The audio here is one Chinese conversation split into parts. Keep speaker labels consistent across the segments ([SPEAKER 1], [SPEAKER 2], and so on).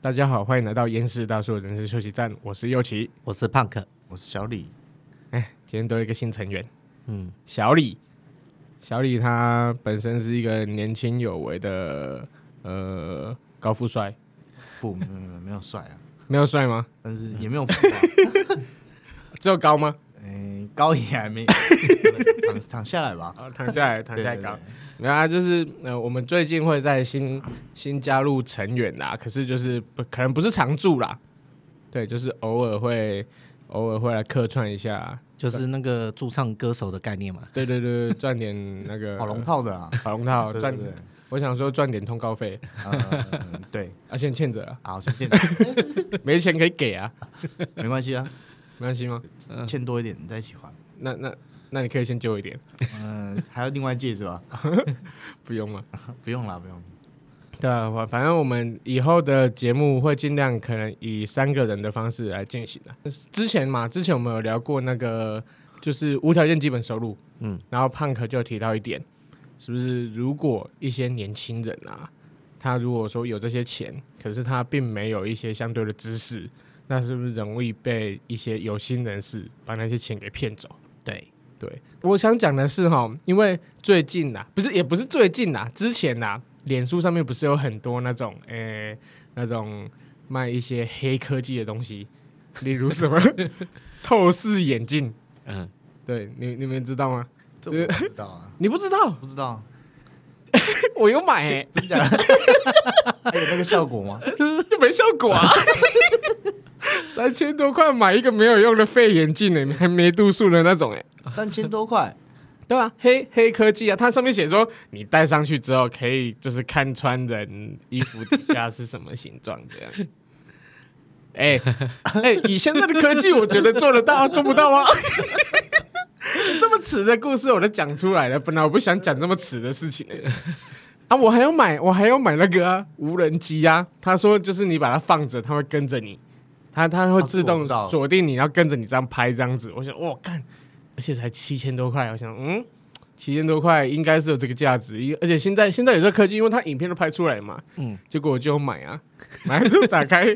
[SPEAKER 1] 大家好，欢迎来到烟视大叔的人生休息站，我是右奇。
[SPEAKER 2] 我是胖克，
[SPEAKER 3] 我是小李，
[SPEAKER 1] 哎，今天多一个新成员，
[SPEAKER 2] 嗯，
[SPEAKER 1] 小李。小李他本身是一个年轻有为的呃高富帅，
[SPEAKER 3] 不，没有没有没有帅啊，
[SPEAKER 1] 没有帅吗？
[SPEAKER 3] 但是也没有浮夸，
[SPEAKER 1] 只有高吗？
[SPEAKER 3] 嗯，高也还没 躺躺下来吧，
[SPEAKER 1] 啊，躺下 来，躺
[SPEAKER 3] 对
[SPEAKER 1] 下来
[SPEAKER 3] 对
[SPEAKER 1] 高
[SPEAKER 3] 对。
[SPEAKER 1] 没有啊，就是呃，我们最近会在新新加入成员啦，可是就是不可能不是常驻啦，对，就是偶尔会偶尔会来客串一下，
[SPEAKER 2] 就是那个驻唱歌手的概念嘛。
[SPEAKER 1] 对对对，对赚点那个
[SPEAKER 3] 跑龙套的啊，
[SPEAKER 1] 跑龙套
[SPEAKER 3] 对
[SPEAKER 1] 赚
[SPEAKER 3] 对，对，
[SPEAKER 1] 我想说赚点通告费，
[SPEAKER 3] 嗯，对，
[SPEAKER 1] 啊，现在欠着啊，
[SPEAKER 3] 好，先欠，
[SPEAKER 1] 没钱可以给啊，
[SPEAKER 3] 没关系啊，
[SPEAKER 1] 没关系吗？
[SPEAKER 3] 欠多一点你再一起还，
[SPEAKER 1] 那那那你可以先借我一点，
[SPEAKER 3] 嗯，还要另外借是吧？
[SPEAKER 1] 不用了。
[SPEAKER 3] 不用啦，不用，
[SPEAKER 1] 对啊，反反正我们以后的节目会尽量可能以三个人的方式来进行的。之前嘛，之前我们有聊过那个就是无条件基本收入，嗯
[SPEAKER 2] 嗯，
[SPEAKER 1] 然后胖克就有提到一点，是不是如果一些年轻人啊，他如果说有这些钱，可是他并没有一些相对的知识，那是不是容易被一些有心人士把那些钱给骗走？
[SPEAKER 2] 对，
[SPEAKER 1] 对，我想讲的是哈，因为最近呐、不是也不是最近呐、之前呐、脸书上面不是有很多那种诶、那种卖一些黑科技的东西，例如什 么透视眼镜，
[SPEAKER 2] 嗯，
[SPEAKER 1] 对你你们知道吗？
[SPEAKER 3] 这我不知道啊，
[SPEAKER 1] 你不知道，
[SPEAKER 3] 不知道，
[SPEAKER 1] 我有买、 欸，
[SPEAKER 3] 真假的？还有那个效果吗？
[SPEAKER 1] 就没效果 啊。三千多块买一个没有用的废眼镜呢、欸还没度数的那种哎、
[SPEAKER 3] 三千多块，
[SPEAKER 1] 对啊，黑黑科技啊，它上面写说你戴上去之后可以就是看穿人衣服底下是什么形状这样。哎哎，以现在的科技，我觉得做得 到，做不到啊吗？这么耻的故事我都讲出来了，本来我不想讲这么耻的事情、啊，我还要买，我还要买那个啊，无人机啊。他说就是你把它放着，它会跟着你，它它会
[SPEAKER 3] 哦
[SPEAKER 1] 自
[SPEAKER 3] 这我
[SPEAKER 1] 动
[SPEAKER 3] 知道
[SPEAKER 1] 锁定你，要跟着你这样拍这样子。我想，哇，看，而且才七千多块，我想，嗯，七千多块应该是有这个价值，因而且现在现在有这科技，因为它影片都拍出来嘛，嗯
[SPEAKER 2] 嗯，
[SPEAKER 1] 结果我就买啊， 买了就打开，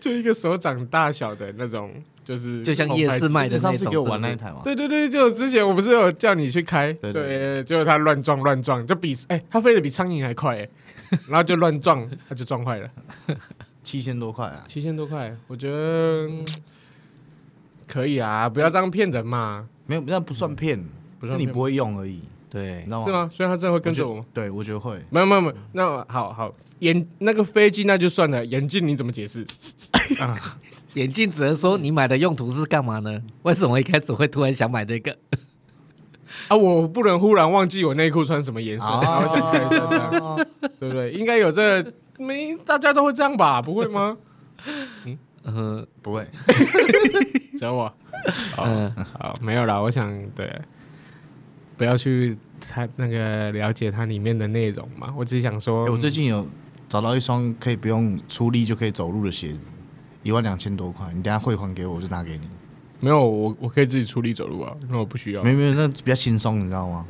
[SPEAKER 1] 就一个手掌大小的那种， 就是
[SPEAKER 2] 就像
[SPEAKER 1] 空
[SPEAKER 2] 夜
[SPEAKER 1] 拍
[SPEAKER 2] 市卖的
[SPEAKER 3] 你上
[SPEAKER 2] 那
[SPEAKER 3] 次
[SPEAKER 2] 种，
[SPEAKER 3] 给我玩那一
[SPEAKER 2] 是不是
[SPEAKER 3] 台吗？
[SPEAKER 1] 对对对，就之前我不是有叫你去开，对
[SPEAKER 3] 对对
[SPEAKER 1] 结果他乱撞乱撞，就比哎、他飞得比苍蝇还快哎、然后就乱撞， 他就撞坏了，
[SPEAKER 3] 七千多块啊，
[SPEAKER 1] 七千多块，我觉得嗯可以啊，不要这样骗人嘛，
[SPEAKER 3] 没有，那不算骗，
[SPEAKER 1] 嗯不
[SPEAKER 3] 是
[SPEAKER 1] 算
[SPEAKER 3] 你
[SPEAKER 1] 骗
[SPEAKER 3] 不会用而已，你
[SPEAKER 2] 对
[SPEAKER 3] 知，道吗？
[SPEAKER 1] 是？吗？所以他真的会跟着我
[SPEAKER 3] 觉
[SPEAKER 1] 吗？
[SPEAKER 3] 得对，哦我觉得会。
[SPEAKER 1] 没有没有没有，那好好眼那个飞机那就算了，眼镜你怎么解释？
[SPEAKER 2] 眼镜只能说你买的用途是干嘛呢？为什么一开始会突然想买这个？
[SPEAKER 1] 啊，我不能忽然忘记我内裤穿什么颜色，然后想看一下这样。
[SPEAKER 3] 啊，
[SPEAKER 1] 对不对？应该有这没大家都会这样吧？不会 吗？
[SPEAKER 2] 嗯
[SPEAKER 3] 不会，
[SPEAKER 1] 找我。哦，
[SPEAKER 2] 嗯，
[SPEAKER 1] 好，没有啦。我想对，不要去它那个了解它里面的内容嘛。我只是想说，
[SPEAKER 3] 欸我最近有找到一双可以不用出力就可以走路的鞋子，一万两千多块，你等一下汇还给我，我就拿给你。
[SPEAKER 1] 嗯没有我，我可以自己出力走路啊。那我不需要
[SPEAKER 3] 没，有没有，那比较轻松，你知道吗？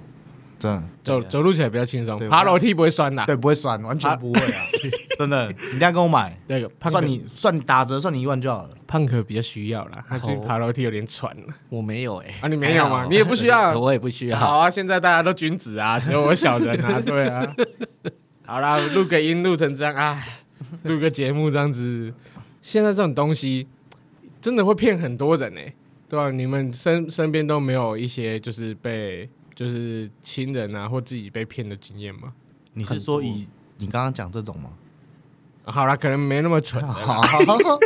[SPEAKER 3] 真的，
[SPEAKER 1] 走走路起来比较轻松，
[SPEAKER 3] 对
[SPEAKER 1] 爬
[SPEAKER 3] 我
[SPEAKER 1] 楼梯不会酸啦。
[SPEAKER 3] 对，不会酸，完全不会啊， 真的。你等一下跟我买，
[SPEAKER 1] 那个胖
[SPEAKER 3] 算
[SPEAKER 1] 哥，
[SPEAKER 3] 你算你打折，算你一万就好了。
[SPEAKER 1] 胖哥比较需要啦，他去
[SPEAKER 2] 好
[SPEAKER 1] 爬楼梯有点喘了
[SPEAKER 2] 我没有哎，
[SPEAKER 1] 啊。你没有
[SPEAKER 2] 还
[SPEAKER 1] 吗？
[SPEAKER 2] 好
[SPEAKER 1] 你也不需要，
[SPEAKER 2] 我也不需要。
[SPEAKER 1] 好啊，现在大家都君子 啊，只有我小人啊，对啊。好啦，录个音录成这样，哎，录个节目这样子，现在这种东西真的会骗很多人呢、对啊，你们身身边都没有一些就是被就是亲人啊或自己被骗的经验吗？
[SPEAKER 3] 你是说以你刚刚讲这种吗？
[SPEAKER 1] 啊好啦，可能没那么蠢的啦，
[SPEAKER 3] 好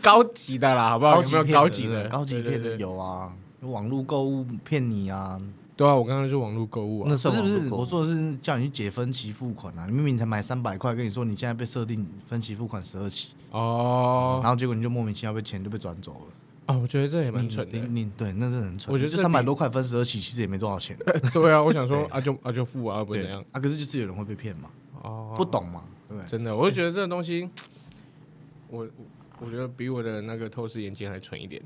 [SPEAKER 1] 高级的啦，好不好？有没有
[SPEAKER 3] 骗
[SPEAKER 1] 高级
[SPEAKER 3] 的
[SPEAKER 1] 的？
[SPEAKER 3] 对高级
[SPEAKER 1] 对
[SPEAKER 3] 骗的。
[SPEAKER 1] 对对
[SPEAKER 3] 有啊，网络购物骗你啊，
[SPEAKER 1] 对啊，我刚刚就网络购物啊
[SPEAKER 2] 那，
[SPEAKER 3] 不
[SPEAKER 2] 算
[SPEAKER 3] 是不
[SPEAKER 2] 网
[SPEAKER 3] 是，
[SPEAKER 2] 络购物
[SPEAKER 3] 我说的是叫你去解分期付款啊！你明明才买三百块，跟你说你现在被设定分期付款十二期，
[SPEAKER 1] 哦
[SPEAKER 3] 然后结果你就莫名其妙被钱就被转走了，
[SPEAKER 1] 哦，我觉得这也蛮蠢的欸
[SPEAKER 3] 你。你你对，那是很蠢。
[SPEAKER 1] 我觉得
[SPEAKER 3] 这
[SPEAKER 1] 这
[SPEAKER 3] 三百
[SPEAKER 1] 比
[SPEAKER 3] 多块分十二期，其实也没多少钱。
[SPEAKER 1] 对啊，我想 说啊就啊就付 啊，不然
[SPEAKER 3] 对
[SPEAKER 1] 怎样？
[SPEAKER 3] 啊，可是就是有人会被骗嘛，
[SPEAKER 1] 哦，
[SPEAKER 3] 不懂嘛，对不对？
[SPEAKER 1] 真的，我就觉得这个东西，我我我觉得比我的那个透视眼镜还蠢一点。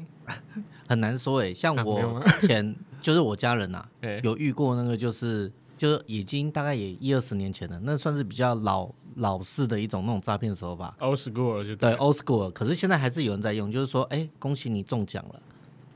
[SPEAKER 2] 很难说哎、像
[SPEAKER 1] 啊没有
[SPEAKER 2] 我
[SPEAKER 1] 吗
[SPEAKER 2] 之前就是我家人呐、啊
[SPEAKER 1] 哎
[SPEAKER 2] 有遇过那个就是就是已经大概也一二十年前了，那算是比较老老式的一种那种诈骗手法，
[SPEAKER 1] old school 就
[SPEAKER 2] 对
[SPEAKER 1] 对，
[SPEAKER 2] old school，可是现在还是有人在用，就是说，哎、恭喜你中奖了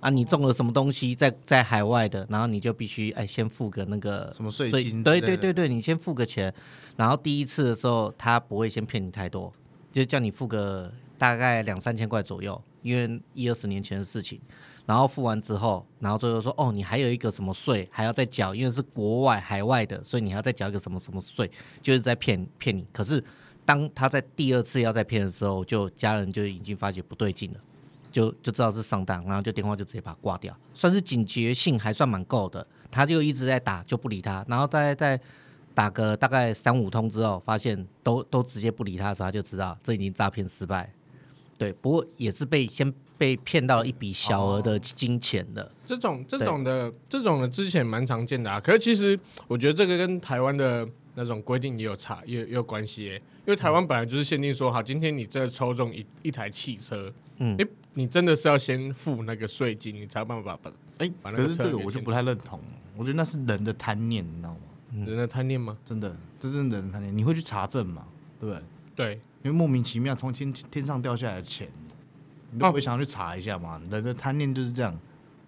[SPEAKER 2] 啊！你中了什么东西在在海外的，然后你就必须哎、先付个那个
[SPEAKER 3] 什么税金
[SPEAKER 2] 对
[SPEAKER 3] 之类
[SPEAKER 2] 对
[SPEAKER 3] 的
[SPEAKER 2] 对对，你先付个钱，然后第一次的时候他不会先骗你太多，就叫你付个大概两三千块左右，因为一二十年前的事情。然后付完之后，然后最后说哦，你还有一个什么税还要再缴，因为是国外海外的，所以你还要再缴一个什么什么税，就是在骗骗你。可是当他在第二次要再骗的时候，就家人就已经发觉不对劲了，就就知道是上当，然后就电话就直接把他挂掉，算是警觉性还算蛮够的。他就一直在打，就不理他，然后再再打个大概三五通之后，发现都都直接不理他的时候，他就知道这已经诈骗失败。对，不过也是被先被骗到一笔小额的金钱的。
[SPEAKER 1] 这种这种的这种的之前蛮常见的啊。可是其实我觉得这个跟台湾的那种规定也有差，也也有关系耶、因为台湾本来就是限定说，好，今天你真的抽中一一台汽车，
[SPEAKER 2] 嗯
[SPEAKER 1] 嗯，你真的是要先付那个税金，你才有办法把
[SPEAKER 3] 哎、
[SPEAKER 1] 把那个
[SPEAKER 3] 可是
[SPEAKER 1] 车
[SPEAKER 3] 这个
[SPEAKER 1] 给
[SPEAKER 3] 我就
[SPEAKER 1] 先
[SPEAKER 3] 不太认同，我觉得那是人的贪念，你知道吗？
[SPEAKER 2] 嗯
[SPEAKER 1] 人的贪念吗？
[SPEAKER 3] 真的，这是人的贪念，你会去查证嘛？对不对？
[SPEAKER 1] 对，
[SPEAKER 3] 因为莫名其妙从天天上掉下来的钱，你都不会想要去查一下嘛？人的贪念就是这样，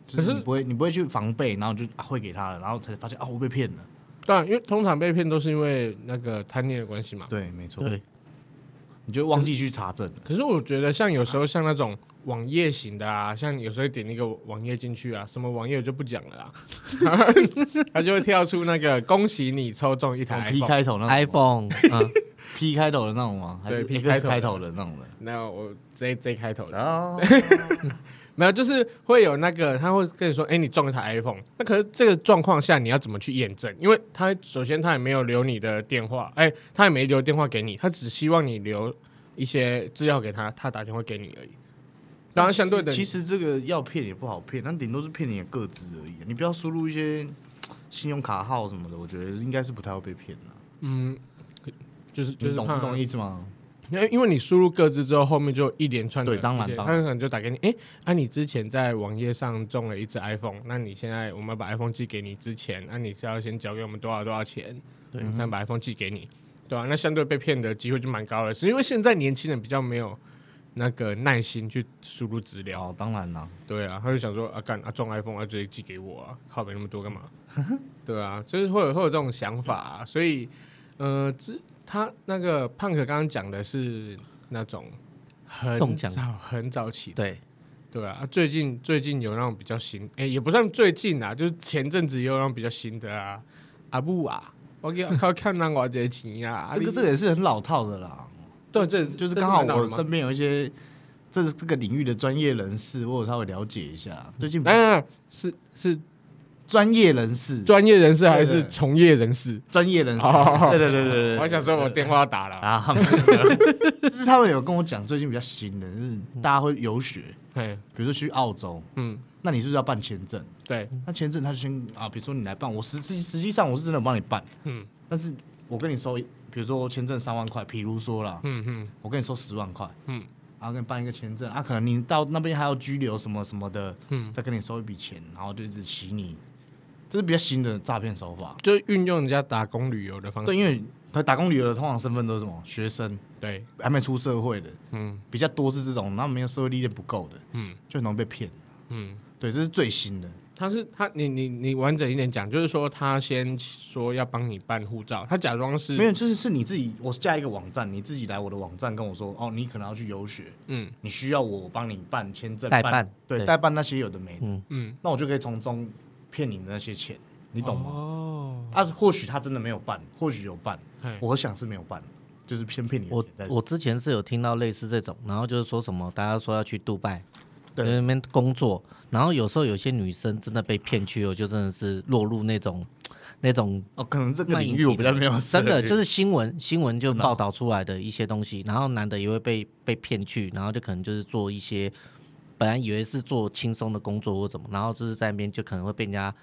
[SPEAKER 3] 就
[SPEAKER 1] 可是
[SPEAKER 3] 是你不会你不会去防备，然后就、啊、汇给他了，然后才发现啊我被骗了。
[SPEAKER 1] 对啊、因为通常被骗都是因为那个贪念的关系嘛。
[SPEAKER 3] 对，没错，
[SPEAKER 2] 对，
[SPEAKER 3] 你就忘记去查证了。
[SPEAKER 1] 可是我觉得，像有时
[SPEAKER 3] 啊
[SPEAKER 1] 候像那种网页型的啊，像有时候点那个网页进去啊，什么网页我就不讲了 啦，它就会跳出那个恭喜你抽中一
[SPEAKER 3] 从
[SPEAKER 1] 台
[SPEAKER 3] 哦 P
[SPEAKER 1] iPhone。
[SPEAKER 3] 开头那种吗
[SPEAKER 2] iPhone，嗯，
[SPEAKER 3] P 开头的那种吗？还是
[SPEAKER 1] 对
[SPEAKER 3] X
[SPEAKER 1] P 开头的啊
[SPEAKER 3] 开头的那种的？
[SPEAKER 1] 那我 J J 开头的，
[SPEAKER 3] 哦，
[SPEAKER 1] 没有，就是会有那个他会跟你说，哎、你中一台 iPhone。那可是这个状况下，你要怎么去验证？因为他首先他也没有留你的电话，哎、他也没留电话给你，他只希望你留一些资料给他，他打电话给你而已。 当然，相对的，
[SPEAKER 3] 其实这个要骗也不好骗，但顶多是骗你的个资而已。啊你不要输入一些嘖信用卡号什么的，我觉得应该是不太会被骗的。啊
[SPEAKER 1] 嗯，就是就
[SPEAKER 3] 你
[SPEAKER 1] 是
[SPEAKER 3] 懂
[SPEAKER 1] 怕
[SPEAKER 3] 不懂意思吗？
[SPEAKER 1] 因为因为你输入各自之后，后面就一连串的
[SPEAKER 3] 对当然
[SPEAKER 1] 一些
[SPEAKER 3] 当
[SPEAKER 1] 他
[SPEAKER 3] 然
[SPEAKER 1] 可能就打给你，哎、啊，你之前在网页上中了一只 iPhone，那你现在我们把 iPhone 寄给你之前，那、你是要先交给我们多少多少钱，对，才能把 iPhone 寄给你，对吧、那相对被骗的机会就蛮高的，是因为现在年轻人比较没有那个耐心去输入资料，
[SPEAKER 3] 哦，当然啦，
[SPEAKER 1] 对啊，他就想说啊，干啊中 iPhone 啊，直接寄给我啊，靠北那么多干嘛？ 对啊，就是会有会有这种想法、啊，所以呃，之他那个胖可刚刚讲的是那种
[SPEAKER 2] 中
[SPEAKER 1] 很
[SPEAKER 2] 奖
[SPEAKER 1] 早很早起的，
[SPEAKER 2] 对，
[SPEAKER 1] 对啊，啊最近最近有那种比较新，哎、也不算最近啊，就是前阵子也有那种比较新的啊，阿布啊。我给靠看那我这钱啊，
[SPEAKER 3] 这个这个也是很老套的啦，
[SPEAKER 1] 对，这
[SPEAKER 3] 就是
[SPEAKER 1] 这
[SPEAKER 3] 刚好
[SPEAKER 1] 蛮老的
[SPEAKER 3] 我
[SPEAKER 1] 嘛
[SPEAKER 3] 身边有一些这这个领域的专业人士，我有稍微了解一下。最近
[SPEAKER 1] 等等等是是
[SPEAKER 3] 专业人士，
[SPEAKER 1] 哎专业人士还
[SPEAKER 3] 对
[SPEAKER 1] 是
[SPEAKER 3] 对
[SPEAKER 1] 从业人士？
[SPEAKER 3] 专业人士，
[SPEAKER 1] 哦
[SPEAKER 3] 对对对对 对，
[SPEAKER 1] 我还想说我电话打了，
[SPEAKER 3] 啊， 没有就是他们有跟我讲，最近比较新的，就是大家会游学，
[SPEAKER 1] 哎，
[SPEAKER 3] 比如说去澳洲，
[SPEAKER 1] 嗯，
[SPEAKER 3] 那你是不是要办签证？
[SPEAKER 1] 对，
[SPEAKER 3] 那签证他就先啊，比如说你来办，我实际实际上我是真的帮你办，
[SPEAKER 1] 嗯
[SPEAKER 3] 但是我跟你收，比如说签证三万块，比如说啦，
[SPEAKER 1] 嗯嗯
[SPEAKER 3] 我跟你收十万块，
[SPEAKER 1] 嗯
[SPEAKER 3] 然后给你办一个签证啊，可能你到那边还要拘留什么什么的，
[SPEAKER 1] 嗯，
[SPEAKER 3] 再跟你收一笔钱，然后就一直洗你，这是比较新的诈骗手法。
[SPEAKER 1] 就运用人家打工旅游的方式，
[SPEAKER 3] 对，因为他打工旅游的通常身份都是什么学生，
[SPEAKER 1] 对，
[SPEAKER 3] 还没出社会的，
[SPEAKER 1] 嗯
[SPEAKER 3] 比较多是这种，然后没有社会历练不够的，
[SPEAKER 1] 嗯
[SPEAKER 3] 就很容易被骗。
[SPEAKER 1] 嗯，
[SPEAKER 3] 对，这是最新的。
[SPEAKER 1] 他是他，你你你完整一点讲，就是说他先说要帮你办护照，他假装是
[SPEAKER 3] 没有，就是是你自己，我架一个网站，你自己来我的网站跟我说，哦，你可能要去游学，
[SPEAKER 1] 嗯
[SPEAKER 3] 你需要我帮你办签证、
[SPEAKER 2] 代办
[SPEAKER 3] 对，
[SPEAKER 2] 对
[SPEAKER 3] 代办那些有的没的，
[SPEAKER 1] 嗯，
[SPEAKER 3] 那我就可以从中骗你的那些钱，你懂吗？
[SPEAKER 1] 哦，
[SPEAKER 3] 啊，或许他真的没有办，或许有办，
[SPEAKER 1] 嘿
[SPEAKER 3] 我想是没有办，就是偏骗你的
[SPEAKER 2] 我
[SPEAKER 3] 钱在
[SPEAKER 2] 我之前是有听到类似这种，然后就是说什么大家说要去杜拜，在
[SPEAKER 3] 对
[SPEAKER 2] 那边工作，然后有时候有些女生真的被骗去哦了，就真的是落入那种那种
[SPEAKER 3] 哦，可能这个
[SPEAKER 2] 卖
[SPEAKER 3] 领
[SPEAKER 2] 淫
[SPEAKER 3] 域我
[SPEAKER 2] 体
[SPEAKER 3] 比较没有涉
[SPEAKER 2] 真的
[SPEAKER 3] 猎
[SPEAKER 2] 就是新闻新闻就报道出来的一些东西，然后男的也会被被骗去，然后就可能就是做一些本来以为是做轻松的工作或怎么，然后就是在那边就可能会被人家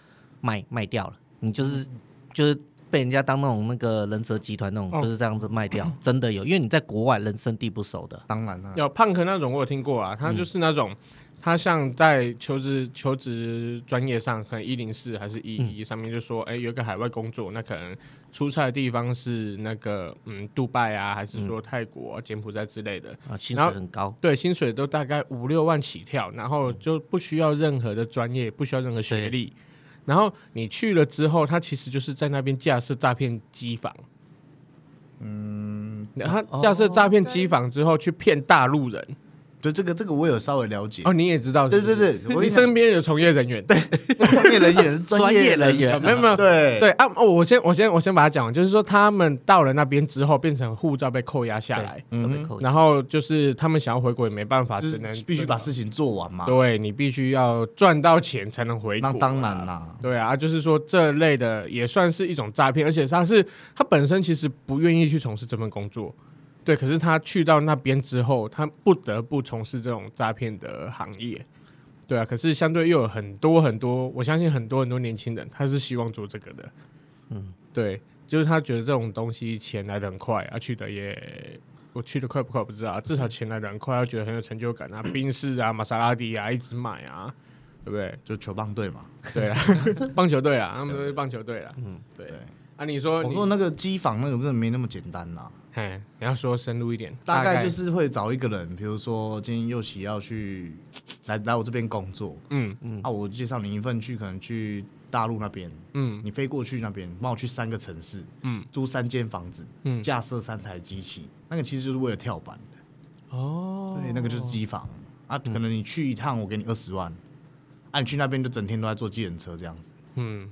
[SPEAKER 2] 卖卖掉了，你就是就是。被人家当那种那个人蛇集团那种，
[SPEAKER 1] 哦
[SPEAKER 2] 就是这样子卖掉，真的有，因为你在国外人生地不熟的，
[SPEAKER 3] 当然了、嗯
[SPEAKER 1] 有胖克那种我有听过啊，他就是那种他像在求职求职专业上，可能一零四还是
[SPEAKER 3] 嗯
[SPEAKER 1] 一一上面就说，哎、有一个海外工作，那可能出差的地方是那个嗯，杜拜啊，还
[SPEAKER 3] 嗯
[SPEAKER 1] 是说泰国、柬埔寨之类的，
[SPEAKER 2] 啊，薪
[SPEAKER 1] 然
[SPEAKER 2] 水
[SPEAKER 1] 后
[SPEAKER 2] 很高，
[SPEAKER 1] 对，薪水都大概五六万起跳，然后
[SPEAKER 3] 嗯
[SPEAKER 1] 就不需要任何的专业，不需要任何学历。然后你去了之后，他其实就是在那边架设诈骗机房。嗯，他
[SPEAKER 3] 哦
[SPEAKER 1] 架设诈骗机房之后去骗大陆人。
[SPEAKER 3] 对这个这个我有稍微了解
[SPEAKER 1] 哦，，你也知道是不是？
[SPEAKER 3] 对对对我
[SPEAKER 1] 你
[SPEAKER 3] 跟你讲
[SPEAKER 1] 身边有从业人员。对
[SPEAKER 3] 专业人员是
[SPEAKER 2] 专
[SPEAKER 3] 专业人
[SPEAKER 2] 业
[SPEAKER 3] 员
[SPEAKER 2] 人员
[SPEAKER 1] 啊，没有没有
[SPEAKER 3] 对
[SPEAKER 1] 对啊，哦我先我先我先把它讲完，就是说他们到了那边之后，变成护照被扣押下来，
[SPEAKER 3] 嗯
[SPEAKER 2] 都被 扣押
[SPEAKER 1] 然后就是他们想要回国也没办法，
[SPEAKER 3] 就
[SPEAKER 1] 啊只能
[SPEAKER 3] 是必须把事情做完嘛。
[SPEAKER 1] 对啊你必须要赚到钱才能回国、
[SPEAKER 3] 那当然。啦，
[SPEAKER 1] 对啊，就是说这类的也算是一种诈骗，而且他是他本身其实不愿意去从事这份工作，对，可是他去到那边之后，他不得不从事这种诈骗的行业，对啊，可是相对又有很多很多，我相信很多很多年轻人他是希望做这个的，嗯，对，就是他觉得这种东西钱来的很快，啊，去的也。我去的快不快不知道啊，至少钱来的很快，他觉得很有成就感啊，宾士啊、玛莎拉蒂啊，一直买啊，对不对？
[SPEAKER 3] 就球棒队嘛。
[SPEAKER 1] 对啊，棒球队啊，他们都是棒球队啊。嗯，对
[SPEAKER 3] 对。
[SPEAKER 1] 啊，你说
[SPEAKER 3] 我
[SPEAKER 1] 你
[SPEAKER 3] 说，那个机房那个真的没那么简单啦，
[SPEAKER 1] 哎，你要说深入一点，
[SPEAKER 3] 大概就是会找一个人，比如说今天佑喜要去来来我这边工作，
[SPEAKER 1] 嗯
[SPEAKER 3] 啊，我介绍你一份去可能去大陆那边，
[SPEAKER 1] 嗯
[SPEAKER 3] 你飞过去那边，帮我去三个城市，
[SPEAKER 1] 嗯
[SPEAKER 3] 租三间房子，
[SPEAKER 1] 嗯
[SPEAKER 3] 架设三台机器，那个其实就是为了跳板的，
[SPEAKER 1] 哦，嗯
[SPEAKER 3] 对，那个就是机房啊，可能你去一趟我给你二十万，啊，你去那边就整天都在坐计程车这样子，
[SPEAKER 1] 嗯，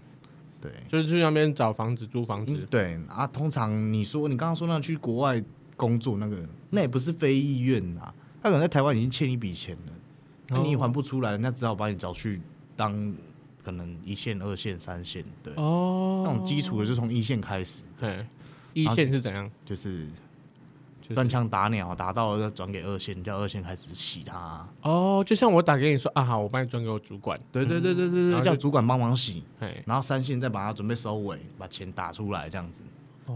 [SPEAKER 3] 对。
[SPEAKER 1] 就是去那边找房子租房
[SPEAKER 3] 嗯
[SPEAKER 1] 子，
[SPEAKER 3] 对啊，通常你说你刚刚说那去国外工作那个，那也不是非意愿啊，他可能在台湾已经欠一笔钱了，那、你也还不出来，那只好把你找去当可能一线、二线、三线，对，
[SPEAKER 1] 哦，
[SPEAKER 3] 那种基础的就从一线开始，
[SPEAKER 1] 哎，一线是怎样？
[SPEAKER 3] 就是
[SPEAKER 1] 就是
[SPEAKER 3] 断枪打鸟，啊打到再转给二线，叫二线开始洗他，
[SPEAKER 1] 哦，就像我打给你说啊，好，我帮你转给我主管，
[SPEAKER 3] 对对对对对
[SPEAKER 1] 然
[SPEAKER 3] 对，
[SPEAKER 1] 后
[SPEAKER 3] 嗯叫
[SPEAKER 1] 就
[SPEAKER 3] 主管帮忙洗，
[SPEAKER 1] 哎，
[SPEAKER 3] 然后三线再把它准备收尾，把钱打出来这样子，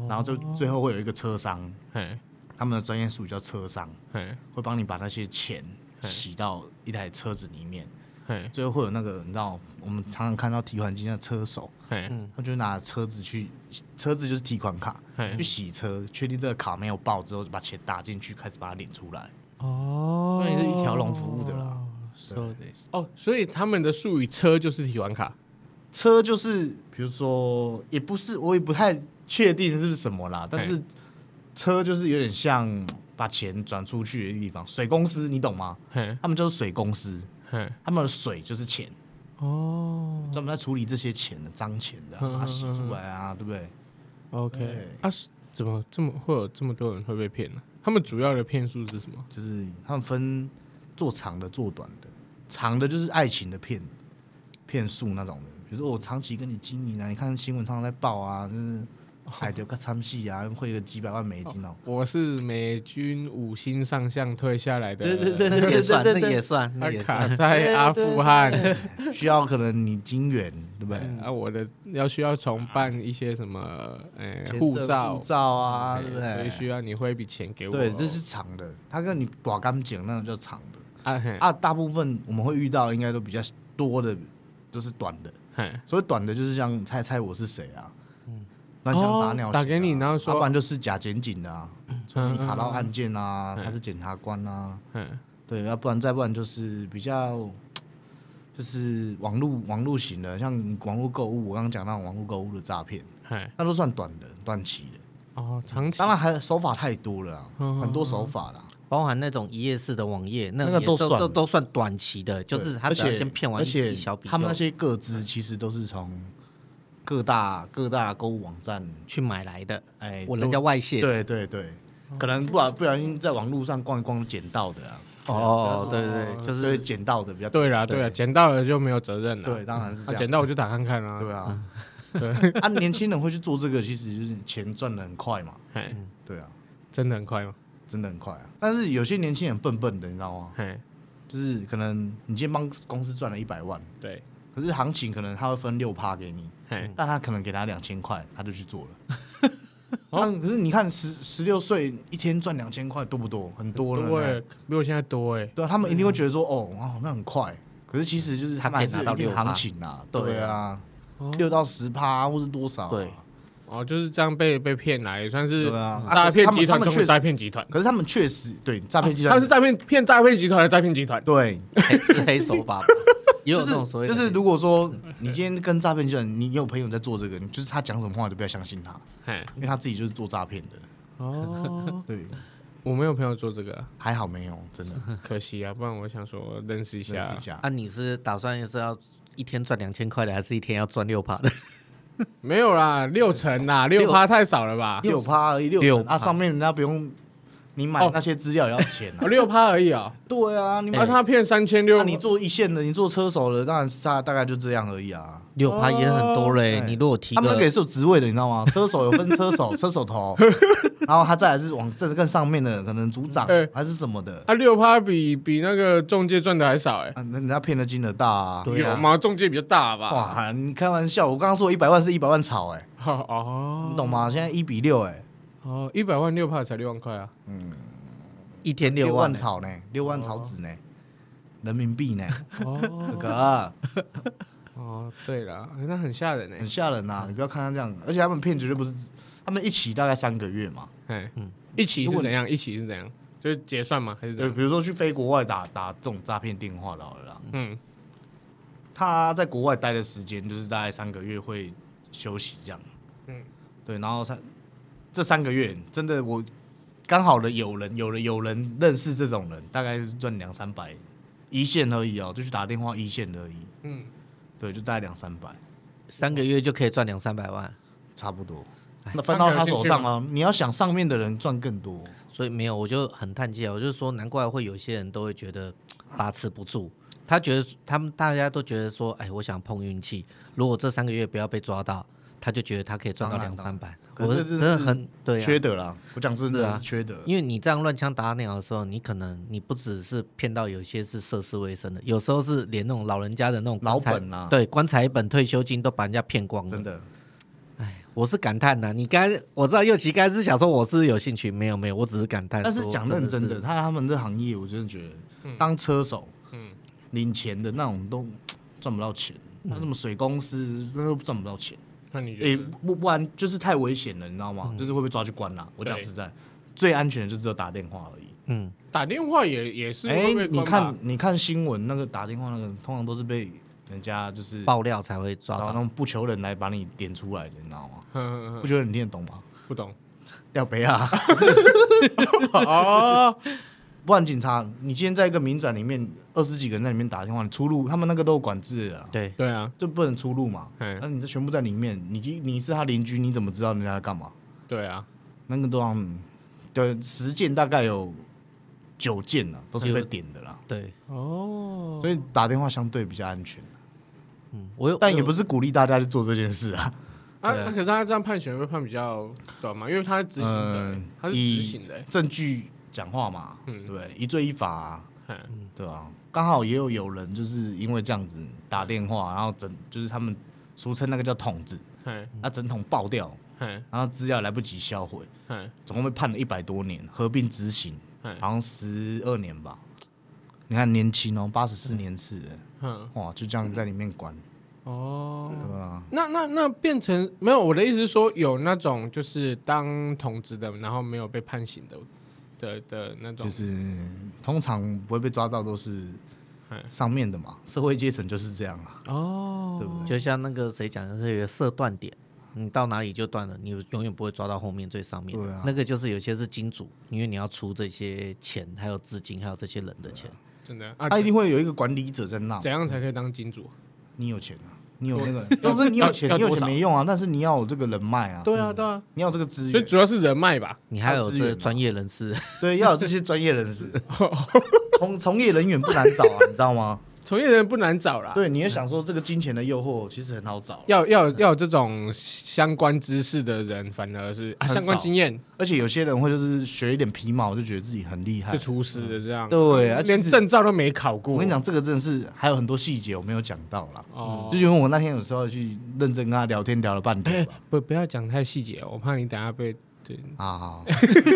[SPEAKER 3] 然后就最后会有一个车商，
[SPEAKER 1] 哎
[SPEAKER 3] 他们的专业术语叫车商。
[SPEAKER 1] 哎
[SPEAKER 3] 会帮你把那些钱
[SPEAKER 1] 嘿
[SPEAKER 3] 洗到一台车子里面，
[SPEAKER 1] 哎
[SPEAKER 3] 最后会有那个你知道，我们常常看到提款机的车手，
[SPEAKER 1] 哎
[SPEAKER 3] 他就拿车子去，车子就是提款卡
[SPEAKER 1] 哎
[SPEAKER 3] 去，洗车，确定这个卡没有爆之后，就把钱打进去，开始把它领出来。
[SPEAKER 1] 哦
[SPEAKER 3] 那也是一条龙服务的啦。
[SPEAKER 1] So this 哦，所以他们的术语车就是提款卡，
[SPEAKER 3] 车就是比如说，也不是我也不太确定是不是什么啦，但是车就是有点像把钱转出去的地方，水公司你懂吗？
[SPEAKER 1] 嘿
[SPEAKER 3] 他们就是水公司，
[SPEAKER 1] 嘿
[SPEAKER 3] 他们的水就是钱。
[SPEAKER 1] 哦。
[SPEAKER 3] 专门在处理这些钱的脏钱的、
[SPEAKER 1] 嗯
[SPEAKER 3] 啊，把它洗出来啊，对不对？
[SPEAKER 1] OK，
[SPEAKER 3] 对
[SPEAKER 1] 啊，是怎么这么会有这么多人会被骗呢、他们主要的骗术是什么？
[SPEAKER 3] 就是他们分做长的、做短的，长的就是爱情的骗骗术那种的，比如说我长期跟你经营啊，你看新闻常常在报啊，就是海流个参戏啊，汇个几百万美金哦。
[SPEAKER 1] 我是美军五星上将退下来的，
[SPEAKER 3] 对对对
[SPEAKER 2] 那个也算，那
[SPEAKER 3] 对对对
[SPEAKER 2] 个也算，那
[SPEAKER 1] 他
[SPEAKER 2] 个也 算。
[SPEAKER 1] 卡在阿富汗，嗯哦
[SPEAKER 3] 需要可能你金元，对不对？啊
[SPEAKER 1] 啊，我的要需要重办一些什么，呃，
[SPEAKER 3] 签证
[SPEAKER 1] 护照
[SPEAKER 3] 护，照啊，
[SPEAKER 1] 哎
[SPEAKER 3] 对不
[SPEAKER 1] 所以
[SPEAKER 3] 对？
[SPEAKER 1] 需要你汇一笔钱给我，
[SPEAKER 3] 对，这是长的，他跟你刮干净那种叫长的
[SPEAKER 1] 啊，嘿，
[SPEAKER 3] 啊。大部分我们会遇到应该都比较多的，都是短的。
[SPEAKER 1] 嘿，
[SPEAKER 3] 所以短的就是像猜猜我是谁啊，乱枪打鸟型的
[SPEAKER 1] 嗯
[SPEAKER 3] 啊、
[SPEAKER 1] 哦打给你然后说
[SPEAKER 3] 要不然就是假检警的啊，说你卡到案件啊，
[SPEAKER 1] 嗯
[SPEAKER 3] 他是检察官啊，
[SPEAKER 1] 嘿，
[SPEAKER 3] 对，要不然再不然就是比较，就是网络网络型的，像网络购物，我刚刚讲到网络购物的诈骗，
[SPEAKER 1] 嘿，
[SPEAKER 3] 那都算短的短期的，
[SPEAKER 1] 哦，长期
[SPEAKER 3] 当，然还手法太多了啊，
[SPEAKER 1] 嗯
[SPEAKER 3] 很多手法啦，
[SPEAKER 2] 包含那种一页式的网页，那
[SPEAKER 3] 那
[SPEAKER 2] 个
[SPEAKER 3] 个
[SPEAKER 2] 也
[SPEAKER 3] 都
[SPEAKER 2] 都
[SPEAKER 3] 算
[SPEAKER 2] 都都算短期的，就是
[SPEAKER 3] 对
[SPEAKER 2] 他
[SPEAKER 3] 而
[SPEAKER 2] 只要
[SPEAKER 3] 且
[SPEAKER 2] 先骗完
[SPEAKER 3] 而
[SPEAKER 2] 一一
[SPEAKER 3] 且
[SPEAKER 2] 小笔就，
[SPEAKER 3] 他们那些个资其实都是从各大各大购物网站，
[SPEAKER 2] 去买来的，
[SPEAKER 3] 哎，
[SPEAKER 2] 我
[SPEAKER 3] 都
[SPEAKER 2] 人家外泄的。
[SPEAKER 3] 对对对，可能不然不小心在网络上逛一逛捡到的啊，
[SPEAKER 2] 哦，对对
[SPEAKER 1] 哦
[SPEAKER 2] 对，就
[SPEAKER 3] 对
[SPEAKER 2] 是
[SPEAKER 3] 捡到的比较
[SPEAKER 1] 对啦，对啦，啊捡到了就没有责任了，
[SPEAKER 3] 对，，当然是这
[SPEAKER 1] 啊，
[SPEAKER 3] 样。
[SPEAKER 1] 捡到我就打看看啊，
[SPEAKER 3] 对啊，啊，年轻人会去做这个，其实就是钱赚的很快嘛，
[SPEAKER 1] 嘿，
[SPEAKER 3] 对啊，
[SPEAKER 1] 真的很快吗？
[SPEAKER 3] 真的很快啊。但是有些年轻人笨笨的，你知道吗？
[SPEAKER 1] 嘿，
[SPEAKER 3] 就是可能你今天帮公司赚了一百万，
[SPEAKER 1] 对，
[SPEAKER 3] 可是行情可能他会分六趴给你，
[SPEAKER 1] 嘿，
[SPEAKER 3] 但他可能给他两千块，他就去做了。
[SPEAKER 1] 哦
[SPEAKER 3] 那可是你看十十六岁一天赚两千块多不多？很多了
[SPEAKER 1] 多
[SPEAKER 3] 呢
[SPEAKER 1] 哎，比我现在多哎。
[SPEAKER 3] 对啊，他们一定会觉得说，哦，哇，那很快。可是其实就是
[SPEAKER 2] 他
[SPEAKER 3] 们还
[SPEAKER 2] 可以
[SPEAKER 3] 是
[SPEAKER 2] 拿到
[SPEAKER 3] 有一定
[SPEAKER 2] 6%
[SPEAKER 3] 行情啊，对
[SPEAKER 2] 对
[SPEAKER 3] 啊，
[SPEAKER 1] 哦
[SPEAKER 3] 六到十趴或是多少啊？
[SPEAKER 2] 对
[SPEAKER 1] 哦，就是这样被被骗来，也算是
[SPEAKER 3] 对啊啊
[SPEAKER 1] 诈骗集团
[SPEAKER 3] 可是他们
[SPEAKER 1] 中
[SPEAKER 3] 他们确
[SPEAKER 1] 的
[SPEAKER 3] 实
[SPEAKER 1] 诈骗集团。
[SPEAKER 3] 可是他们确实对诈骗
[SPEAKER 1] 啊
[SPEAKER 3] 集
[SPEAKER 1] 他
[SPEAKER 3] 团
[SPEAKER 1] 们是诈骗骗诈骗集团的诈骗集团。
[SPEAKER 3] 对，
[SPEAKER 2] 黑是黑手法吧， 也有
[SPEAKER 3] 就
[SPEAKER 2] 这种所谓
[SPEAKER 3] 是
[SPEAKER 2] 的
[SPEAKER 3] 就是，如果说你今天跟诈骗集团，你有朋友在做这个，你就是他讲什么话你都不要相信他，
[SPEAKER 1] 嘿
[SPEAKER 3] 因为他自己就是做诈骗的。
[SPEAKER 1] 哦，
[SPEAKER 3] 对，
[SPEAKER 1] 我没有朋友做这个，
[SPEAKER 3] 还好没有，真的
[SPEAKER 1] 可惜啊，不然我想说认识一
[SPEAKER 3] 认识
[SPEAKER 1] 下
[SPEAKER 3] 一。下。
[SPEAKER 2] 啊，你是打算是要一天赚两千块的，还是一天要赚六
[SPEAKER 3] 哦
[SPEAKER 2] 趴的？
[SPEAKER 1] 没有啦，六成啦，
[SPEAKER 2] 六
[SPEAKER 1] 六趴太少了吧？
[SPEAKER 3] 六趴而已，六
[SPEAKER 2] 六
[SPEAKER 3] 成啊，
[SPEAKER 2] 趴
[SPEAKER 3] 上面人家不用你买
[SPEAKER 1] 哦
[SPEAKER 3] 那些资料也要钱啊
[SPEAKER 1] 哦，。六趴而已哦。
[SPEAKER 3] 对啊，你
[SPEAKER 1] 啊，
[SPEAKER 3] 买
[SPEAKER 1] 他骗三千
[SPEAKER 3] 那
[SPEAKER 1] 六，
[SPEAKER 3] 你做一线的，你做车手的，当然是大大概就这样而已啊。
[SPEAKER 2] 六趴也很多嘞、
[SPEAKER 3] 哦
[SPEAKER 2] 你如果提
[SPEAKER 3] 他们那个也
[SPEAKER 2] 个
[SPEAKER 3] 是有职位的，你知道吗？ 车手有分车手、车手头，然后他再来是往这更上面的，可能组长
[SPEAKER 1] 哎
[SPEAKER 3] 还是什么的。
[SPEAKER 1] 啊，六趴比比那个中介赚的还少哎。
[SPEAKER 3] 啊，那人家骗的金额大啊！
[SPEAKER 2] 对啊
[SPEAKER 1] 有吗？中介比较大吧？
[SPEAKER 3] 哇，你开玩笑，我刚刚说一百万是一百万炒，哎，
[SPEAKER 1] 哦 哦，
[SPEAKER 3] 你懂吗？现在一比六，哎，
[SPEAKER 1] 哦，一百万六趴才六万块啊！
[SPEAKER 2] 一天万
[SPEAKER 3] 六
[SPEAKER 2] 欸
[SPEAKER 3] 万
[SPEAKER 2] 嘞、
[SPEAKER 3] 炒呢，六万炒纸呢，人民币呢，
[SPEAKER 1] 哦
[SPEAKER 3] 哥啊哥
[SPEAKER 1] 哦，对了，那很吓人
[SPEAKER 3] 很
[SPEAKER 1] 哎。
[SPEAKER 3] 吓人啊呐！你不要看他这样，而且他们骗绝对不是，他们一起大概三个月嘛，
[SPEAKER 1] 哎
[SPEAKER 2] 嗯，
[SPEAKER 1] 一起
[SPEAKER 3] 如
[SPEAKER 1] 是
[SPEAKER 3] 果你
[SPEAKER 1] 怎样？一起是怎样？就是结算吗？还是怎
[SPEAKER 3] 对，
[SPEAKER 1] 样？
[SPEAKER 3] 比如说去飞国外打打这种诈骗电话的好了啦，
[SPEAKER 1] 嗯，
[SPEAKER 3] 他在国外待的时间就是大概三个月会休息这样，嗯
[SPEAKER 1] 嗯，
[SPEAKER 3] 对，然后三这三个月真的我刚好的有人有人有人认识这种人，大概赚两三百一线而已哦，就去打电话一线而已，
[SPEAKER 1] 嗯，
[SPEAKER 3] 对，就大概两三百
[SPEAKER 2] 三个月就可以赚两三百万，
[SPEAKER 3] 差不多。
[SPEAKER 2] 哎
[SPEAKER 3] 那分到他手上
[SPEAKER 1] 看起
[SPEAKER 3] 啊，你要想上面的人赚更多，
[SPEAKER 2] 所以没有，我就很叹气啊，我就说难怪会有些人都会觉得把持不住，他觉得他们大家都觉得说，哎，我想碰运气，如果这三个月不要被抓到，他就觉得他可以赚到
[SPEAKER 3] 当然
[SPEAKER 2] 两三百，
[SPEAKER 3] 当然
[SPEAKER 2] 我
[SPEAKER 3] 可
[SPEAKER 2] 是
[SPEAKER 3] 是这
[SPEAKER 2] 真
[SPEAKER 3] 是
[SPEAKER 2] 的很对、啊，
[SPEAKER 3] 缺德啦！我讲真
[SPEAKER 2] 是
[SPEAKER 3] 的
[SPEAKER 2] 啊
[SPEAKER 3] 是缺德，
[SPEAKER 2] 因为你这样乱枪打鸟的时候，你可能你不只是骗到有些是涉世未深的，有时候是连那种老人家的那种
[SPEAKER 3] 老
[SPEAKER 2] 棺材
[SPEAKER 3] 本啊
[SPEAKER 2] 对棺材本、退休金都把人家骗光
[SPEAKER 3] 真
[SPEAKER 2] 了。
[SPEAKER 3] 的。
[SPEAKER 2] 我是感叹呐、你刚才我知道右奇刚才是想说我是不是有兴趣，没有没有，我只是感叹。
[SPEAKER 3] 但是讲认真的，
[SPEAKER 2] 是，
[SPEAKER 3] 他他们这行业，我真的觉得当车手，
[SPEAKER 1] 嗯
[SPEAKER 3] 领钱的那种都赚不到钱，
[SPEAKER 2] 嗯
[SPEAKER 3] 那什么水公司那都赚不到钱，
[SPEAKER 1] 那你觉
[SPEAKER 3] 呃诶，
[SPEAKER 1] 得？
[SPEAKER 3] 不不然就是太危险了，你知道
[SPEAKER 2] 嗯
[SPEAKER 3] 吗？就是会被抓去关啦。我讲
[SPEAKER 1] 对
[SPEAKER 3] 实在，最安全的就只有打电话而已。
[SPEAKER 2] 嗯，
[SPEAKER 1] 打电话也也是
[SPEAKER 3] 哎
[SPEAKER 1] 会，被
[SPEAKER 3] 你
[SPEAKER 1] 关吧嗯
[SPEAKER 3] 看你看新闻那个打电话那个，通常都是被人家就是
[SPEAKER 2] 爆料才会抓
[SPEAKER 3] 找
[SPEAKER 2] 到。
[SPEAKER 3] 那种不求人来把你点出来的，你知道吗？
[SPEAKER 1] 嗯，嗯 嗯
[SPEAKER 3] 不求人你听得懂吗？
[SPEAKER 1] 不懂
[SPEAKER 3] 要赔啊！
[SPEAKER 1] 哦，
[SPEAKER 3] 不然警察，你今天在一个民展里面，二十几个人在里面打电话，你出入他们那个都有管制的啊，
[SPEAKER 2] 对，
[SPEAKER 1] 对啊，
[SPEAKER 3] 就不能出入嘛。
[SPEAKER 1] 哎
[SPEAKER 3] 那、，你这全部在里面，你你是他邻居，你怎么知道人家在干嘛？
[SPEAKER 1] 对啊，
[SPEAKER 3] 那个都嗯让的十件大概有九件啊，都是被点的啦。
[SPEAKER 2] 对，
[SPEAKER 1] 哦，
[SPEAKER 3] 所以打电话相对比较安全，
[SPEAKER 2] 嗯，我有，
[SPEAKER 3] 但也
[SPEAKER 2] 我有
[SPEAKER 3] 不是鼓励大家去做这件事啊。
[SPEAKER 1] 啊，
[SPEAKER 2] 对啊
[SPEAKER 1] 可是他这样判刑会判比较短嘛？因为他是执行者欸，
[SPEAKER 3] 嗯
[SPEAKER 1] 他是执行的欸，
[SPEAKER 3] 证据讲话嘛，
[SPEAKER 1] 嗯
[SPEAKER 3] 对不对？一罪一罚啊、
[SPEAKER 1] 嗯
[SPEAKER 3] 对吧、刚好也有有人就是因为这样子打电话，然后整就是他们俗称那个叫桶子，
[SPEAKER 1] 嘿，
[SPEAKER 3] 那整桶爆掉，
[SPEAKER 1] 嘿，
[SPEAKER 3] 然后资料来不及销毁，
[SPEAKER 1] 嘿，
[SPEAKER 3] 总共被判了一百多年，合并执行，
[SPEAKER 1] 嘿，
[SPEAKER 3] 好像十二年吧。你看年轻哦，八十四年次的，
[SPEAKER 1] 嗯，
[SPEAKER 3] 哇，就这样在里面关，
[SPEAKER 1] 哦，
[SPEAKER 3] 对啊吧？
[SPEAKER 1] 那那那变成没有我的意思是说，有那种就是当同职的，然后没有被判刑的的的那种，
[SPEAKER 3] 就是通常不会被抓到都是
[SPEAKER 1] 哎
[SPEAKER 3] 上面的嘛，社会阶层就是这样啊。
[SPEAKER 1] 哦，
[SPEAKER 3] 对不
[SPEAKER 2] 就像那个谁讲，就是有个射断点，你到哪里就断了，你永远不会抓到后面最上面。
[SPEAKER 3] 对啊
[SPEAKER 2] 那个就是有些是金主，因为你要出这些钱，还有资金，还有这些人的钱。
[SPEAKER 1] 真的啊
[SPEAKER 3] 他，一定会有一个管理者在那嘛，
[SPEAKER 1] 怎样才可以当金主？
[SPEAKER 3] 你有钱啊，你有那个，
[SPEAKER 1] 要
[SPEAKER 3] 要不是你有钱，
[SPEAKER 1] 要
[SPEAKER 3] 你有
[SPEAKER 1] 多
[SPEAKER 3] 钱
[SPEAKER 1] 少
[SPEAKER 3] 没用啊，但是你要有这个人脉啊，
[SPEAKER 1] 对啊，对啊，
[SPEAKER 3] 你要有这个资
[SPEAKER 1] 所以
[SPEAKER 3] 源，
[SPEAKER 1] 主要是人脉吧。
[SPEAKER 2] 你还有
[SPEAKER 3] 还有资源
[SPEAKER 2] 这
[SPEAKER 3] 啊
[SPEAKER 2] 专业人士，
[SPEAKER 3] 对，要有这些专业人 士，从从业人员不难找啊，你知道吗？
[SPEAKER 1] 从业人不难找啦，
[SPEAKER 3] 对，你也想说这个金钱的诱惑其实很好找，啊
[SPEAKER 1] 要要要有这种相关知识的人，反而是、啊、
[SPEAKER 3] 很少
[SPEAKER 1] 相关经验
[SPEAKER 3] 而且有些人会就是学一点皮毛就觉得自己很厉害
[SPEAKER 1] 是。厨师的这样，嗯
[SPEAKER 3] 嗯对，而且
[SPEAKER 1] 连证照都没考过。
[SPEAKER 3] 我跟你讲，这个真的是还有很多细节我没有讲到啦。
[SPEAKER 1] 哦，
[SPEAKER 3] 就因为我那天有时候去认真跟他聊天，聊了半天吧，
[SPEAKER 1] 不不要讲太细节哦，我怕你等下被对，
[SPEAKER 3] 啊，好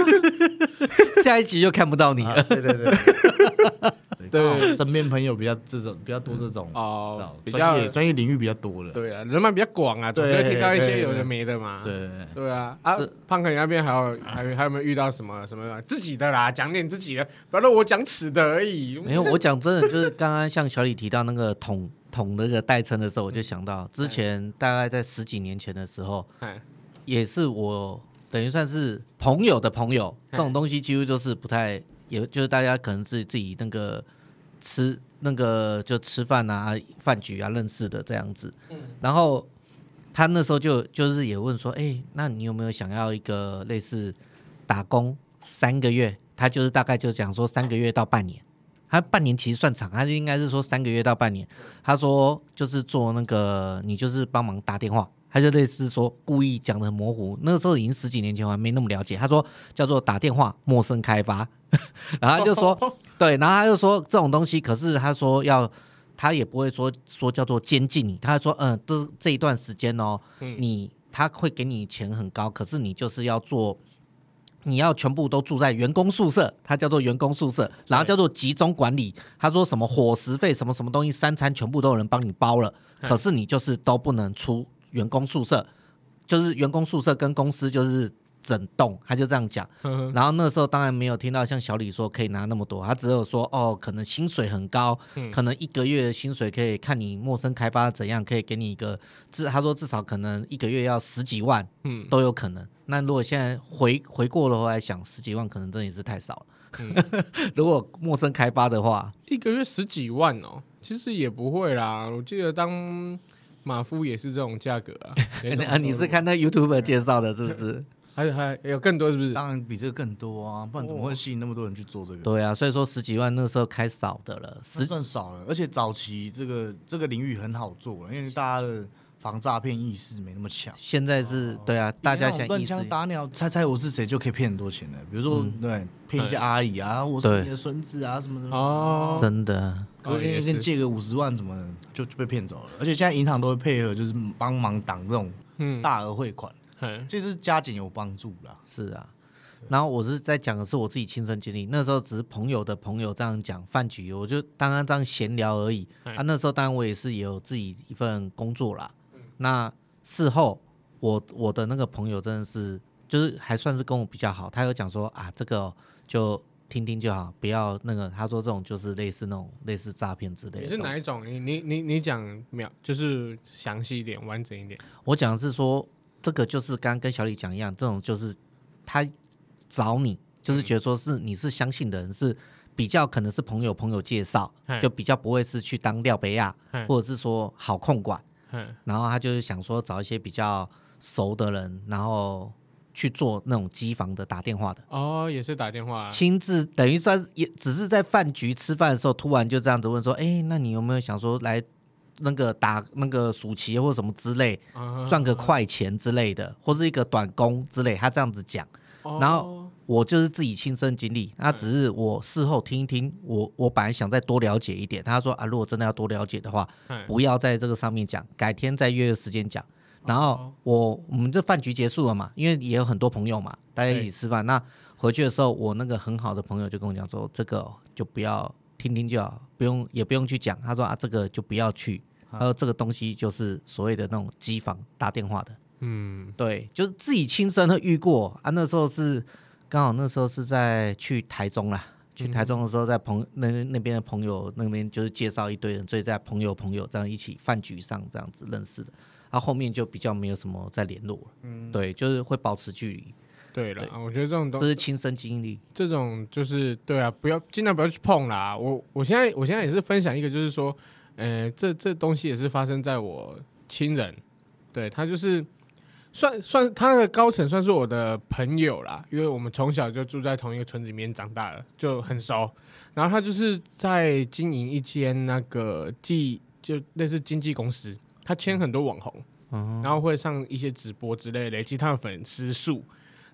[SPEAKER 2] 下一集就看不到你
[SPEAKER 3] 啊
[SPEAKER 2] 了。
[SPEAKER 3] 对对 对，
[SPEAKER 1] 对
[SPEAKER 3] 刚好身边朋友比较这种比较多这种
[SPEAKER 1] 哦
[SPEAKER 3] 知道
[SPEAKER 1] 比
[SPEAKER 3] 专业
[SPEAKER 1] 较
[SPEAKER 3] 专业领域比较多了，
[SPEAKER 1] 对啊，人脉比较广啊，总
[SPEAKER 3] 对
[SPEAKER 1] 会听到一些
[SPEAKER 3] 对
[SPEAKER 1] 有的
[SPEAKER 3] 对
[SPEAKER 1] 没的嘛。
[SPEAKER 3] 对对
[SPEAKER 1] 对啊，啊，胖哥你那边还有还有还有没有遇到什么什么自己的啦？讲点自己的，不要让我讲尺的而已。
[SPEAKER 2] 没有，我讲真的，就是刚刚像小李提到那个桶桶那个代称的时候，我就想到之前大概在十几年前的时候，
[SPEAKER 1] 哎
[SPEAKER 2] 也是我等于算是朋友的朋友，
[SPEAKER 1] 哎
[SPEAKER 2] 这种东西几乎就是不太，也就是大家可能是自己那个吃那个就吃饭啊、饭局啊认识的这样子。然后他那时候就就是也问说，哎、那你有没有想要一个类似打工三个月？他就是大概就讲说三个月到半年。他半年其实算长，他应该是说三个月到半年。他说就是做那个，你就是帮忙打电话，他就类似说故意讲的很模糊。那个时候已经十几年前，我还没那么了解。他说叫做打电话陌生开发， 然后他就说对，然后他就说这种东西，可是他说要。他也不会说说叫做监禁你，他说嗯，这这一段时间哦，
[SPEAKER 1] 嗯
[SPEAKER 2] 你他会给你钱很高，可是你就是要做，你要全部都住在员工宿舍，它叫做员工宿舍，然后叫做集中管理。他说什么伙食费什么什么东西，三餐全部都有人帮你包了，
[SPEAKER 1] 嗨
[SPEAKER 2] 可是你就是都不能出员工宿舍，就是员工宿舍跟公司就是整栋，他就这样讲。
[SPEAKER 1] 呵呵
[SPEAKER 2] 然后那时候当然没有听到像小李说可以拿那么多，他只有说哦，可能薪水很高，
[SPEAKER 1] 嗯
[SPEAKER 2] 可能一个月的薪水可以看你陌生开发怎样，可以给你一个至他说至少可能一个月要十几万
[SPEAKER 1] 嗯
[SPEAKER 2] 都有可能。那如果现在回回过头来想，十几万可能真的也是太少了。
[SPEAKER 1] 嗯
[SPEAKER 2] 如果陌生开发的话，
[SPEAKER 1] 一个月十几万哦，其实也不会啦。我记得当马夫也是这种价格 啊。那种
[SPEAKER 2] 啊，你是看那 YouTube
[SPEAKER 3] 嗯
[SPEAKER 2] 介绍的，是不是？
[SPEAKER 1] 还有还有更多是不是？
[SPEAKER 3] 当然比这个更多啊，不然怎么
[SPEAKER 1] 哦
[SPEAKER 3] 会吸引那么多人去做这个？
[SPEAKER 2] 对啊，所以说十几万那时候开少的了，
[SPEAKER 3] 那
[SPEAKER 2] 十
[SPEAKER 3] 算少了，而且早期这个这个领域很好做了，因为大家的防诈骗意识没那么强。
[SPEAKER 2] 现在是对啊，大家
[SPEAKER 3] 以
[SPEAKER 2] 想
[SPEAKER 3] 前那种乱
[SPEAKER 2] 意识
[SPEAKER 3] 枪打鸟，猜猜我是谁就可以骗很多钱的。比如说，对，骗一些阿姨啊，我是
[SPEAKER 2] 对
[SPEAKER 3] 你的孙子啊，什么什么，
[SPEAKER 1] 哦，
[SPEAKER 2] 真的
[SPEAKER 3] 我
[SPEAKER 1] 哦也
[SPEAKER 3] 跟
[SPEAKER 1] 是
[SPEAKER 3] 跟借个五十万怎么的就就被骗走了。而且现在银行都会配合，就是帮忙挡这种
[SPEAKER 1] 嗯，哎
[SPEAKER 3] 大额汇款，
[SPEAKER 1] 嘿
[SPEAKER 3] 这是加减有帮助啦。
[SPEAKER 2] 是啊。然后我是在讲的是我自己亲身经历，那时候只是朋友的朋友这样讲饭局，我就当然这样闲聊而已。
[SPEAKER 1] 哎
[SPEAKER 2] 啊，那时候当然我也是有自己一份工作啦。
[SPEAKER 1] 嗯
[SPEAKER 2] 那事后我我的那个朋友真的是就是还算是跟我比较好，他有讲说啊这个哦、就听听就好，不要那个。他说这种就是类似那种类似诈骗之类的东
[SPEAKER 1] 你
[SPEAKER 2] 西。
[SPEAKER 1] 是哪一种？你你你你讲秒，就是详细一点，完整一点。
[SPEAKER 2] 我讲的是说，这个就是刚刚跟小李讲一样，这种就是他找你，就是觉得说是你是相信的人，是比较可能是朋友朋友介绍
[SPEAKER 1] 嗨，
[SPEAKER 2] 就比较不会是去当廖北亚
[SPEAKER 1] 嗨，
[SPEAKER 2] 或者是说好控管，
[SPEAKER 1] 嗯
[SPEAKER 2] 然后他就是想说找一些比较熟的人，然后去做那种机房的打电话的。
[SPEAKER 1] 哦，也是打电话啊，
[SPEAKER 2] 亲自等于算是也只是在饭局吃饭的时候，突然就这样子问说：“哎、那你有没有想说来那个打那个暑期或什么之类？”
[SPEAKER 1] 啊
[SPEAKER 2] 赚个快钱之类的，或是一个短工之类，他这样子讲，
[SPEAKER 1] 哦
[SPEAKER 2] 然后我就是自己亲身经历，那只是我事后听一听，我我本来想再多了解一点，他说啊，如果真的要多了解的话，
[SPEAKER 1] 嘿
[SPEAKER 2] 不要在这个上面讲，改天再约个时间讲。然后我我们这饭局结束了嘛，因为也有很多朋友嘛，大家一起吃饭。那回去的时候，我那个很好的朋友就跟我讲说，这个哦就不要听听就好，不用也不用去讲。他说啊，这个就不要去。他说这个东西就是所谓的那种机房打电话的，
[SPEAKER 1] 嗯
[SPEAKER 2] 对，就是自己亲身的遇过啊。那时候是刚好那时候是在去台中啦，去
[SPEAKER 3] 嗯
[SPEAKER 2] 台中的时候，在朋那那边的朋友那边就是介绍一堆人，所以在朋友朋友这样一起饭局上这样子认识的。啊，后面就比较没有什么再联络了。嗯，对，就是会保持距离，
[SPEAKER 1] 对了，我觉得这种东
[SPEAKER 2] 这是亲身经历。
[SPEAKER 1] 这种就是对啊，不要尽量不要去碰啦。我我现在我现在也是分享一个，就是说，呃，这这东西也是发生在我亲人，对他就是算算他的高层算是我的朋友啦，因为我们从小就住在同一个村子里面长大了，就很熟。然后他就是在经营一间那个记就类似经纪公司，他签很多网红，然后会上一些直播之类，累积他的粉丝数。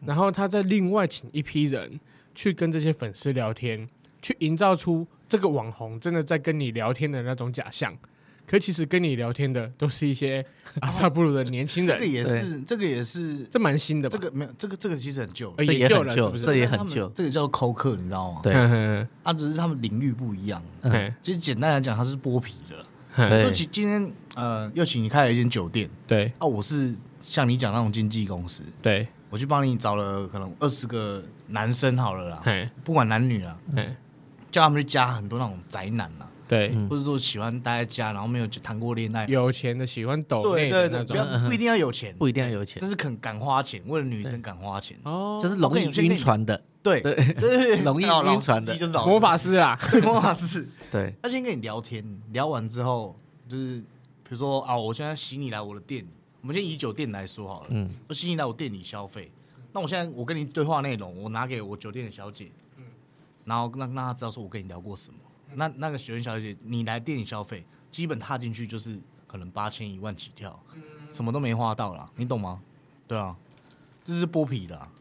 [SPEAKER 1] 然后他再另外请一批人，去跟这些粉丝聊天，去营造出这个网红真的在跟你聊天的那种假象。可其实跟你聊天的都是一些 阿萨布鲁的年轻
[SPEAKER 3] 这个
[SPEAKER 1] 人，
[SPEAKER 3] 也是，这个也是，
[SPEAKER 1] 这蛮新的吧？
[SPEAKER 3] 这个没有，这个这个其实很旧，
[SPEAKER 1] 呃
[SPEAKER 2] 这也
[SPEAKER 1] 研究
[SPEAKER 2] 很
[SPEAKER 1] 了是
[SPEAKER 2] 旧，
[SPEAKER 1] 不是？
[SPEAKER 2] 这也
[SPEAKER 3] 他
[SPEAKER 2] 很
[SPEAKER 3] 们
[SPEAKER 2] 旧。
[SPEAKER 3] 这个叫扣客，你知道吗？
[SPEAKER 2] 对
[SPEAKER 1] 嗯
[SPEAKER 3] 啊，只是他们领域不一样。
[SPEAKER 1] 嗯嗯
[SPEAKER 3] 其实简单来讲，它是剥皮的啦。
[SPEAKER 1] 嗯
[SPEAKER 2] 对
[SPEAKER 1] 嗯
[SPEAKER 3] 就其今天呃，又请你开了一间酒店
[SPEAKER 1] 对
[SPEAKER 3] 啊，我是像你讲那种经纪公司，
[SPEAKER 1] 对，
[SPEAKER 3] 我去帮你找了可能二十个男生好了啦，
[SPEAKER 1] 嘿
[SPEAKER 3] 不管男女啊，
[SPEAKER 1] 嘿
[SPEAKER 3] 叫他们去加很多那种宅男啦，
[SPEAKER 1] 对，
[SPEAKER 2] 嗯
[SPEAKER 3] 或者说喜欢待在家，然后没有谈过恋爱，
[SPEAKER 1] 有钱的喜欢抖
[SPEAKER 3] 对
[SPEAKER 1] 内
[SPEAKER 3] 对
[SPEAKER 1] 的
[SPEAKER 3] 对，
[SPEAKER 1] 那
[SPEAKER 3] 不要
[SPEAKER 1] 种，
[SPEAKER 3] 不一定要有钱，
[SPEAKER 2] 不一定要有钱
[SPEAKER 3] 但，是肯敢花钱，为了女生敢花钱，
[SPEAKER 1] 哦，
[SPEAKER 2] 就是容易晕船的。
[SPEAKER 3] 对对对对，
[SPEAKER 2] 容易
[SPEAKER 3] 哦老
[SPEAKER 2] 晕船的
[SPEAKER 3] 司机就是老
[SPEAKER 1] 魔法师啊 啦，
[SPEAKER 3] 对魔法师，
[SPEAKER 2] 对，
[SPEAKER 3] 他先跟你聊天，聊完之后就是比如说啊，我现在吸你来我的店里，我们先以酒店来说好了，
[SPEAKER 2] 嗯，
[SPEAKER 3] 我吸引来我店里消费。那我现在我跟你对话内容，我拿给我酒店的小姐，然后让让她知道说我跟你聊过什么。那那个酒店小姐，你来店里消费，基本踏进去就是可能八千一万起跳，什么都没花到啦，你懂吗？对啊，这是剥皮的、啊，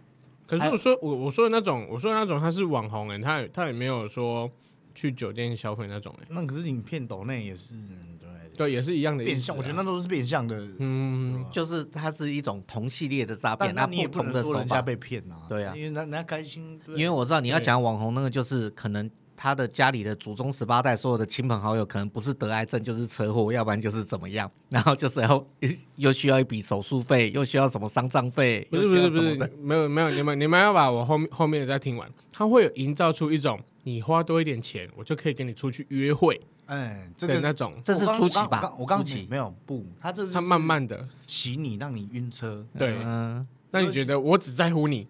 [SPEAKER 1] 可是我说我我说的那种，我说的那种他是网红哎、他也他也没有说去酒店消费那种哎、
[SPEAKER 3] 那可是影片抖内也是对
[SPEAKER 1] 对，也是一样的意思啊
[SPEAKER 3] 变相，我觉得那都是变相的。
[SPEAKER 1] 嗯，
[SPEAKER 2] 就是它是一种同系列的诈骗，
[SPEAKER 3] 哦但
[SPEAKER 2] 那
[SPEAKER 3] 那你也
[SPEAKER 2] 不
[SPEAKER 3] 不
[SPEAKER 2] 同
[SPEAKER 3] 能
[SPEAKER 2] 的
[SPEAKER 3] 说
[SPEAKER 2] 手
[SPEAKER 3] 人家
[SPEAKER 2] 法。
[SPEAKER 3] 被骗啊，
[SPEAKER 2] 对啊
[SPEAKER 3] 因为那人家开心，对
[SPEAKER 2] 因为我知道你要讲网红那个，就是可能他的家里的祖宗十八代所有的亲朋好友，可能不是得癌症就是车祸，要不然就是怎么样， 然后就是要又需要一笔手术费，又需要什么丧葬费，
[SPEAKER 1] 不是不是不
[SPEAKER 2] 又需要什么
[SPEAKER 1] 是
[SPEAKER 2] 的，
[SPEAKER 1] 没有没有，你们你们要把我后面后面的再听完，他会有营造出一种你花多一点钱，我就可以跟你出去约会
[SPEAKER 3] 哎，这
[SPEAKER 1] 的
[SPEAKER 3] 个
[SPEAKER 1] 那种，
[SPEAKER 2] 这是
[SPEAKER 3] 我刚
[SPEAKER 2] 初期
[SPEAKER 3] 我
[SPEAKER 2] 吧
[SPEAKER 3] 刚？我刚
[SPEAKER 2] 初
[SPEAKER 3] 刚
[SPEAKER 2] 期，嗯
[SPEAKER 3] 没有不，他这
[SPEAKER 1] 他
[SPEAKER 3] 是
[SPEAKER 1] 慢慢的，
[SPEAKER 3] 洗你，让你晕 车。
[SPEAKER 1] 对，
[SPEAKER 2] 嗯，
[SPEAKER 1] 那你觉得我只在乎你？，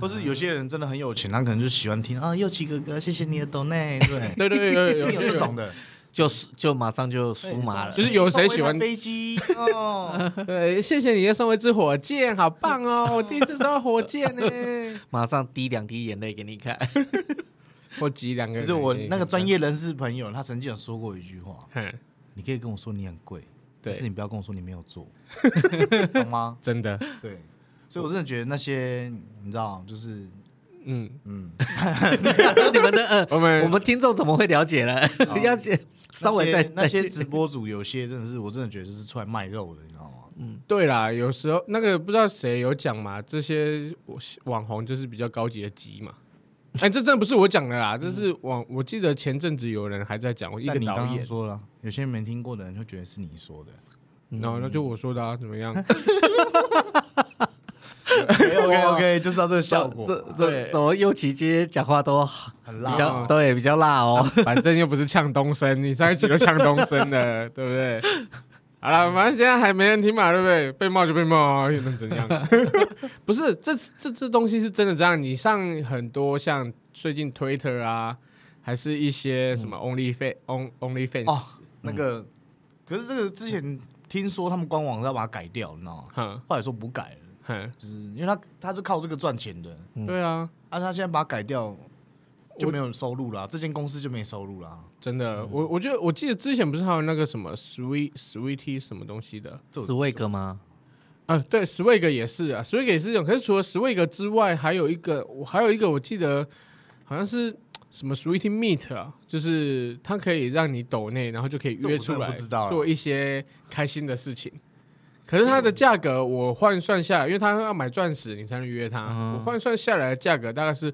[SPEAKER 3] 或是有些人真的很有钱，他可能就喜欢听啊，右奇哥哥，谢谢你的抖内，对
[SPEAKER 1] 对对对对，
[SPEAKER 3] 一定有
[SPEAKER 1] 些
[SPEAKER 3] 这
[SPEAKER 1] 人
[SPEAKER 3] 种的，
[SPEAKER 2] 就是就马上就输麻了
[SPEAKER 1] 就。是有谁喜欢
[SPEAKER 3] 送我一台飞机 哦？
[SPEAKER 1] 对，谢谢你又送我一支火箭，好棒 哦！我第一次收到火箭呢，
[SPEAKER 2] 马上滴两滴眼泪给你看，
[SPEAKER 1] 我挤两个
[SPEAKER 3] 可
[SPEAKER 1] 人。
[SPEAKER 3] 是我那个专业人士朋友，他曾经有说过一句话，
[SPEAKER 1] 嗯，
[SPEAKER 3] 你可以跟我说你很贵，但是
[SPEAKER 1] 对，
[SPEAKER 3] 你不要跟我说你没有 做，懂吗？
[SPEAKER 1] 真的，
[SPEAKER 3] 对，所以我真的觉得那些你知道，就是
[SPEAKER 1] 嗯，
[SPEAKER 3] 嗯，
[SPEAKER 2] 你们的呃，
[SPEAKER 1] 我们
[SPEAKER 2] 我们听众怎么会了解呢？ 要先稍微
[SPEAKER 3] 那
[SPEAKER 2] 再
[SPEAKER 3] 些哦那些
[SPEAKER 2] 再
[SPEAKER 3] 直播主有些真的是，我真的觉得就是出来卖肉的，你知道吗？
[SPEAKER 2] 嗯
[SPEAKER 1] 对啦，有时候那个不知道谁有讲嘛，这些网红就是比较高级的鸡嘛。 哎、这真的不是我讲的啦，这是网。我记得前阵子有人还在讲，我一个
[SPEAKER 3] 嗯但你
[SPEAKER 1] 导
[SPEAKER 3] 刚
[SPEAKER 1] 演
[SPEAKER 3] 刚，说了，有些人没听过的人就觉得是你 说的。嗯
[SPEAKER 1] 然后那就我说的啊，怎么样？
[SPEAKER 3] OK OK，就是要这个效
[SPEAKER 2] 这
[SPEAKER 3] 果，
[SPEAKER 2] 这
[SPEAKER 1] 对
[SPEAKER 2] 怎么右奇今天讲话都好
[SPEAKER 3] 很
[SPEAKER 2] 比
[SPEAKER 3] 辣啊
[SPEAKER 2] 较
[SPEAKER 3] 哦。
[SPEAKER 2] 对比较辣哦。
[SPEAKER 1] 反正又不是呛东升，你上一集都呛东升了， 对不对？好了，反正现在还没人听嘛，对不对？被骂就被骂啊，又能怎样？ 不是，这这这东西是真的这样。你上很多像最近 Twitter 啊，还是一些什么 Only Fan、On Only Fans，、
[SPEAKER 3] 哦，那个，可是这个之前听说他们官网要把它改掉，你知道吗？
[SPEAKER 1] 哼
[SPEAKER 3] 后来说不改了，
[SPEAKER 1] 哼，
[SPEAKER 3] 就是因为他他是靠这个赚钱的，
[SPEAKER 2] 嗯
[SPEAKER 1] 对啊，
[SPEAKER 3] 啊，他现在把它改掉就没有收入啊啦，这间公司就没收入啊啦。
[SPEAKER 1] 真的，我我觉得我记得之前不是还有那个什么 Sweet Sweetie 什么东西的，
[SPEAKER 3] 这我
[SPEAKER 2] 是魏哥吗？
[SPEAKER 1] 啊，对，Swig 也是啊，Swig 也是一种。可是除了 Swig 之外，还有一个，我还有一个，我记得好像是什么 Sweet Meat 啊，就是它可以让你抖内，然后就可以约出
[SPEAKER 3] 这我真的
[SPEAKER 1] 来
[SPEAKER 3] 不知道了
[SPEAKER 1] 做一些开心的事情。可是它的价格我换算下来，因为它要买钻石你才能约它，
[SPEAKER 3] 嗯
[SPEAKER 1] 我换算下来的价格大概是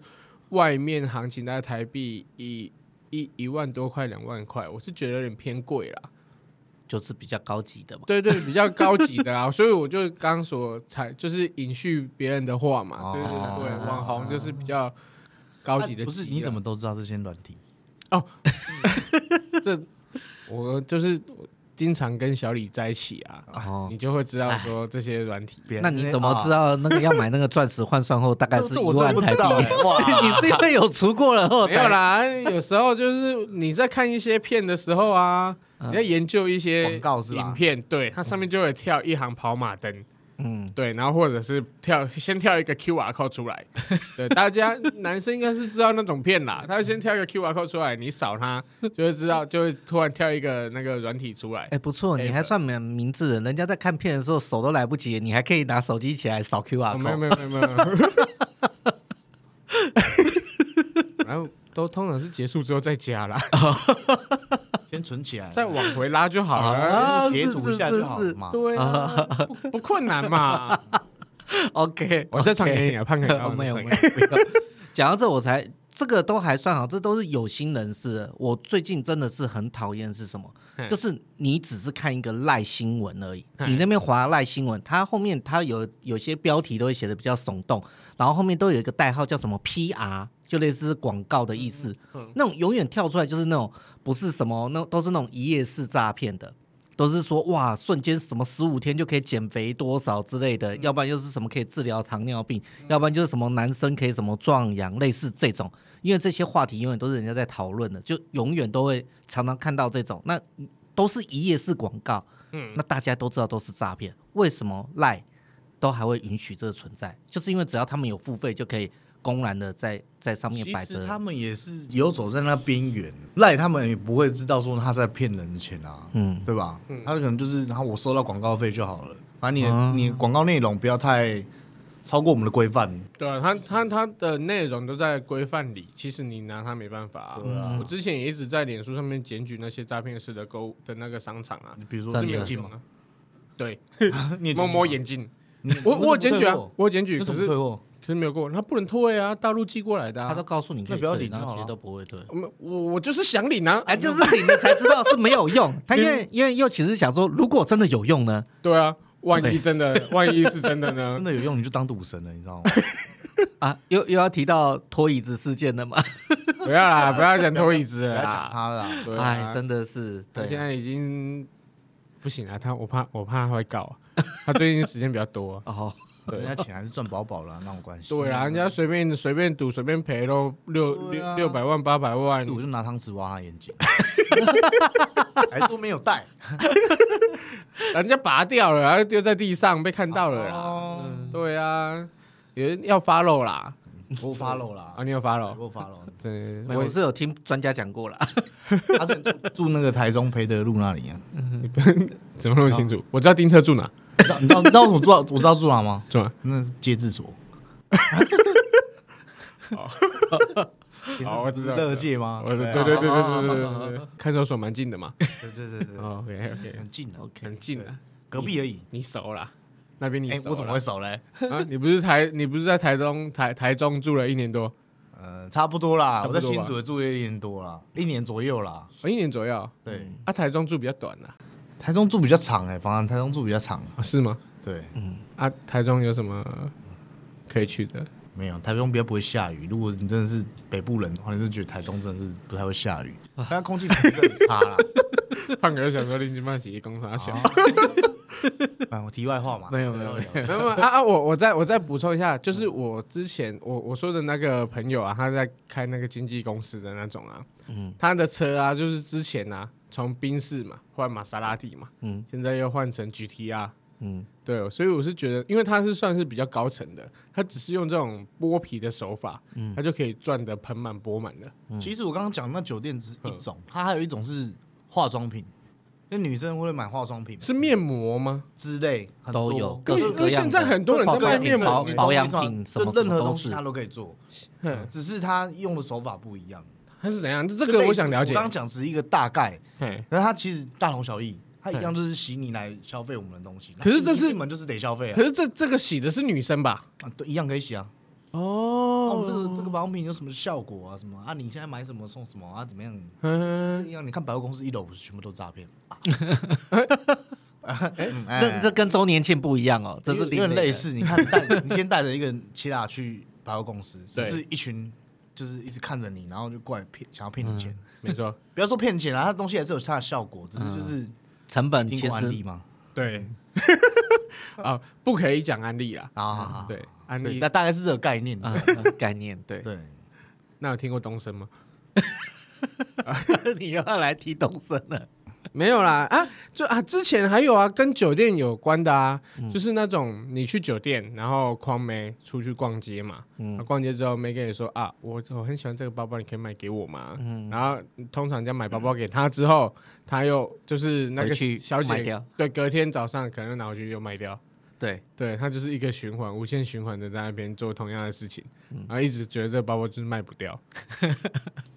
[SPEAKER 1] 外面行情大概台币一一一万多块两万块，我是觉得有点偏贵啦。
[SPEAKER 2] 就是比较高级的嘛。
[SPEAKER 1] 对对，比较高级的啊， 所以我就刚刚所采就是引续别人的话嘛，对对对，对网红就是比较高级的、
[SPEAKER 3] 啊不是你怎么？都知道这些软体？
[SPEAKER 1] 这我就是经常跟小李在一起啊，
[SPEAKER 2] 哦，
[SPEAKER 1] 你就会知道说这些软体。
[SPEAKER 3] 别人啊
[SPEAKER 2] 那你怎么知？道那个要买那个钻石换算后大概
[SPEAKER 3] 这
[SPEAKER 2] 是
[SPEAKER 3] 这
[SPEAKER 2] 一
[SPEAKER 3] 我真的
[SPEAKER 2] 万
[SPEAKER 3] 不
[SPEAKER 2] 台
[SPEAKER 3] 知
[SPEAKER 2] 币？
[SPEAKER 3] 道欸哇！
[SPEAKER 2] 你是因为有除过了后
[SPEAKER 1] 没有
[SPEAKER 2] 才
[SPEAKER 1] 啦，有时候就是你在看一些片的时候啊，
[SPEAKER 2] 嗯
[SPEAKER 1] 你在研究一些
[SPEAKER 3] 广告是吧
[SPEAKER 1] 影片，对，它上面就会跳一行跑马灯，
[SPEAKER 2] 嗯，
[SPEAKER 1] 对，然后或者是跳先跳一个 QR code 出来，对，大家男生应该是知道那种片啦， 他会先跳一个 QR code 出来，你扫它就会知道，就会突然跳一个那个软体出来
[SPEAKER 2] 哎、，不错，你还算蛮明智的。人家在看片的时候手都来不及，你还可以拿手机起来扫 QR
[SPEAKER 1] 哦没有
[SPEAKER 2] code。
[SPEAKER 1] 没有没有没 有，然后都通常是结束之后再加啦，
[SPEAKER 3] 先存起来，
[SPEAKER 1] 再往回拉就好了。
[SPEAKER 2] 啊
[SPEAKER 3] 截
[SPEAKER 2] 是
[SPEAKER 3] 图
[SPEAKER 2] 是
[SPEAKER 3] 一下
[SPEAKER 2] 是
[SPEAKER 3] 就好
[SPEAKER 2] 是
[SPEAKER 3] 了嘛。
[SPEAKER 1] 对啊，不不困难嘛。
[SPEAKER 2] OK，
[SPEAKER 1] 我再唱给你啊，胖哥。
[SPEAKER 2] 呃没有没有。没有讲到这，我才这个都还算好，这都是有心人士。我最近真的是很讨厌是什么
[SPEAKER 1] 嗯？
[SPEAKER 2] 就是你只是看一个赖新闻而已，
[SPEAKER 1] 嗯
[SPEAKER 2] 你那边划赖新闻，它后面它有有些标题都会写的比较耸动，然后后面都有一个代号叫什么 PR，就类似广告的意思。
[SPEAKER 3] 嗯
[SPEAKER 2] 那种永远跳出来就是那种不是什么，那都是那种一夜式诈骗的。都是说哇，瞬间什么十五天就可以减肥多少之类
[SPEAKER 3] 嗯
[SPEAKER 2] 的，要不然就是什么可以治疗糖尿病，要不然就是什么男生可以什么壮阳，类似这种。因为这些话题永远都是人家在讨论的，就永远都会常常看到这种，那
[SPEAKER 3] 嗯
[SPEAKER 2] 都是一夜式广告，
[SPEAKER 1] 嗯
[SPEAKER 2] 那大家都知道都是诈骗，为什么赖都还会允许这个存在？就是因为只要他们有付费，就可以公然的在在上面
[SPEAKER 3] 其
[SPEAKER 2] 摆
[SPEAKER 3] 实
[SPEAKER 2] 着。
[SPEAKER 3] 他们也是游走在那边缘，赖他们也不会知道说他在骗人钱啊，
[SPEAKER 2] 嗯
[SPEAKER 3] 对吧？
[SPEAKER 1] 嗯
[SPEAKER 3] 他可能就是，然后我收到广告费就好了，反正你的、
[SPEAKER 2] 啊
[SPEAKER 3] 你的广告内容不要太超过我们的规范，
[SPEAKER 1] 对啊，他他他的内容都在规范里，其实你拿他没办法啊。
[SPEAKER 3] 对啊
[SPEAKER 1] 我之前也一直在脸书上面检举那些诈骗式的购物的那个商场啊，
[SPEAKER 3] 比如说
[SPEAKER 2] 真
[SPEAKER 1] 是
[SPEAKER 2] 的
[SPEAKER 1] 没有
[SPEAKER 3] 眼镜
[SPEAKER 1] 用啊。
[SPEAKER 3] 嘛，
[SPEAKER 1] 对，
[SPEAKER 3] 你也
[SPEAKER 1] 摸摸眼镜，我我有检举啊，我有检举，
[SPEAKER 3] 有
[SPEAKER 1] 可
[SPEAKER 3] 什
[SPEAKER 1] 是
[SPEAKER 3] 么
[SPEAKER 1] 可
[SPEAKER 3] 退货？
[SPEAKER 1] 是没有过，他不能退啊，大陆寄过来的啊。
[SPEAKER 2] 他都告诉你可以
[SPEAKER 3] 那不要
[SPEAKER 2] 退
[SPEAKER 3] 理就
[SPEAKER 2] 然后
[SPEAKER 3] 好
[SPEAKER 2] 其实
[SPEAKER 3] 了
[SPEAKER 2] 都不会退。
[SPEAKER 1] 我们我我就是想领啊，
[SPEAKER 2] 啊哎，就是领了才知道是没有 用。他因为因为又其实想说，如果真的有用呢？
[SPEAKER 1] 对啊，万一真的，万一是真的呢
[SPEAKER 3] 真？ 的有用你就当赌神了，你知道吗？
[SPEAKER 2] 啊，又又要提到拖椅子事件了嘛？
[SPEAKER 1] 不要啦，不要讲拖椅子
[SPEAKER 3] 不
[SPEAKER 1] 了
[SPEAKER 3] 要讲
[SPEAKER 1] 啦。
[SPEAKER 3] 他了啦，
[SPEAKER 1] 对
[SPEAKER 2] 哎
[SPEAKER 1] 啊，，
[SPEAKER 2] 真的是
[SPEAKER 1] 他
[SPEAKER 2] 对。
[SPEAKER 1] 现在已经不行了，他我怕我怕他会告，他最近时间比较多
[SPEAKER 2] 哦，
[SPEAKER 1] 对啊
[SPEAKER 3] 人家钱还是赚饱饱了，啊那种关系。
[SPEAKER 1] 对啊啦，人家随便随便赌随便赔都六
[SPEAKER 3] 对
[SPEAKER 1] 六
[SPEAKER 3] 啊
[SPEAKER 1] 六百万八百万
[SPEAKER 3] 是，我就拿汤匙挖他眼睛， 还说没有带，
[SPEAKER 1] 人家拔掉了，然后丢在地上被看到了啦
[SPEAKER 3] 哦。
[SPEAKER 1] 嗯对啊，有人要 follow 啦，
[SPEAKER 3] 我发漏啦
[SPEAKER 1] 啊，，你有啊 follow？
[SPEAKER 3] 我发漏。
[SPEAKER 1] 真的，
[SPEAKER 2] 我是有听专家讲过了，
[SPEAKER 3] 他是住 住那个台中培德路那里啊，
[SPEAKER 1] 怎么那么清楚？我知道丁特住哪，
[SPEAKER 3] 你知道你知道你知道我知道我知道住哪吗？
[SPEAKER 1] 住哪？
[SPEAKER 3] 那是戒 治所。
[SPEAKER 1] 哦我知道
[SPEAKER 3] 乐界吗？
[SPEAKER 1] 我对
[SPEAKER 3] 啊
[SPEAKER 1] 对对对对对对对对，看守所蛮近的嘛。
[SPEAKER 3] 对对对对，
[SPEAKER 1] OK 哦 OK，
[SPEAKER 3] 很近的，
[SPEAKER 1] 很近啊，
[SPEAKER 3] 隔壁而已。
[SPEAKER 1] 你熟啦，那边你
[SPEAKER 3] 哎，
[SPEAKER 1] 熟
[SPEAKER 3] 我怎么
[SPEAKER 1] 啦
[SPEAKER 3] 会熟嘞？
[SPEAKER 1] 啊？你不是台你不是在台中台台中住了一年多，
[SPEAKER 3] 呃，差不多啦，
[SPEAKER 1] 差不多吧
[SPEAKER 3] 我在新竹也住了一年多啦，一年左右啦。
[SPEAKER 1] 哦一年左右。
[SPEAKER 3] 对，
[SPEAKER 1] 啊，台中住比较短啊啦，
[SPEAKER 3] 台中住比较长哎，反正台中住比较长。
[SPEAKER 1] 啊是吗？
[SPEAKER 3] 对，
[SPEAKER 1] 啊，台中有什么可以去的？
[SPEAKER 3] 没有，台中比较不会下雨。如果你真的是北部人的话，你就觉得台中真的是不太会下雨，
[SPEAKER 1] 啊
[SPEAKER 3] 但空气品质很差啦。
[SPEAKER 1] 胖哥想说林金曼洗衣工厂 小。
[SPEAKER 3] 啊，我题外话嘛，
[SPEAKER 2] 没有没有没
[SPEAKER 1] 没有没有啊啊！我我再我再补充一下，就是我之前我我说的那个朋友啊，他在开那个经纪公司的那种啊，
[SPEAKER 2] 嗯
[SPEAKER 1] 他的车啊，就是之前啊，从宾士嘛换玛莎拉蒂嘛，
[SPEAKER 2] 嗯
[SPEAKER 1] 现在又换成 GTR，
[SPEAKER 2] 嗯，
[SPEAKER 1] 对，所以我是觉得，因为他是算是比较高层的，他只是用这种剥皮的手法，他就可以赚得盆满钵满的。
[SPEAKER 3] 嗯
[SPEAKER 2] 嗯
[SPEAKER 3] 其实我刚刚讲那酒店只是一种，它还有一种是化妆品，那女生会买化妆品
[SPEAKER 1] 是面膜吗？
[SPEAKER 3] 之类，很多
[SPEAKER 2] 都有
[SPEAKER 1] 因
[SPEAKER 2] 各
[SPEAKER 1] 为
[SPEAKER 2] 式
[SPEAKER 1] 因
[SPEAKER 2] 各
[SPEAKER 1] 为
[SPEAKER 2] 样
[SPEAKER 1] 现在
[SPEAKER 2] 的。
[SPEAKER 1] 很多人在卖面
[SPEAKER 2] 保
[SPEAKER 1] 膜
[SPEAKER 2] 养
[SPEAKER 1] 欸，
[SPEAKER 2] 保养品什
[SPEAKER 3] 就
[SPEAKER 2] 么
[SPEAKER 3] 任何
[SPEAKER 2] 什么
[SPEAKER 3] 东
[SPEAKER 2] 都
[SPEAKER 3] 西
[SPEAKER 2] 是嗯
[SPEAKER 3] 它都可以做，
[SPEAKER 1] 哼
[SPEAKER 3] 只是它用的手法不一样。
[SPEAKER 1] 他是怎样？这
[SPEAKER 3] 这
[SPEAKER 1] 个我想了解
[SPEAKER 3] 我。刚刚讲只是一个大概，
[SPEAKER 1] 嘿
[SPEAKER 3] 但它其实大同小异，它一样就是洗你来消费我们的东西。
[SPEAKER 1] 可是这是
[SPEAKER 3] 你们就是得消费啊
[SPEAKER 1] 可，是这这个洗的是女生吧？
[SPEAKER 3] 啊对，一样可以洗啊。那我
[SPEAKER 1] 哦
[SPEAKER 3] 们这个这个保养品有什么效果啊？什么啊？你现在买什么送什么啊？怎么样？
[SPEAKER 1] 嗯，
[SPEAKER 3] 一样，你看百货公司一楼不是全部都 诈骗？嗯
[SPEAKER 2] 这这跟周年庆不一样哦，哎这是
[SPEAKER 3] 因为因为
[SPEAKER 2] 另类
[SPEAKER 3] 类
[SPEAKER 2] 的。
[SPEAKER 3] 似，你看你带你今天带着一个希腊去百货 公司，是
[SPEAKER 1] 对
[SPEAKER 3] 不是一群就是一直看着你，然后就过来骗，想要骗你钱？
[SPEAKER 2] 嗯
[SPEAKER 1] 没错，
[SPEAKER 3] 不要说骗钱啊，它东西还是有它的效果，只是就是
[SPEAKER 2] 成本嗯
[SPEAKER 3] 听
[SPEAKER 2] 其
[SPEAKER 3] 过案例
[SPEAKER 2] 实
[SPEAKER 3] 吗？
[SPEAKER 1] 对。啊，不可以讲案例啦。
[SPEAKER 3] 啊好，好，
[SPEAKER 1] 对，案
[SPEAKER 3] 对，
[SPEAKER 1] 例
[SPEAKER 3] 那。大概是这个概念。
[SPEAKER 2] 啊 啊概念嗯对。
[SPEAKER 3] 对，
[SPEAKER 1] 那有听过东升吗？
[SPEAKER 2] 你又要来提东升了，
[SPEAKER 1] 没有啦啊，就啊，之前还有啊，跟酒店有关的啊，就是那种你去酒店，然后匡妹出去逛街嘛，嗯，逛街之后妹跟你说啊，我我很喜欢这个包包，你可以买给我吗？嗯，然后通常人家买包包给他之后，他又就是那个
[SPEAKER 2] 回去
[SPEAKER 1] 小
[SPEAKER 2] 卖
[SPEAKER 1] 姐
[SPEAKER 2] 掉，
[SPEAKER 1] 对，隔天早上可能拿回去又卖掉，
[SPEAKER 2] 对，
[SPEAKER 1] 对，它就是一个循环，无限循环的在那边做同样的事情，然后一直觉得这个包包就是卖不掉。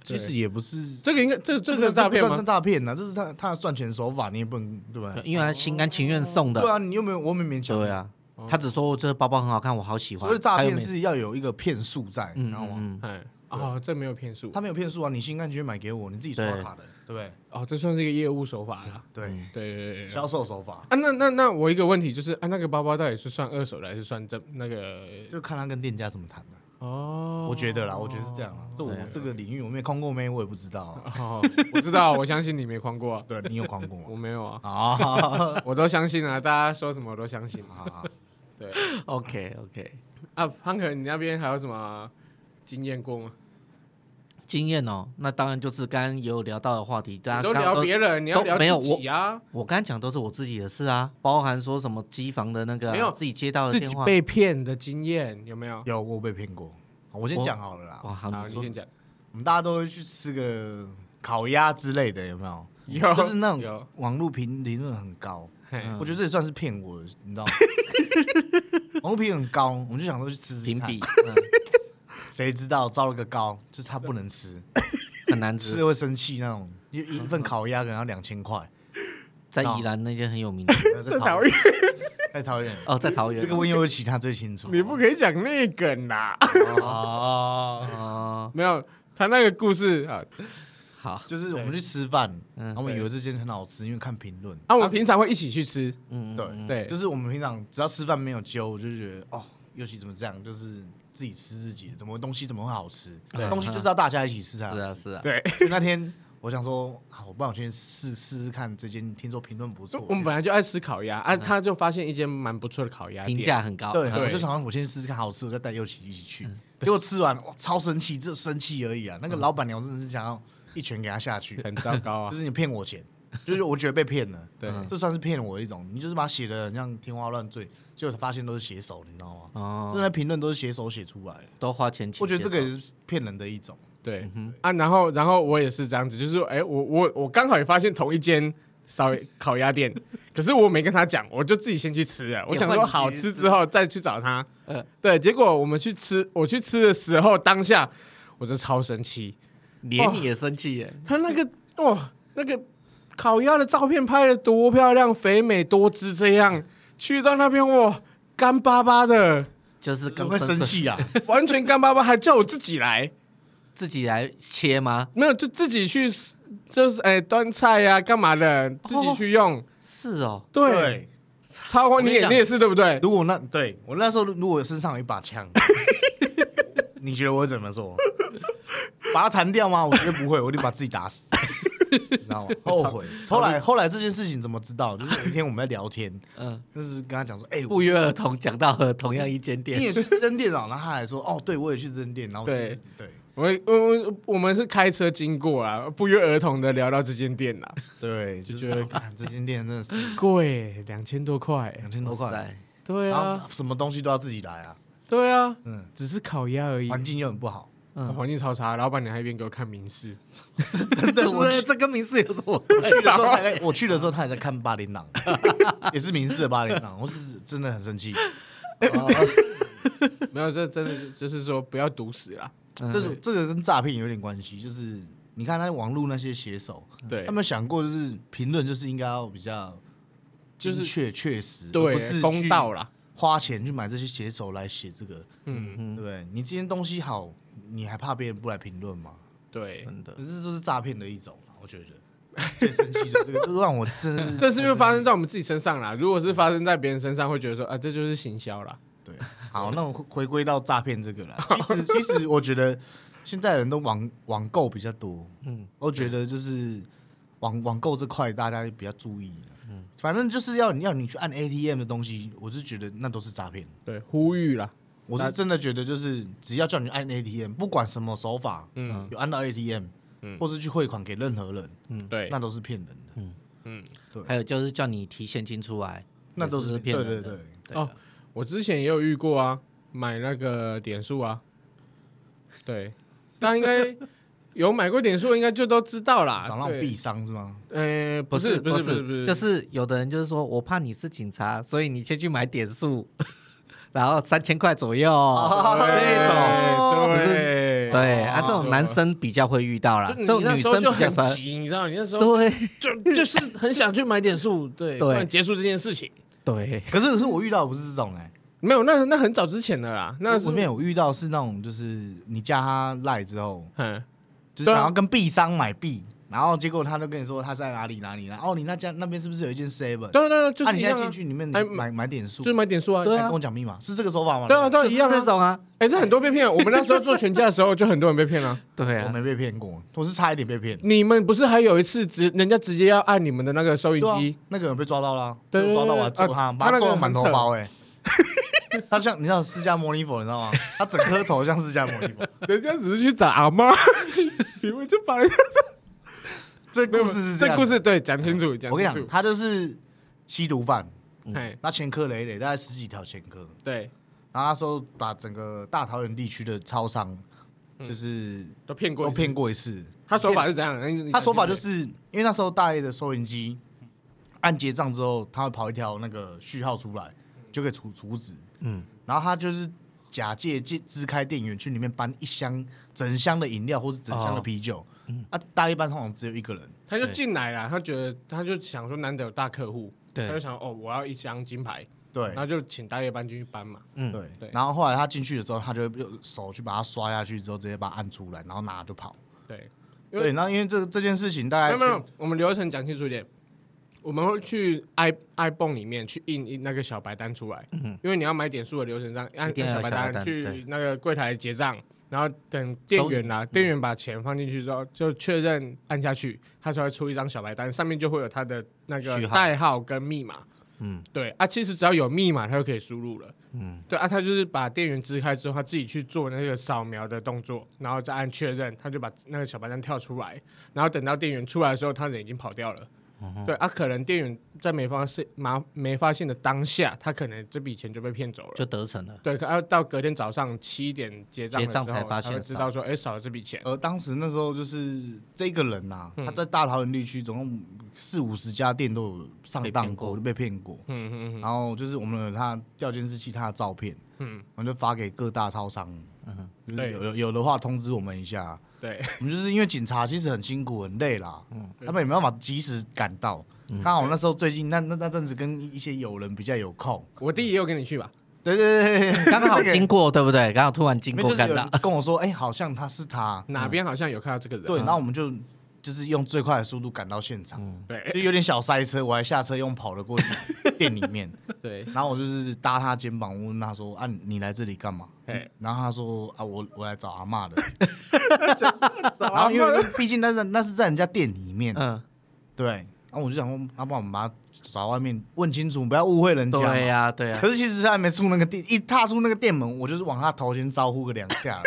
[SPEAKER 3] 其实也不是
[SPEAKER 1] 这个应该这这
[SPEAKER 3] 这
[SPEAKER 1] 个
[SPEAKER 3] 个
[SPEAKER 1] 是诈骗
[SPEAKER 3] 这不
[SPEAKER 1] 吗
[SPEAKER 3] 算？诈骗呐，这是他他的赚钱手法，你也不能对吧？
[SPEAKER 2] 因为他心甘情愿送的
[SPEAKER 3] 对，啊，你又没有我没勉强。
[SPEAKER 2] 啊对，啊，他只说这个包包很好看，我好喜欢。
[SPEAKER 3] 所谓的诈
[SPEAKER 2] 还有
[SPEAKER 3] 骗
[SPEAKER 2] 没
[SPEAKER 3] 是要有一个骗术在，你
[SPEAKER 2] 嗯
[SPEAKER 3] 知道吗？
[SPEAKER 2] 嗯嗯
[SPEAKER 1] 哎，哦，这没有骗术
[SPEAKER 3] 他，没有骗术啊，你心甘情愿买给我，你自己刷
[SPEAKER 2] 对嗯
[SPEAKER 3] 卡的，对不对？
[SPEAKER 1] 哦，这算是一个业务手法啦。
[SPEAKER 3] 对，
[SPEAKER 1] 对对对对。
[SPEAKER 3] 销售手法
[SPEAKER 1] 啊，那那那我一个问题就是，啊，那个包包到底是算二手的还是算正那个？
[SPEAKER 3] 就看他跟店家怎么谈的。
[SPEAKER 1] 哦，
[SPEAKER 3] 我觉得啦，我觉得是这样啦。这我
[SPEAKER 2] 啊
[SPEAKER 3] 这个领域我没框过妹，我也不知道啊。
[SPEAKER 1] 哦，我知道，我相信你没框过啊，
[SPEAKER 3] 对你有框过
[SPEAKER 1] 我
[SPEAKER 3] 吗？
[SPEAKER 1] 没有 啊，
[SPEAKER 2] 嗯哦
[SPEAKER 3] 啊
[SPEAKER 1] 我都相信啊，大家说什么我都相信。
[SPEAKER 3] 啊，
[SPEAKER 1] 对
[SPEAKER 2] OK OK，
[SPEAKER 1] 啊，潘可，你那边还有什么经验过吗？
[SPEAKER 2] 经验哦，那当然就是刚刚也有聊到的话题，
[SPEAKER 1] 你
[SPEAKER 2] 大家
[SPEAKER 1] 都
[SPEAKER 2] 刚刚
[SPEAKER 1] 聊别人，你要
[SPEAKER 2] 都
[SPEAKER 1] 聊
[SPEAKER 2] 没有
[SPEAKER 1] 自己啊，
[SPEAKER 2] 我刚才讲都是我自己的事啊，包含说什么机房的那个啊、
[SPEAKER 1] 没有
[SPEAKER 2] 自己接到的
[SPEAKER 1] 自
[SPEAKER 2] 电
[SPEAKER 1] 己
[SPEAKER 2] 话，
[SPEAKER 1] 被骗的经验有没有？
[SPEAKER 3] 有我被骗过。我先讲好了啦，
[SPEAKER 2] 哇，好
[SPEAKER 1] 好，
[SPEAKER 2] 你
[SPEAKER 1] 你
[SPEAKER 2] 说
[SPEAKER 1] 先讲。
[SPEAKER 3] 我们大家都会去吃个烤鸭之类的，有没有？
[SPEAKER 1] 有，
[SPEAKER 3] 就是那种
[SPEAKER 1] 有，
[SPEAKER 3] 网络评评论很高，
[SPEAKER 1] 嘿
[SPEAKER 2] 嗯
[SPEAKER 3] 我觉得这也算是骗我，你 知道吗？网络评论很高，我们就想说去吃吃
[SPEAKER 2] 评
[SPEAKER 3] 看
[SPEAKER 2] 比、，嗯
[SPEAKER 3] 谁知道招了个高，就是他不能吃，
[SPEAKER 2] 很难
[SPEAKER 3] 吃
[SPEAKER 2] 吃，
[SPEAKER 3] 了会生气那种。一一份烤鸭可能要两千块，
[SPEAKER 2] 在
[SPEAKER 3] 到
[SPEAKER 2] 宜兰那间很有名 的
[SPEAKER 1] 这讨厌，
[SPEAKER 3] 太讨厌了。
[SPEAKER 2] 哦，在桃园
[SPEAKER 3] 啊这个温有其他最清楚。
[SPEAKER 1] 你不可以讲那个啦。
[SPEAKER 3] 哦，
[SPEAKER 2] 哦，
[SPEAKER 1] 没有，他那个故事啊，
[SPEAKER 2] 好，
[SPEAKER 3] 就是我们去吃饭，
[SPEAKER 2] 嗯
[SPEAKER 3] 然后我们以为这间很好吃，因为看评论。
[SPEAKER 1] 啊，我们平常会一起去吃，
[SPEAKER 2] 嗯，
[SPEAKER 3] 对
[SPEAKER 2] 嗯
[SPEAKER 1] 对，
[SPEAKER 3] 就是我们平常只要吃饭没有揪，我就觉得哦，尤其怎么这样，就是自己吃自己的，怎么东西怎么会好吃？
[SPEAKER 2] 对
[SPEAKER 1] 嗯
[SPEAKER 3] 东西就是要大家一起吃才好
[SPEAKER 2] 是
[SPEAKER 3] 吃
[SPEAKER 2] 啊是啊，
[SPEAKER 1] 对，
[SPEAKER 3] 所以那天我想说，啊，我不然我先试试试看这间，听说评论不错。
[SPEAKER 1] 我们本来就爱吃烤鸭，啊，他就发现一间蛮不错的烤鸭店
[SPEAKER 2] 评，价很高，
[SPEAKER 3] 啊对，
[SPEAKER 2] 嗯
[SPEAKER 3] 我就想说我先试试看好吃，我再带右奇一起去。结果吃完，哇，超生气，只有生气而已啊！那个老板娘真的是想要一拳给他下去，
[SPEAKER 1] 很糟糕啊
[SPEAKER 3] 就，是你骗我钱，就是我觉得被骗了，
[SPEAKER 1] 对，
[SPEAKER 2] 嗯
[SPEAKER 3] 这算是骗我的一种。你就是把它写的像天花乱坠，结果发现都是写手，你知道吗？真
[SPEAKER 2] 哦，
[SPEAKER 3] 的评论都是写手写出来的，
[SPEAKER 2] 都花钱请
[SPEAKER 3] 我觉得这个
[SPEAKER 2] 介绍
[SPEAKER 3] 也是骗人的一种。
[SPEAKER 1] 对啊，然后然后我也是这样子，就是说，哎，我我我刚好也发现同一间烧烤鸭店，可是我没跟他讲，我就自己先去吃了，我想说好吃之后再去找他，
[SPEAKER 2] 嗯
[SPEAKER 1] 对，结果我们去吃，我去吃的时候当下我就超生气，
[SPEAKER 2] 连你也生气耶，
[SPEAKER 1] 他那个哦，那个烤鸭的照片拍的多漂亮，肥美多汁，这样去到那边哇，干巴巴的，
[SPEAKER 2] 就是
[SPEAKER 3] 怎
[SPEAKER 2] 刚
[SPEAKER 3] 么会生
[SPEAKER 2] 生
[SPEAKER 3] 气啊？
[SPEAKER 1] 完全干巴巴，还叫我自己来，
[SPEAKER 2] 自己来切吗？
[SPEAKER 1] 没有就自己去，就是哎、端菜呀、干嘛的，自己去用，
[SPEAKER 2] 是哦，
[SPEAKER 1] 对，，超过
[SPEAKER 3] 跟
[SPEAKER 1] 你
[SPEAKER 3] 你
[SPEAKER 1] 也
[SPEAKER 3] 讲
[SPEAKER 1] 你也是对不对？
[SPEAKER 3] 如果那对我那时候如如果身上有一把 枪，你觉得我会怎么 做？把它弹掉吗？我觉得不会，我就把自己打 死，你知道吗？后悔。后来后来这件事情怎么知道？就是有一天我们在聊天，
[SPEAKER 2] 嗯，
[SPEAKER 3] 就是跟他讲说，哎、我
[SPEAKER 2] 不约而同讲到了同样一间
[SPEAKER 3] 你
[SPEAKER 2] 店，
[SPEAKER 3] 也去这间店哦，然后他还说，哦，对我也去这间店，然后我就
[SPEAKER 1] 对
[SPEAKER 3] 对
[SPEAKER 1] 我我我我们是开车经过啊，不约而同的聊到这间店啊啦，
[SPEAKER 3] 对，就
[SPEAKER 1] 觉
[SPEAKER 3] 觉
[SPEAKER 1] 得
[SPEAKER 3] 得看这间店真的是
[SPEAKER 1] 贵两千多块，
[SPEAKER 3] 两千多
[SPEAKER 2] 哇
[SPEAKER 3] 块，
[SPEAKER 2] 塞
[SPEAKER 1] 对
[SPEAKER 3] 然
[SPEAKER 1] 啊
[SPEAKER 3] 后什么东西都要自己来啊，
[SPEAKER 1] 对啊，
[SPEAKER 3] 嗯，
[SPEAKER 1] 只是烤鸭而已，
[SPEAKER 3] 环境又很不好，
[SPEAKER 2] 嗯
[SPEAKER 1] 环境超差，老板娘还一边给我看名师。
[SPEAKER 3] 真的我去
[SPEAKER 2] 这跟名字有什么？
[SPEAKER 3] 我去的
[SPEAKER 1] 啊
[SPEAKER 3] 时候，他在我去的时候，他也在看八零郎，也是明视的八零郎，我是真的很生气。
[SPEAKER 1] 哦没有，这真的就就是说不要毒死啦。
[SPEAKER 3] 这种这个跟诈骗有点关系，就是你看他网络那些写手，
[SPEAKER 1] 对
[SPEAKER 3] 他，们想过就是评论就是应该要比较
[SPEAKER 1] 就
[SPEAKER 3] 精
[SPEAKER 1] 是
[SPEAKER 3] 确确实，而不
[SPEAKER 1] 对，
[SPEAKER 3] 是
[SPEAKER 1] 公道，啦。
[SPEAKER 3] 花钱去买这些写手来写这个，
[SPEAKER 1] 嗯，
[SPEAKER 3] 对不对？你今天东西好，你还怕别人不来评论吗？
[SPEAKER 1] 对。
[SPEAKER 2] 真的
[SPEAKER 3] 可是这是诈骗的一种啦，我觉得 最生气的这个，就让我真的是
[SPEAKER 1] 但是因为发生在我们自己身上啦，如果是发生在别人身上，会觉得说啊，这就是行销啦。
[SPEAKER 3] 对， 好，那我回回归到诈骗这个了。其实，其实我觉得现在人都网网购比较多，
[SPEAKER 2] 嗯
[SPEAKER 3] 嗯，我觉得就是网网购这块大家比较注意，嗯，反正就是要你要你去按 ATM 的东西，我是觉得那都是诈骗。
[SPEAKER 1] 对，呼吁啦。
[SPEAKER 3] 我是真的觉得就是只要叫你按 ATM，不管什么手法，
[SPEAKER 1] 嗯，
[SPEAKER 3] 有按到 ATM，
[SPEAKER 1] 嗯
[SPEAKER 3] 或是去汇款给任何人，
[SPEAKER 1] 对
[SPEAKER 3] 那，都是骗人的，
[SPEAKER 1] 嗯，
[SPEAKER 2] 还有就是叫你提现金出来，
[SPEAKER 3] 那都
[SPEAKER 2] 也
[SPEAKER 3] 是
[SPEAKER 2] 是骗
[SPEAKER 3] 对
[SPEAKER 2] 人
[SPEAKER 3] 对
[SPEAKER 2] 的
[SPEAKER 3] 对。
[SPEAKER 2] 啊
[SPEAKER 1] 哦我之前也有遇过啊，买那个点数啊，对，但应该有买过点数，应该就都知道啦。
[SPEAKER 3] 找那种
[SPEAKER 1] 啊对
[SPEAKER 3] 币商是吗？
[SPEAKER 1] 呃，不
[SPEAKER 2] 不
[SPEAKER 1] 是
[SPEAKER 2] 不
[SPEAKER 1] 不是不是不是，
[SPEAKER 2] 就是有的人就是说我怕你是警察，所以你先去买点数，然后三千块左右。
[SPEAKER 1] 啊 对
[SPEAKER 2] 只是
[SPEAKER 1] 对
[SPEAKER 2] 对啊，
[SPEAKER 3] 哦
[SPEAKER 2] 这种男生比较会遇到啦，这
[SPEAKER 1] 就
[SPEAKER 2] 种
[SPEAKER 1] 你那
[SPEAKER 2] 女
[SPEAKER 1] 时
[SPEAKER 2] 生
[SPEAKER 1] 候就
[SPEAKER 2] 比较
[SPEAKER 1] 很
[SPEAKER 2] 少。
[SPEAKER 1] 急，你知道，你那时候
[SPEAKER 2] 对
[SPEAKER 1] 就就是很想去买点数，对，
[SPEAKER 2] 对
[SPEAKER 1] 不然结束这件事情。
[SPEAKER 2] 对，
[SPEAKER 3] 可是可是我遇到的不是这种哎、
[SPEAKER 1] 没有，那那很早之前的啦，那
[SPEAKER 3] 我
[SPEAKER 1] 是
[SPEAKER 3] 我没，有遇到是那种就是你加他赖之后，
[SPEAKER 1] 嗯，
[SPEAKER 3] 就是
[SPEAKER 1] 对啊
[SPEAKER 3] 想要跟币商买币，然后结果他都跟你说他在哪里哪里，然后哦你那家那边是不是有一间 seven？
[SPEAKER 1] 对啊对啊，就
[SPEAKER 3] 啊，
[SPEAKER 1] 是
[SPEAKER 3] 你
[SPEAKER 1] 一
[SPEAKER 3] 现
[SPEAKER 1] 样
[SPEAKER 3] 在
[SPEAKER 1] 啊
[SPEAKER 3] 进，去里面
[SPEAKER 1] 哎
[SPEAKER 3] 买买点数哦
[SPEAKER 1] 就，是买点数啊，
[SPEAKER 2] 对
[SPEAKER 3] 还
[SPEAKER 2] 啊
[SPEAKER 3] 跟我讲密码，是这个手法吗？
[SPEAKER 1] 对啊对啊，
[SPEAKER 2] 就是
[SPEAKER 1] 一样
[SPEAKER 2] 这
[SPEAKER 1] 啊。
[SPEAKER 2] 种啊，
[SPEAKER 1] 哎，这很多被骗啊，我们那时候做全家的时候，就很多人被骗 了。
[SPEAKER 2] 对
[SPEAKER 3] 我
[SPEAKER 2] 啊，
[SPEAKER 3] 没被骗过，我是差一点被骗。
[SPEAKER 1] 你们不是还有一次直人家直接要按你们的那个收银
[SPEAKER 3] 对啊
[SPEAKER 1] 机？，
[SPEAKER 3] 那个人被抓到了，
[SPEAKER 1] 对对
[SPEAKER 3] 被我抓到我还
[SPEAKER 1] 对
[SPEAKER 3] 揍他，
[SPEAKER 1] 啊
[SPEAKER 3] 把
[SPEAKER 1] 他那
[SPEAKER 3] 他
[SPEAKER 1] 个
[SPEAKER 3] 揍得满头
[SPEAKER 1] 很扯
[SPEAKER 3] 包哎。 他像你知道释迦牟尼佛，你知道吗？他整颗头像释迦 牟尼佛。
[SPEAKER 1] 人家只是去找阿 妈，你们就把人家
[SPEAKER 3] 这故事是
[SPEAKER 1] 这
[SPEAKER 3] 样
[SPEAKER 1] 故
[SPEAKER 3] 的
[SPEAKER 1] 事对讲清楚，讲
[SPEAKER 3] 我跟你
[SPEAKER 1] 清
[SPEAKER 3] 讲，
[SPEAKER 1] 楚。
[SPEAKER 3] 他就是吸毒犯，
[SPEAKER 1] 哎，
[SPEAKER 3] 他前科累累，大概十几条前科。
[SPEAKER 1] 对，
[SPEAKER 3] 然后那时候把整个大桃园地区的超商，就是
[SPEAKER 1] 都骗嗯过，
[SPEAKER 3] 都骗。过一次。
[SPEAKER 1] 他手法是怎样？那你
[SPEAKER 3] 他手法就是因为那时候大 A 的收银机按结账之后，他会跑一条那个序号出来，
[SPEAKER 1] 嗯
[SPEAKER 3] 就可以储储值。
[SPEAKER 2] 嗯，
[SPEAKER 3] 然后他就是假借借支开店员去里面搬一箱整箱的饮料或是整箱的啤酒。啊，大一般通常只有一个人，
[SPEAKER 1] 他就进来了，他觉得他就想说难得有大客户，他就
[SPEAKER 2] 对，
[SPEAKER 1] 想哦，我要一箱金牌，
[SPEAKER 3] 对
[SPEAKER 1] 然，后就请大夜班进去搬嘛。
[SPEAKER 2] 嗯，
[SPEAKER 3] 对，
[SPEAKER 1] 对
[SPEAKER 3] 然后后来他进去的时候，他就用手去把它刷下去，之后直接把它按出来，然后拿就跑。
[SPEAKER 1] 对，因为
[SPEAKER 3] 对，然后因为这这件事情大
[SPEAKER 1] 没
[SPEAKER 3] 概
[SPEAKER 1] 有没有，我们流程讲清楚一点，我们会去 i iPhone 里面去印印那个小白单出来，因为你要买点数的流程上按
[SPEAKER 2] 嗯一定要
[SPEAKER 1] 小
[SPEAKER 2] 有
[SPEAKER 1] 白
[SPEAKER 2] 小白单
[SPEAKER 1] 去
[SPEAKER 2] 对
[SPEAKER 1] 那个柜台结账。然后等店员啦、店员把钱放进去之后，就确认按下去，他才会出一张小白单，上面就会有他的那个
[SPEAKER 2] 序号
[SPEAKER 1] 代号跟密码。
[SPEAKER 2] 嗯，
[SPEAKER 1] 对啊，其实只要有密码，他就可以输入了。
[SPEAKER 2] 嗯，
[SPEAKER 1] 对啊，他就是把电源支开之后，他自己去做那个扫描的动作，然后再按确认，他就把那个小白单跳出来，然后等到店员出来的时候，他人已经跑掉了。对啊，可能店员在没发现、麻没发现的当下，他可能这笔钱就被骗走了。
[SPEAKER 2] 就得逞 了。
[SPEAKER 1] 对，可要到隔天早上七点结账的
[SPEAKER 2] 结账
[SPEAKER 1] 时候
[SPEAKER 2] 才发现
[SPEAKER 1] 才会知道说，哎，少了这笔钱。
[SPEAKER 3] 呃，当时那时候就是这个人呐、
[SPEAKER 1] 嗯
[SPEAKER 3] 他在大桃园地区总共四五十家店都有上当过，就被骗过。
[SPEAKER 1] 嗯嗯
[SPEAKER 3] 然后就是我们有他调监视器他的照片，
[SPEAKER 1] 嗯，
[SPEAKER 3] 我们就发给各大超商，嗯，就是
[SPEAKER 1] 对
[SPEAKER 3] 有有有的话通知我们一下。
[SPEAKER 1] 对，
[SPEAKER 3] 我们就是因为警察其实很辛苦很累啦，他们也没办法及时赶到。刚好那时候最近那那那阵子跟一些友人比较有空，
[SPEAKER 1] 我弟也有跟你去吧？
[SPEAKER 3] 对对对对对，
[SPEAKER 2] 刚好
[SPEAKER 3] 这个
[SPEAKER 2] 经过，对不对？刚好突然
[SPEAKER 3] 里
[SPEAKER 2] 经
[SPEAKER 3] 面就
[SPEAKER 2] 过
[SPEAKER 3] 是
[SPEAKER 2] 看
[SPEAKER 3] 有
[SPEAKER 2] 到
[SPEAKER 3] 人，跟我说，哎，好像他是他，
[SPEAKER 1] 哪边好像有看到这个人？啊
[SPEAKER 3] 对，然后我们就就是用最快的速度赶到现场，
[SPEAKER 1] 对
[SPEAKER 3] 就有点小塞车，我还下车用跑了过去店里面，
[SPEAKER 1] 对，
[SPEAKER 3] 然后我就是搭他肩膀，我问他说，啊，你来这里干嘛？
[SPEAKER 1] 哎，
[SPEAKER 3] 然后他说啊，我我来找阿嬷的，然
[SPEAKER 1] 然
[SPEAKER 3] 后因为毕竟那是那是在人家店里面，
[SPEAKER 2] 嗯，
[SPEAKER 3] 对，然、后我就想说，要、啊不然我们把他找到外面问清楚，不要误会人家嘛。
[SPEAKER 2] 嗯对啊呀，对呀，
[SPEAKER 3] 啊可是其实他还没出那个店，一踏出那个店门，我就是往他头前招呼个两下，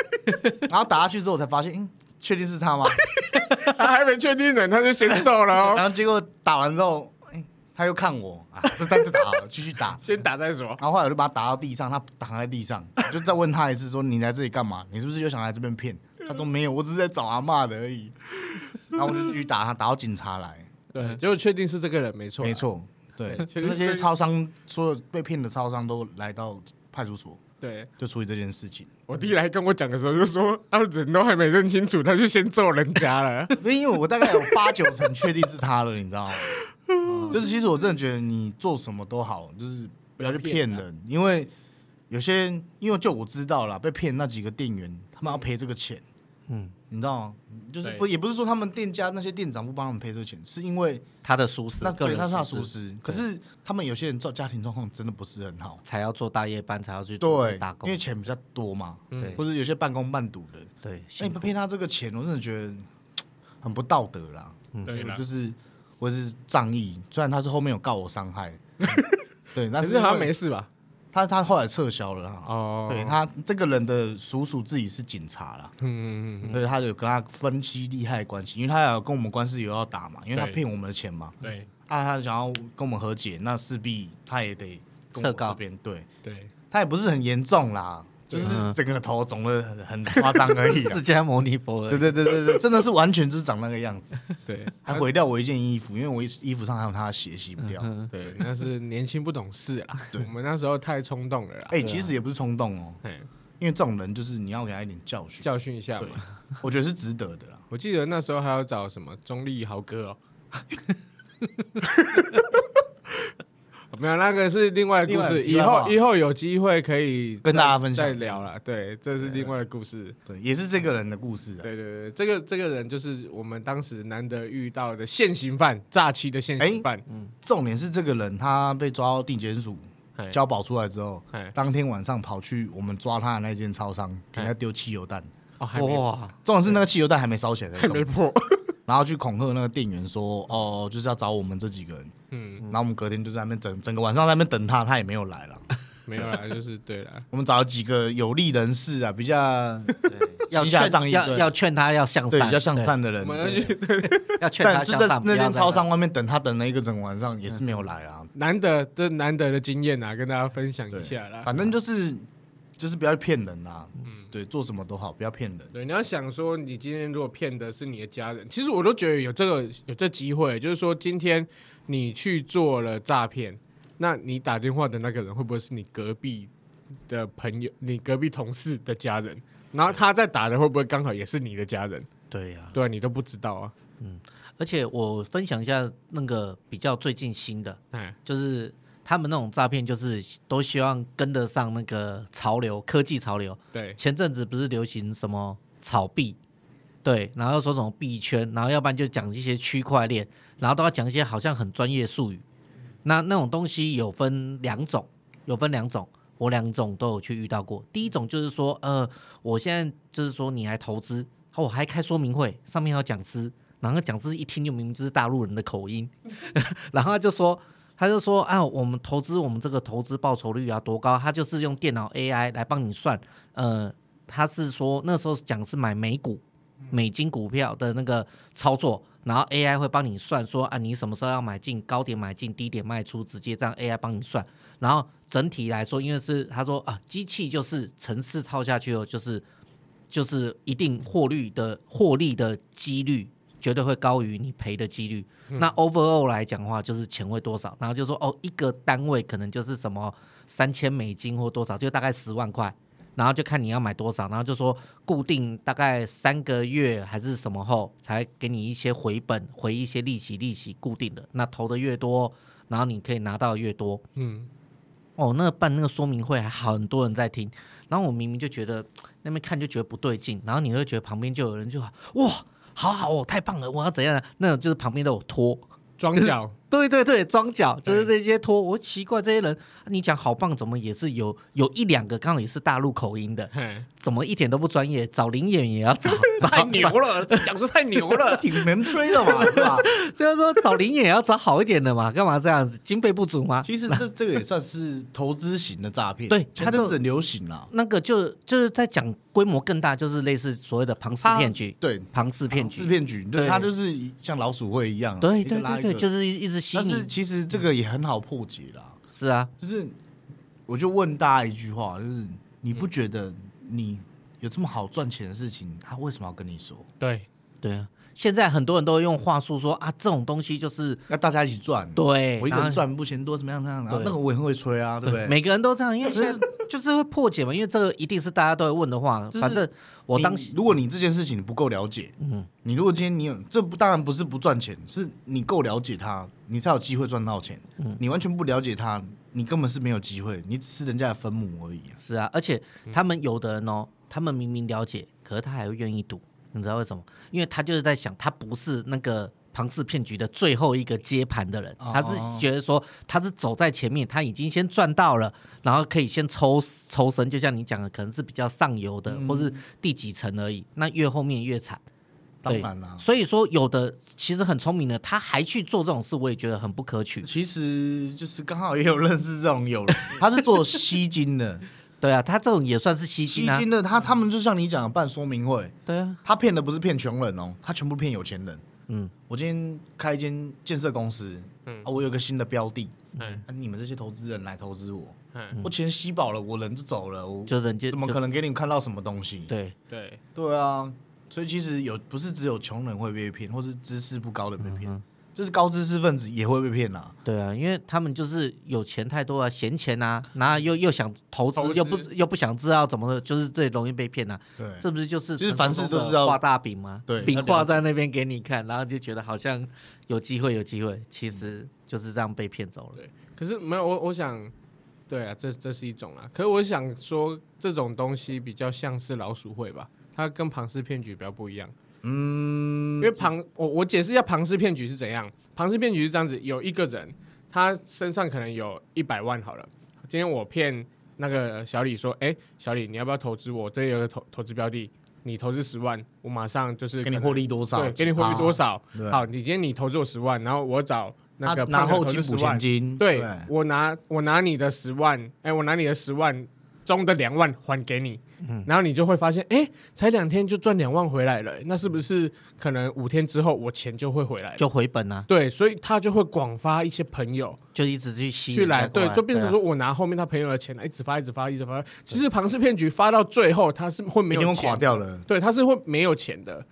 [SPEAKER 3] 然后打下去之后，我才发现，嗯，确定是他吗？
[SPEAKER 1] 他还没确定呢，他就先走了哦，
[SPEAKER 3] 然后结果打完之后，哎、他又看我，啊，这再再打好了，继续打。
[SPEAKER 1] 先打再说。
[SPEAKER 3] 然后后来我就把他打到地上，他躺在地上，我就再问他一次说：“你来这里干嘛？你是不是又想来这边骗？”他说：“没有，我只是在找阿嬷的而已。”然后我就继续打他，打到警察来。
[SPEAKER 1] 对，结果确定是这个人，没错，
[SPEAKER 3] 没。错，对，
[SPEAKER 1] 其实
[SPEAKER 3] 那些
[SPEAKER 1] 这
[SPEAKER 3] 超商所有被骗的超商都来到派出所，
[SPEAKER 1] 对
[SPEAKER 3] 就处理这件事 情。
[SPEAKER 1] 我弟来跟我讲的时候就说，啊，人都还没认清楚，他就先揍人家 了。
[SPEAKER 3] 因为我大概有八九成确定是他了，你知道吗？就是其实我真的觉得你做什么都好，就是不要去骗
[SPEAKER 1] 不要
[SPEAKER 3] 人，因为有些因为就我知道啦，被骗那几个店员他们要赔这个钱，
[SPEAKER 2] 嗯，
[SPEAKER 3] 你知道吗？就是
[SPEAKER 1] 对
[SPEAKER 3] 不也不是说他们店家那些店长不帮他们赔这个钱，是因为
[SPEAKER 2] 他的舒适
[SPEAKER 3] 那，
[SPEAKER 2] 个
[SPEAKER 3] 对
[SPEAKER 2] 人
[SPEAKER 3] 那是他
[SPEAKER 2] 舒
[SPEAKER 3] 疏
[SPEAKER 2] 适，
[SPEAKER 3] 失，可是他们有些人状家庭状况真的不是很好，
[SPEAKER 2] 才要做大夜班，才要去
[SPEAKER 3] 对
[SPEAKER 2] 打，
[SPEAKER 3] 因
[SPEAKER 2] 工
[SPEAKER 3] 为，钱比较多嘛，
[SPEAKER 2] 对
[SPEAKER 3] 或者有些半工半读的，
[SPEAKER 2] 对，哎
[SPEAKER 3] 那你
[SPEAKER 2] 辛
[SPEAKER 3] 不
[SPEAKER 2] 苦
[SPEAKER 3] 骗他这个钱，我真的觉得很不道德啦。
[SPEAKER 1] 对啦
[SPEAKER 3] 我就是我是仗义，虽然他是后面有告我 伤害，对，但
[SPEAKER 1] 可
[SPEAKER 3] 是
[SPEAKER 1] 是好像
[SPEAKER 3] 因为
[SPEAKER 1] 没事吧？
[SPEAKER 3] 他他后来撤销了啦。
[SPEAKER 1] 哦
[SPEAKER 3] 对他这个人的叔叔自己是警察啦，
[SPEAKER 1] 嗯，嗯嗯
[SPEAKER 3] 所以他有跟他分析利害关系，因为他有跟我们官司有要打嘛，因为他
[SPEAKER 1] 对
[SPEAKER 3] 骗我们的钱嘛，
[SPEAKER 1] 对
[SPEAKER 3] 啊，他想要跟我们和解，那势必他也得跟我
[SPEAKER 2] 撤告
[SPEAKER 3] 这边，对
[SPEAKER 1] 对
[SPEAKER 3] 他也不是很严重啦，就是整个头肿的很夸张而已、啊
[SPEAKER 2] 自。家模拟佛
[SPEAKER 3] 对
[SPEAKER 2] 而已。
[SPEAKER 3] 对对对对，真的是完全就是长那个样子，
[SPEAKER 1] 对
[SPEAKER 3] 还毁掉我一件衣服，因为我衣服上还有他的血，洗不掉。
[SPEAKER 1] 对，那是年轻不懂事 啦，我们那时候太冲动了啦。
[SPEAKER 3] 哎、其实也不是冲动哦，
[SPEAKER 1] 哎，
[SPEAKER 3] 因为这种人就是你要给他一点教训，
[SPEAKER 1] 教训一下嘛。
[SPEAKER 3] 我觉得是值得的啦。
[SPEAKER 1] 我记得那时候还要找什么中立豪哥 哦。哦没有，那个是另外的故
[SPEAKER 3] 另外
[SPEAKER 1] 事，以
[SPEAKER 3] 另外
[SPEAKER 1] 后
[SPEAKER 3] 的
[SPEAKER 1] 以后有机会可以
[SPEAKER 3] 跟大家
[SPEAKER 1] 再
[SPEAKER 3] 分享
[SPEAKER 1] 再聊了。对，这是另外的故事。
[SPEAKER 3] 对，也是这个人的故事啊。
[SPEAKER 1] 对对对，这个这个人就是我们当时难得遇到的现行犯，诈欺的现
[SPEAKER 3] 哎
[SPEAKER 1] 行犯。
[SPEAKER 3] 嗯重点是这个人他被抓到地检署
[SPEAKER 1] 哎
[SPEAKER 3] 交保出来之后
[SPEAKER 1] 哎，
[SPEAKER 3] 当天晚上跑去我们抓他的那间超商，给他丢汽油弹。
[SPEAKER 1] 哦，还没
[SPEAKER 2] 哇，
[SPEAKER 3] 重点是那个汽油弹还没烧起来，
[SPEAKER 1] 还没破。
[SPEAKER 3] 然后去恐吓那个店员说：“哦，就是要找我们这几个人。”
[SPEAKER 1] 嗯，
[SPEAKER 3] 然后我们隔天就在那边整整个晚上在那边等他，他也没有 来了。
[SPEAKER 1] 没有啦，就是对 啦。
[SPEAKER 3] 我们找了几个有利人士啊，比较
[SPEAKER 2] 要
[SPEAKER 3] 下
[SPEAKER 2] 劝
[SPEAKER 3] 仗义
[SPEAKER 2] 要
[SPEAKER 3] 对
[SPEAKER 2] 要劝他要向
[SPEAKER 3] 对
[SPEAKER 2] 善，
[SPEAKER 3] 比较向
[SPEAKER 2] 对，
[SPEAKER 3] 善的
[SPEAKER 1] 我
[SPEAKER 3] 人，
[SPEAKER 1] 们要去
[SPEAKER 2] 要劝他
[SPEAKER 3] 但就
[SPEAKER 2] 向
[SPEAKER 3] 在
[SPEAKER 2] 善。
[SPEAKER 3] 那
[SPEAKER 2] 不要
[SPEAKER 3] 间
[SPEAKER 2] 再
[SPEAKER 3] 超商外面等他等了一个整个晚上，也是没有来啊。
[SPEAKER 1] 难得这难得的经验啊，跟大家分享嗯
[SPEAKER 3] 对
[SPEAKER 1] 一下啦。嗯
[SPEAKER 3] 反正就是就是不要骗人啦、对，做什么都好，不要骗人。
[SPEAKER 1] 对，你要想说，你今天如果骗的是你的家人，其实我都觉得有这个有这机会，就是说今天你去做了诈骗，那你打电话的那个人会不会是你隔壁的朋友，你隔壁同事的家人？然后他在打的会不会刚好也是你的家人？
[SPEAKER 2] 对呀、
[SPEAKER 1] 对啊、你都不知道啊。
[SPEAKER 2] 而且我分享一下那个比较最近新的，
[SPEAKER 1] 哎，
[SPEAKER 2] 就是他们那种诈骗，就是都希望跟得上那个潮流、科技潮流。
[SPEAKER 1] 对，
[SPEAKER 2] 前阵子不是流行什么炒币，对，然后又说什么币圈，然后要不然就讲一些区块链，然后都要讲一些好像很专业术语。那那种东西有分两种，有分两种，我两种都有去遇到过。第一种就是说，呃，我现在就是说你来投资，哦我还开说明会，上面还有讲师，然后讲师一听就明明就是大陆人的口音， 然后他就说。他就说啊，我们投资我们这个投资报酬率啊多高？他就是用电脑 AI 来帮你算，呃，他是说那时候讲是买美股、美金股票的那个操作，然后 AI 会帮你算说啊，你什么时候要买进，高点买进，低点卖出，直接这样 AI 帮你算。然后整体来说，因为是他说啊，机器就是城市套下去后，哦就是就是一定获利的获利的几率。绝对会高于你赔的几率。那 overall 来讲的话，就是钱会多少，然后就说哦，一个单位可能就是什么三千美金或多少，就大概十万块。然后就看你要买多少，然后就说固定大概三个月还是什么后才给你一些回本，回一些利息，利息固定的。那投的越多，然后你可以拿到的越多。
[SPEAKER 1] 嗯，
[SPEAKER 2] 哦，那个办那个说明会还很多人在听，然后我明明就觉得那边看就觉得不对劲，然后你会觉得旁边就有人就哇，好好哦，太棒了，我要怎样啊？那种就是旁边都有拖，
[SPEAKER 1] 装脚，
[SPEAKER 2] 对对对，装脚就是
[SPEAKER 1] 对
[SPEAKER 2] 这些托。我奇怪这些人，你讲好棒，怎么也是有有一两个刚好也是大陆口音的，
[SPEAKER 1] 嘿，
[SPEAKER 2] 怎么一点都不专业？找灵眼也要找，找
[SPEAKER 1] 太牛了，这讲师太牛了。
[SPEAKER 3] 挺能吹的 嘛，是吧？
[SPEAKER 2] 虽然说找灵眼也要找好一点的嘛，干嘛这样子？经费不足吗？
[SPEAKER 3] 其实这这个也算是投资型的诈骗，
[SPEAKER 2] 对
[SPEAKER 3] 前阵子很流行啦，
[SPEAKER 2] 那个就就是在讲规模更大，就是类似所谓的庞氏骗局，
[SPEAKER 3] 对，
[SPEAKER 2] 庞氏骗
[SPEAKER 3] 是
[SPEAKER 2] 局，
[SPEAKER 3] 啊骗局，对，
[SPEAKER 2] 对
[SPEAKER 3] 他就是像老鼠会一样啊，
[SPEAKER 2] 对
[SPEAKER 3] 一个
[SPEAKER 2] 对
[SPEAKER 3] 拉
[SPEAKER 2] 对
[SPEAKER 3] 一
[SPEAKER 2] 对，
[SPEAKER 3] 个
[SPEAKER 2] 就是一一直吸
[SPEAKER 3] 但是
[SPEAKER 2] 你，
[SPEAKER 3] 其实这个也很好破解啦，
[SPEAKER 2] 是啊，
[SPEAKER 3] 就是我就问大家一句话，就是你不觉得你有这么好赚钱的事情，他为什么要跟你说？
[SPEAKER 1] 对，
[SPEAKER 2] 对啊。现在很多人都用话术说啊，这种东西就是
[SPEAKER 3] 那大家一起赚，
[SPEAKER 2] 对，
[SPEAKER 3] 我一个
[SPEAKER 2] 然后
[SPEAKER 3] 人赚不嫌多，怎么样？怎么样？然后
[SPEAKER 2] 对
[SPEAKER 3] 那个我也很会吹啊，对不对？
[SPEAKER 2] 每个人都这样，因为就是就是会破解嘛，因为这个一定是大家都会问的话。
[SPEAKER 3] 是
[SPEAKER 2] 反正我当
[SPEAKER 3] 你
[SPEAKER 2] 时
[SPEAKER 3] 如果你这件事情你不够了解，嗯，你如果今天你有这不当然不是不赚钱，是你够了解它，你才有机会赚到钱。
[SPEAKER 2] 嗯
[SPEAKER 3] 你完全不了解它，你根本是没有机会，你只是人家的分母而已啊。
[SPEAKER 2] 是啊，而且他们有的人哦，他们明明了解，可是他还会愿意赌，你知道为什么？因为他就是在想，他不是那个庞氏骗局的最后一个接盘的人，
[SPEAKER 3] 哦
[SPEAKER 2] 他是觉得说他是走在前面，他已经先赚到了，然后可以先抽抽身，就像你讲的，可能是比较上游
[SPEAKER 3] 嗯
[SPEAKER 2] 的，或是第几层而已，那越后面越惨。
[SPEAKER 3] 当
[SPEAKER 2] 对
[SPEAKER 3] 然啦、
[SPEAKER 2] 所以说有的其实很聪明的，他还去做这种事，我也觉得很不可取。
[SPEAKER 3] 其实就是刚好也有认识这种 有人，他是做吸金的，
[SPEAKER 2] 对啊，他这种也算是吸
[SPEAKER 3] 吸
[SPEAKER 2] 金啊。
[SPEAKER 3] 金的他他们就像你讲的办说明会，
[SPEAKER 2] 对啊，
[SPEAKER 3] 他骗的不是骗穷人哦，他全部骗有钱人。
[SPEAKER 2] 嗯，
[SPEAKER 3] 我今天开一间建设公司，
[SPEAKER 1] 嗯
[SPEAKER 3] 啊，我有个新的标的，
[SPEAKER 1] 嗯，
[SPEAKER 3] 啊，你们这些投资人来投资我，
[SPEAKER 1] 嗯，
[SPEAKER 3] 我钱吸饱了，我人就走了，我
[SPEAKER 2] 就人家
[SPEAKER 3] 怎么
[SPEAKER 2] 就
[SPEAKER 3] 可能给你们看到什么东西？
[SPEAKER 2] 对
[SPEAKER 1] 对，
[SPEAKER 3] 对啊，所以其实有不是只有穷人会被骗，或是知识不高的被
[SPEAKER 2] 嗯
[SPEAKER 3] 骗，就是高知识分子也会被骗啦、
[SPEAKER 2] 对啊，因为他们就是有钱太多了，闲钱啊，然后又又想投资
[SPEAKER 1] 投，资
[SPEAKER 2] 又不又不想知道怎么的，就是最容易被骗啊。
[SPEAKER 3] 对，
[SPEAKER 2] 这不是就是
[SPEAKER 3] 就是
[SPEAKER 2] 传
[SPEAKER 3] 凡
[SPEAKER 2] 说
[SPEAKER 3] 事
[SPEAKER 2] 中
[SPEAKER 3] 都
[SPEAKER 2] 的
[SPEAKER 3] 是要
[SPEAKER 2] 画大饼吗？
[SPEAKER 3] 对要
[SPEAKER 2] 饼
[SPEAKER 3] 了
[SPEAKER 2] 画在那边给你看，然后就觉得好像有机会，有机会，其实就是这样被骗走了。
[SPEAKER 1] 对，可是没有我，我想，对啊，这这是一种啊。可是我想说，这种东西比较像是老鼠会吧，它跟庞氏骗局比较不一样。嗯，因为庞，我我解释一下庞氏骗局是怎样。庞氏骗局是这样子，有一个人，他身上可能有一百万好了，今天我骗那个小李说，哎、小李你要不要投资我？这里有个投投资标的。你投资十万，我马上就是
[SPEAKER 3] 给你
[SPEAKER 1] 可能
[SPEAKER 3] 获利多少？
[SPEAKER 1] 对，给你获利多少？
[SPEAKER 3] 对
[SPEAKER 1] 好，你今天你投资我十万，然后我找那个
[SPEAKER 3] 啊拿
[SPEAKER 1] 胖哥
[SPEAKER 3] 后
[SPEAKER 1] 投
[SPEAKER 3] 金
[SPEAKER 1] 资
[SPEAKER 3] 补
[SPEAKER 1] 10万
[SPEAKER 2] 嗯
[SPEAKER 3] 前金，
[SPEAKER 1] 对我拿我拿你的十万，哎、我拿你的十万中的两万还给你，
[SPEAKER 2] 嗯
[SPEAKER 1] 然后你就会发现，哎、才两天就赚两万回来了、哎那是不是可能五天之后我钱就会回来了？
[SPEAKER 2] 就回本啊，
[SPEAKER 1] 对，所以他就会广发一些朋友
[SPEAKER 2] 就一直去吸引
[SPEAKER 1] 去来，
[SPEAKER 2] 人家过
[SPEAKER 1] 对，就变成
[SPEAKER 2] 啊
[SPEAKER 1] 说我拿后面他朋友的钱来一直发，一直发，一直发。其实庞氏骗局发到最后，他是会没
[SPEAKER 3] 一
[SPEAKER 1] 有
[SPEAKER 3] 定会
[SPEAKER 1] 钱
[SPEAKER 3] 垮掉了。
[SPEAKER 1] 对，他是会没有钱的。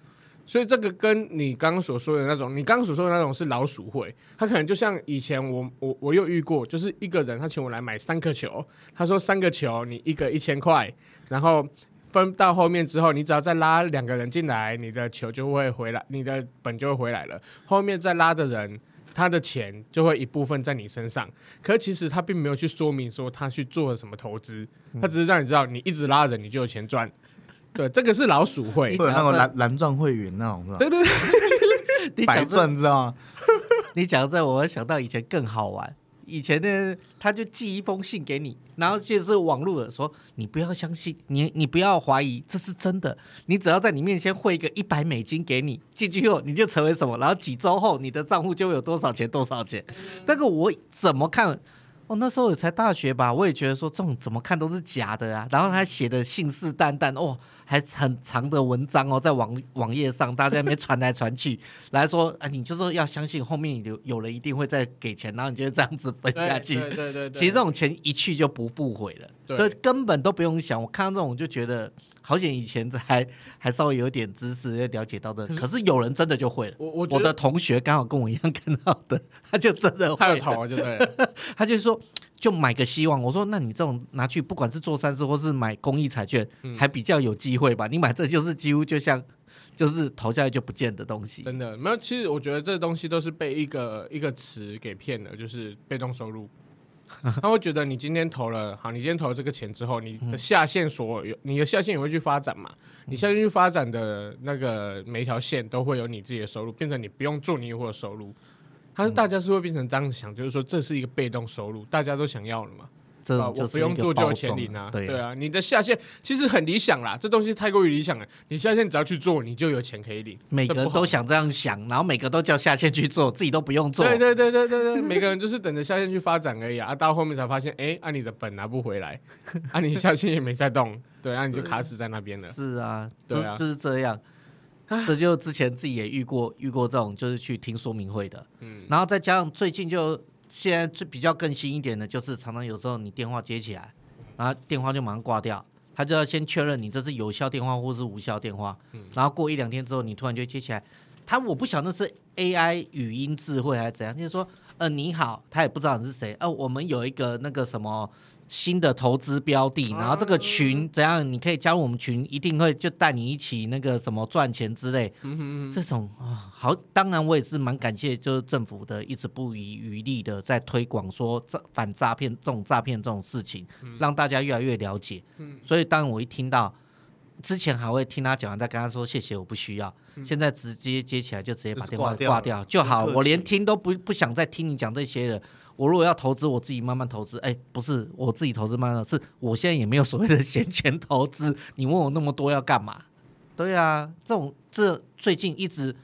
[SPEAKER 1] 所以这个跟你刚刚所说的那种，你刚刚所说的那种是老鼠会，他可能就像以前我我我又遇过，就是一个人他请我来买三颗球，他说三个球你一个一千块，然后分到后面之后，你只要再拉两个人进来，你的球就会回来，你的本就会回来了，后面再拉的人。他的钱就会一部分在你身上，可其实他并没有去说明说他去做了什么投资，他只是让你知道你一直拉人你就有钱赚，对，这个是老鼠会，
[SPEAKER 3] 会有那种蓝蓝钻会员那种是吧？对对
[SPEAKER 2] 你
[SPEAKER 3] 白
[SPEAKER 2] 讲这
[SPEAKER 3] 钻知道吗？
[SPEAKER 2] 你讲这，我想到以前更好玩。以前呢，他就寄一封信给你，然后就是网络的说，你不要相信，你你不要怀疑，这是真的。你只要在里面先汇一个一百美金给你，进去后你就成为什么，然后几周后你的账户就会有多少钱多少钱。
[SPEAKER 1] 嗯
[SPEAKER 2] 那个我怎么看？哦，那时候我才大学吧，我也觉得说这种怎么看都是假的啊。然后他写的信誓旦旦，哦，还很长的文章哦，在网网页上大家在那边传来传去，来说啊，你就说要相信后面有有人一定会再给钱，然后你就这样子分
[SPEAKER 1] 对
[SPEAKER 2] 下去。
[SPEAKER 1] 对对对对，
[SPEAKER 2] 其实这种钱一去就不复回了，
[SPEAKER 1] 对
[SPEAKER 2] 所以根本都不用想。我看到这种我就觉得，好险以前还 还稍微有点知识，也了解到的。可是有人真的就会了。
[SPEAKER 1] 我我觉
[SPEAKER 2] 我的
[SPEAKER 1] 得
[SPEAKER 2] 同学刚好跟我一样看到的， 他就真的
[SPEAKER 1] 他
[SPEAKER 2] 会
[SPEAKER 1] 有
[SPEAKER 2] 了，
[SPEAKER 1] 头啊就 对了，
[SPEAKER 2] 他就说就买个希望。我说那你这种拿去不管是做善事或是买公益彩券，
[SPEAKER 1] 嗯
[SPEAKER 2] 还比较有机会吧？你买这就是几乎就像 就是投下来就不见的东西。
[SPEAKER 1] 真的没有。其实我觉得这东西都是被一个一个词给骗的，就是被动收 入。他会觉得你今天投了，好，你今天投了这个钱之后，你的下线所有，你的下线也会去发展嘛？
[SPEAKER 2] 嗯
[SPEAKER 1] 你下线去发展的那个每一条线都会有你自己的收入，变成你不用做你也会有收入。他是大家是会变成这样想，就是说这是一个被动收入，大家都想要了嘛？
[SPEAKER 2] 这
[SPEAKER 1] 啊
[SPEAKER 2] 种就
[SPEAKER 1] 我不
[SPEAKER 2] 是一
[SPEAKER 1] 用
[SPEAKER 2] 个
[SPEAKER 1] 做就
[SPEAKER 2] 包
[SPEAKER 1] 有钱
[SPEAKER 2] 装
[SPEAKER 1] 领啊，
[SPEAKER 2] 对
[SPEAKER 1] 对啊，你的下线其实很理想啦，这东西太过于理想了。你下线只要去做，你就有钱可以领，
[SPEAKER 2] 每个
[SPEAKER 1] 这
[SPEAKER 2] 人
[SPEAKER 1] 不好
[SPEAKER 2] 都想这样想，然后每个都叫下线去做，自己都不用做。
[SPEAKER 1] 对对对对对对，每个人就是等着下线去发展而已啊，啊到后面才发现，哎、按、你的本拿不回 来，按、你下线也没在动，对，啊你就卡死在那边了。
[SPEAKER 2] 是啊，
[SPEAKER 1] 对
[SPEAKER 2] 就
[SPEAKER 1] 啊
[SPEAKER 2] 就是这 样。这就之前自己也遇过遇过这种，就是去听说明会的，嗯，然后再加上最近就现在最比较更新一点的，就是常常有时候你电话接起来，然后电话就马上挂掉，他就要先确认你这是有效电话或是无效电话，
[SPEAKER 1] 嗯
[SPEAKER 2] 然后过一两天之后，你突然就接起来，他我不晓得那是 AI 语音智慧还是怎样，就是说，呃，你好，他也不知道你是谁，呃，我们有一个那个什么新的投资标
[SPEAKER 3] 哦
[SPEAKER 2] 的，然后这个群怎样，你可以加入我们群，一定会就带你一起那个什么赚钱之类，
[SPEAKER 3] 嗯
[SPEAKER 2] 这种啊、好，当然我也是蛮感谢，就是政府的一直不遗余力的在推广说诈反诈骗这种诈骗这种事情，
[SPEAKER 3] 嗯
[SPEAKER 2] 让大家越来越了解，所以当我一听到。之前还会听他讲完，再跟他说谢谢，我不需要。现在直接接起来就直接把
[SPEAKER 3] 嗯就是
[SPEAKER 2] 电话
[SPEAKER 3] 挂掉
[SPEAKER 2] 挂
[SPEAKER 3] 了
[SPEAKER 2] 掉就好，
[SPEAKER 3] 客气
[SPEAKER 2] 我连听都不不想再听你讲这些了。我如果要投资，我自己慢慢投资。哎，不是我自己投资慢慢投资，是我现在也没有所谓的 闲钱投资。你问我那么多要干嘛？对啊，这种这最近一直，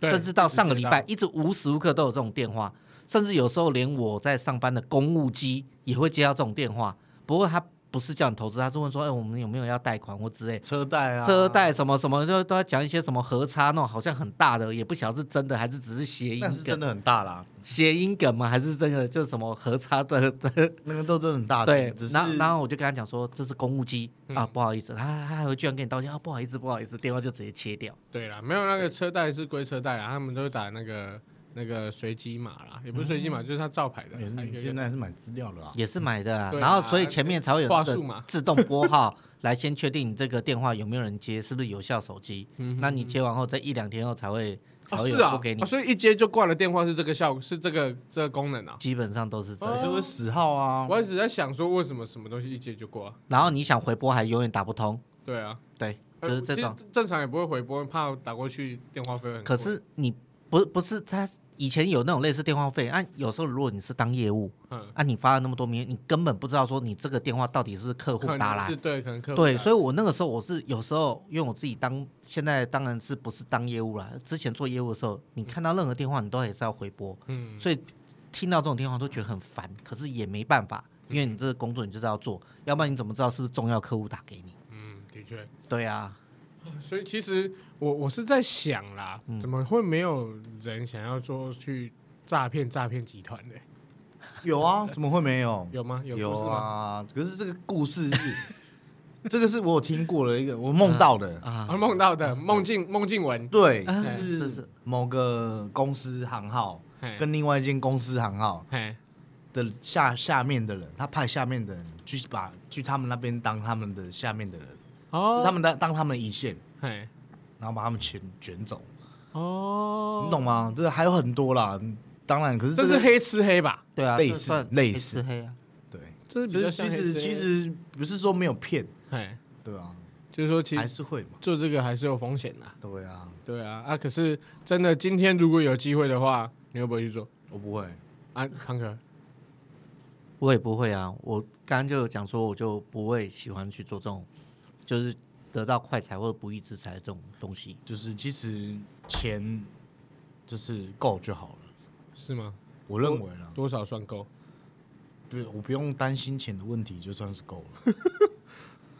[SPEAKER 1] 对
[SPEAKER 2] 甚至到上个礼拜
[SPEAKER 1] 一直，
[SPEAKER 2] 一直无时无刻都有这种电话，甚至有时候连我在上班的公务机也会接到这种电话。不过他不是叫你投资，他是问说，哎、我们有没有要贷款或之类，
[SPEAKER 3] 车贷啊，
[SPEAKER 2] 车，贷什么什么，就都要讲一些什么核差那种，好像很大的，也不晓得是真的还是只是谐音
[SPEAKER 3] 那是真
[SPEAKER 2] 梗，
[SPEAKER 3] 的很大啦，
[SPEAKER 2] 谐音梗吗？还是真的就是什么核差的的？
[SPEAKER 3] 那个都真的很大，
[SPEAKER 2] 啊对
[SPEAKER 3] 只，是
[SPEAKER 2] 然后然后我就跟他讲说这是公务机、啊，不好意思，他他还会居然跟你道歉啊，不好意思不好意思，电话就直接切掉。
[SPEAKER 1] 对啦，没有那个车贷是归车贷啦，他们都打那个那个随机码啦，也不是随机
[SPEAKER 2] 嗯
[SPEAKER 1] 码，就是他照牌的，
[SPEAKER 2] 哎
[SPEAKER 3] 也是
[SPEAKER 1] 还有一
[SPEAKER 3] 你
[SPEAKER 1] 个
[SPEAKER 3] 现在是买资料了啊，
[SPEAKER 2] 也是买的、啊，
[SPEAKER 1] 对啊
[SPEAKER 2] 然后所以前面才会有
[SPEAKER 1] 话
[SPEAKER 2] 那个
[SPEAKER 1] 术嘛
[SPEAKER 2] 自动拨号来先确定你这个电话有没有人接，是不是有效手机。那你接完后，在一两天后才会才
[SPEAKER 1] 哦
[SPEAKER 2] 会
[SPEAKER 1] 是
[SPEAKER 2] 有
[SPEAKER 1] 啊
[SPEAKER 2] 拨给你
[SPEAKER 1] 哦，所以一接就挂了电话是这个效是这个这个功能啊。
[SPEAKER 2] 基本上哦都是这
[SPEAKER 1] 哦
[SPEAKER 2] 样。
[SPEAKER 3] 就是十号
[SPEAKER 2] 哦
[SPEAKER 3] 啊，
[SPEAKER 1] 我一直在想说为什么什么东西一接就挂？
[SPEAKER 2] 然后你想回拨还永远打不通，
[SPEAKER 1] 对啊，
[SPEAKER 2] 对，就
[SPEAKER 1] 呃
[SPEAKER 2] 是这
[SPEAKER 1] 其实
[SPEAKER 2] 种。
[SPEAKER 1] 正常也不会回拨，怕打过去电话费会很贵。
[SPEAKER 2] 可是你不不是他以前有那种类似电话费，啊，有时候如果你是当业务，
[SPEAKER 1] 嗯，
[SPEAKER 2] 啊，你发了那么多名，你根本不知道说你这个电话到底是不是客户
[SPEAKER 1] 可
[SPEAKER 2] 打
[SPEAKER 1] 能
[SPEAKER 2] 来
[SPEAKER 1] 是。对，可能客户
[SPEAKER 2] 对，
[SPEAKER 1] 打来
[SPEAKER 2] 所以我那个时候我是有时候，因为我自己当现在当然是不是当业务啦，之前做业务的时候，你看到任何电话你都还是要回拨，
[SPEAKER 1] 嗯
[SPEAKER 2] 所以听到这种电话都觉得很烦，可是也没办法，
[SPEAKER 1] 嗯
[SPEAKER 2] 因为你这个工作你就是要做，要不然你怎么知道是不是重要客户打给你？
[SPEAKER 1] 嗯，的确。
[SPEAKER 2] 对啊，
[SPEAKER 1] 所以其实我我是在想啦，
[SPEAKER 3] 嗯
[SPEAKER 1] 怎么会没有人想要做去诈骗诈骗集团的？
[SPEAKER 3] 有啊，怎么会没有？
[SPEAKER 1] 有吗？有故
[SPEAKER 3] 有
[SPEAKER 1] 事吗？
[SPEAKER 3] 啊，可是这个故事是， 这个是我有听过的一个，我梦到的，
[SPEAKER 2] 啊
[SPEAKER 1] 啊，梦到
[SPEAKER 3] 嗯
[SPEAKER 1] 的孟静孟静文，
[SPEAKER 3] 对，
[SPEAKER 2] 啊
[SPEAKER 3] 就是是
[SPEAKER 2] 是
[SPEAKER 3] 某个公司行号
[SPEAKER 1] 嘿
[SPEAKER 3] 跟另外一间公司行号
[SPEAKER 1] 嘿
[SPEAKER 3] 的下下面的人，他派下面的人去把去他们那边当他们的下面的人，
[SPEAKER 1] 哦，
[SPEAKER 3] 就他们当当他们的一线，
[SPEAKER 1] 嘿
[SPEAKER 3] 然后把他们卷卷走，
[SPEAKER 1] 哦，
[SPEAKER 3] 你懂吗？这还有很多啦，当然，嗯可是
[SPEAKER 1] 这
[SPEAKER 3] 这
[SPEAKER 1] 是
[SPEAKER 3] 个
[SPEAKER 1] 黑吃黑吧？
[SPEAKER 2] 对啊，
[SPEAKER 3] 类
[SPEAKER 2] 这
[SPEAKER 3] 似
[SPEAKER 2] 算
[SPEAKER 3] 类
[SPEAKER 2] 似
[SPEAKER 3] 似
[SPEAKER 2] 黑啊，
[SPEAKER 3] 对，
[SPEAKER 1] 这是比
[SPEAKER 3] 就
[SPEAKER 1] 较
[SPEAKER 3] 是
[SPEAKER 1] 像
[SPEAKER 3] 其
[SPEAKER 1] 黑吃
[SPEAKER 3] 实
[SPEAKER 1] 黑
[SPEAKER 3] 其，实不是说没有骗，
[SPEAKER 1] 嘿，
[SPEAKER 3] 对啊，
[SPEAKER 1] 就是说其
[SPEAKER 3] 还
[SPEAKER 1] 实
[SPEAKER 3] 是会嘛，
[SPEAKER 1] 做这个还是有风险的。
[SPEAKER 3] 对啊，
[SPEAKER 1] 对啊，啊，可是真的，今天如果有机会的话，你会不会去做？
[SPEAKER 3] 我不会，
[SPEAKER 1] 啊，康哥，
[SPEAKER 2] 我也不会啊，我刚刚就有讲说，我就不会喜欢去做这种，就是得到快财或者不义之财的这种东西。
[SPEAKER 3] 就是其实钱就是够就好了，
[SPEAKER 1] 是吗？
[SPEAKER 3] 我认为啦，
[SPEAKER 1] 多少算够？
[SPEAKER 3] 对，我不用担心钱的问题，就算是够了。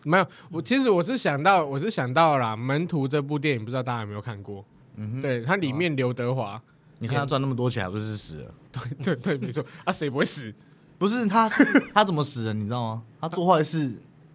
[SPEAKER 1] 没有，我其实我是想到，我是想到啦，《门徒》这部电影，不知道大家有没有看过？
[SPEAKER 3] 嗯哼，哦
[SPEAKER 1] 对，它里面刘德华，
[SPEAKER 3] 你看他赚那么多钱，还不是死了？
[SPEAKER 1] 对对，没错，啊，谁不会死？
[SPEAKER 3] 不是他是，他怎么死的？你知道吗？他做坏事，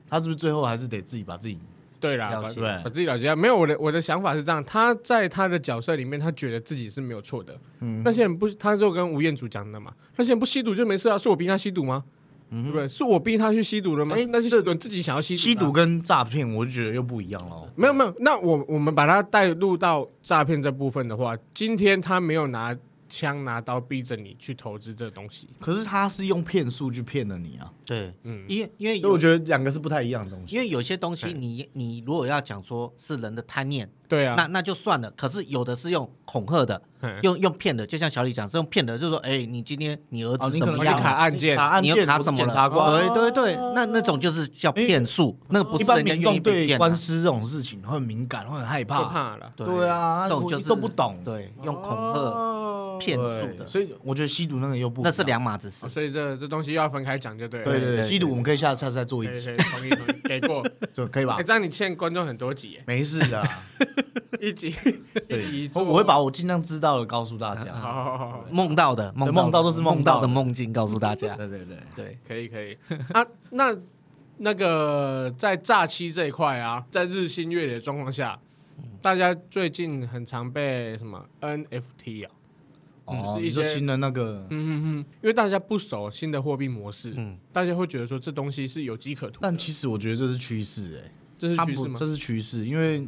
[SPEAKER 3] 他是不是最后还是得自己把自己？
[SPEAKER 1] 对啦，
[SPEAKER 2] 了
[SPEAKER 1] 把
[SPEAKER 2] 解
[SPEAKER 1] 把自己了结啊。没有，我的我的想法是这样，他在他的角色里面，他觉得自己是没有错的。
[SPEAKER 3] 嗯
[SPEAKER 1] 那些人不，他就跟吴彦祖讲的嘛，那些人不吸毒就没事啊，是我逼他吸毒吗？
[SPEAKER 3] 嗯
[SPEAKER 1] 对不对？是我逼他去吸毒的吗？
[SPEAKER 3] 哎
[SPEAKER 1] 那些吸毒人自己想要吸毒的啊
[SPEAKER 3] 吸毒跟诈骗，我就觉得又不一样了。哦
[SPEAKER 1] 没有没有，那我我们把他带入到诈骗这部分的话，今天他没有拿枪拿刀逼着你去投资这东西，
[SPEAKER 3] 可是他是用骗术去骗了你啊，
[SPEAKER 2] 对，
[SPEAKER 1] 嗯
[SPEAKER 2] 因为因为
[SPEAKER 3] 所以我
[SPEAKER 2] 有
[SPEAKER 3] 觉得两个是不太一样的东西。
[SPEAKER 2] 因为有些东西你，你如果要讲说是人的贪念，
[SPEAKER 1] 对啊，
[SPEAKER 2] 那那就算了。可是有的是用恐吓的，
[SPEAKER 1] 嗯
[SPEAKER 2] 用用骗的，就像小李讲，是用骗的，就是说，哎、你今天你儿
[SPEAKER 3] 哦，
[SPEAKER 2] 子
[SPEAKER 3] 你
[SPEAKER 2] 怎
[SPEAKER 3] 可能
[SPEAKER 2] 么
[SPEAKER 1] 你
[SPEAKER 2] 样
[SPEAKER 1] 卡
[SPEAKER 2] 啊？
[SPEAKER 1] 案件
[SPEAKER 3] 卡案
[SPEAKER 2] 你
[SPEAKER 3] 件，
[SPEAKER 2] 又卡
[SPEAKER 3] 我是
[SPEAKER 2] 什么
[SPEAKER 3] 检
[SPEAKER 2] 了？
[SPEAKER 3] 察官，哦
[SPEAKER 2] 对对对，那那种就是叫骗术，那个不
[SPEAKER 3] 一
[SPEAKER 2] 是
[SPEAKER 3] 般
[SPEAKER 2] 人家
[SPEAKER 3] 民
[SPEAKER 2] 愿意
[SPEAKER 3] 众
[SPEAKER 2] 被
[SPEAKER 3] 对
[SPEAKER 2] 骗啊
[SPEAKER 3] 官
[SPEAKER 2] 的。
[SPEAKER 3] 司这种事情会很敏感，啊会很害
[SPEAKER 1] 就
[SPEAKER 3] 怕。
[SPEAKER 1] 怕了。
[SPEAKER 3] 对啊
[SPEAKER 2] 这种
[SPEAKER 3] 我
[SPEAKER 2] 就是
[SPEAKER 3] 都不懂
[SPEAKER 2] 对，用恐吓
[SPEAKER 1] 哦
[SPEAKER 2] 骗
[SPEAKER 3] 对
[SPEAKER 2] 术的，
[SPEAKER 3] 所以我觉得吸毒那个又不一
[SPEAKER 2] 那
[SPEAKER 3] 样
[SPEAKER 2] 是两码子事
[SPEAKER 1] 哦。所以这这东西要分开讲就对了。
[SPEAKER 3] 对对
[SPEAKER 2] 对
[SPEAKER 3] 对，
[SPEAKER 2] 对
[SPEAKER 3] 吸毒我们可以下次再做
[SPEAKER 1] 可
[SPEAKER 3] 一
[SPEAKER 1] 以
[SPEAKER 3] 集，
[SPEAKER 1] 可以同意同 意，给过。
[SPEAKER 3] 就可以吧
[SPEAKER 1] 哎，？这样你欠观众很多集耶，
[SPEAKER 3] 没事 的啊，
[SPEAKER 1] 一 集
[SPEAKER 3] 对
[SPEAKER 1] 一集，
[SPEAKER 3] 我
[SPEAKER 1] 做。
[SPEAKER 3] 我会把我尽量知道的告诉大
[SPEAKER 1] 好
[SPEAKER 3] 家。
[SPEAKER 1] 好好好好，
[SPEAKER 2] 梦到的，梦
[SPEAKER 3] 梦到都是
[SPEAKER 2] 梦
[SPEAKER 3] 梦到
[SPEAKER 2] 到的
[SPEAKER 3] 的
[SPEAKER 2] 梦境，告诉大家。
[SPEAKER 3] 对对对，
[SPEAKER 2] 对，
[SPEAKER 1] 可以可以啊。那那个在诈欺这一块啊，在日新月异的状况下，大家最近很常被什么 NFT 啊，
[SPEAKER 3] 哦，
[SPEAKER 1] 就是一
[SPEAKER 3] 你
[SPEAKER 1] 些
[SPEAKER 3] 说新的那个，
[SPEAKER 1] 嗯嗯嗯，因为大家不熟新的货币模式，
[SPEAKER 2] 嗯
[SPEAKER 1] 大家会觉得说这东西是有机可图的，
[SPEAKER 3] 但其实我觉得这是趋势，哎，
[SPEAKER 1] 这是
[SPEAKER 3] 它
[SPEAKER 1] 趋势
[SPEAKER 3] 不
[SPEAKER 1] 吗
[SPEAKER 3] 这？是趋势，因为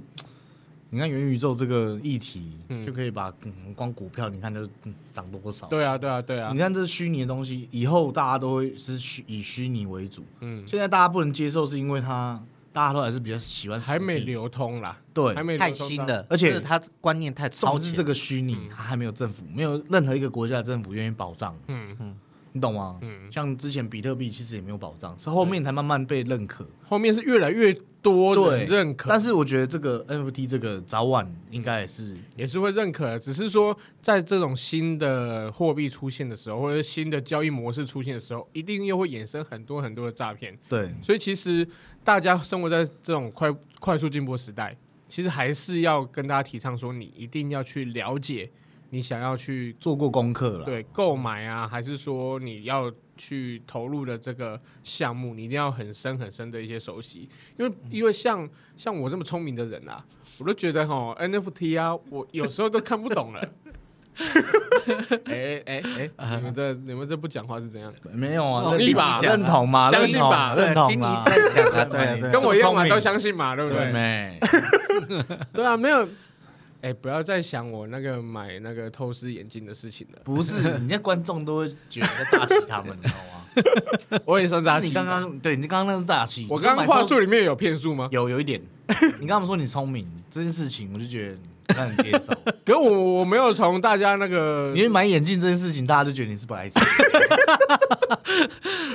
[SPEAKER 3] 你看元宇宙这个议题，
[SPEAKER 1] 嗯
[SPEAKER 3] 就可以把嗯光股票你看就嗯涨多少。
[SPEAKER 1] 对啊对啊对啊
[SPEAKER 3] 你，看这虚拟的东西，以后大家都会是虚以虚拟为主。
[SPEAKER 1] 嗯，
[SPEAKER 3] 现在大家不能接受，是因为它大家都还是比较喜欢实体
[SPEAKER 1] 还没流通啦，
[SPEAKER 3] 对
[SPEAKER 1] 还，没
[SPEAKER 2] 太
[SPEAKER 1] 流通
[SPEAKER 2] 新
[SPEAKER 1] 到，
[SPEAKER 2] 了，
[SPEAKER 3] 而且
[SPEAKER 2] 就是他观念太
[SPEAKER 3] 超
[SPEAKER 2] 超
[SPEAKER 3] 是
[SPEAKER 2] 前
[SPEAKER 1] 嗯
[SPEAKER 3] 这。个虚拟，它还没有政府，没有任何一个国家的政府愿意保障。
[SPEAKER 1] 嗯，
[SPEAKER 3] 你你懂吗？嗯，像之前比特币其实也没有保障，是后面才慢慢被认可。
[SPEAKER 1] 后面是越来越多
[SPEAKER 3] 对，
[SPEAKER 1] 人认可，
[SPEAKER 3] 但是我觉得这个 NFT 这个早晚应该也是
[SPEAKER 1] 也是会认可的，只是说在这种新的货币出现的时候，或者是新的交易模式出现的时候，一定又会衍生很多很多的诈骗。
[SPEAKER 3] 对
[SPEAKER 1] 所以其实大家生活在这种快快速进步的时代，其实还是要跟大家提倡说，你一定要去了解你想要去
[SPEAKER 3] 做过功课了。
[SPEAKER 1] 对购买啊，还是说你要去投入的这个项目，你一定要很深很深的一些熟悉，因为
[SPEAKER 3] 嗯
[SPEAKER 1] 因为像像我这么聪明的人啊，我都觉得哈 NFT 啊，我有时候都看不懂 了。哎哎哎，你们这你们这不讲话是怎样？
[SPEAKER 3] 没有啊，
[SPEAKER 2] 哦
[SPEAKER 3] 认
[SPEAKER 1] 同意吧
[SPEAKER 3] 认同嘛，
[SPEAKER 1] 相信
[SPEAKER 3] 认同
[SPEAKER 1] 吧
[SPEAKER 3] 认同
[SPEAKER 2] 听你
[SPEAKER 3] 嘛，
[SPEAKER 2] 在 讲啊，对啊对啊，
[SPEAKER 1] 跟我一样嘛，
[SPEAKER 3] 这么聪明
[SPEAKER 1] 都相信嘛，对不
[SPEAKER 3] 对
[SPEAKER 1] 对？
[SPEAKER 3] 没？
[SPEAKER 1] 对啊，没有。哎、不要再想我那个买那个透视眼镜的事情了，
[SPEAKER 3] 不是，人家观众都会觉得在诈欺他们，你知道吗？
[SPEAKER 1] 我也算
[SPEAKER 3] 那
[SPEAKER 1] 诈欺。
[SPEAKER 3] 你刚，刚对你刚刚那是诈欺，
[SPEAKER 1] 我刚刚话术里面有骗术吗？
[SPEAKER 3] 有有一点，你刚刚说你聪明这件事情，我就觉得那很接受。
[SPEAKER 1] 可是我我没有从大家那个
[SPEAKER 3] 因为买眼镜这件事情，大家都觉得你是白痴。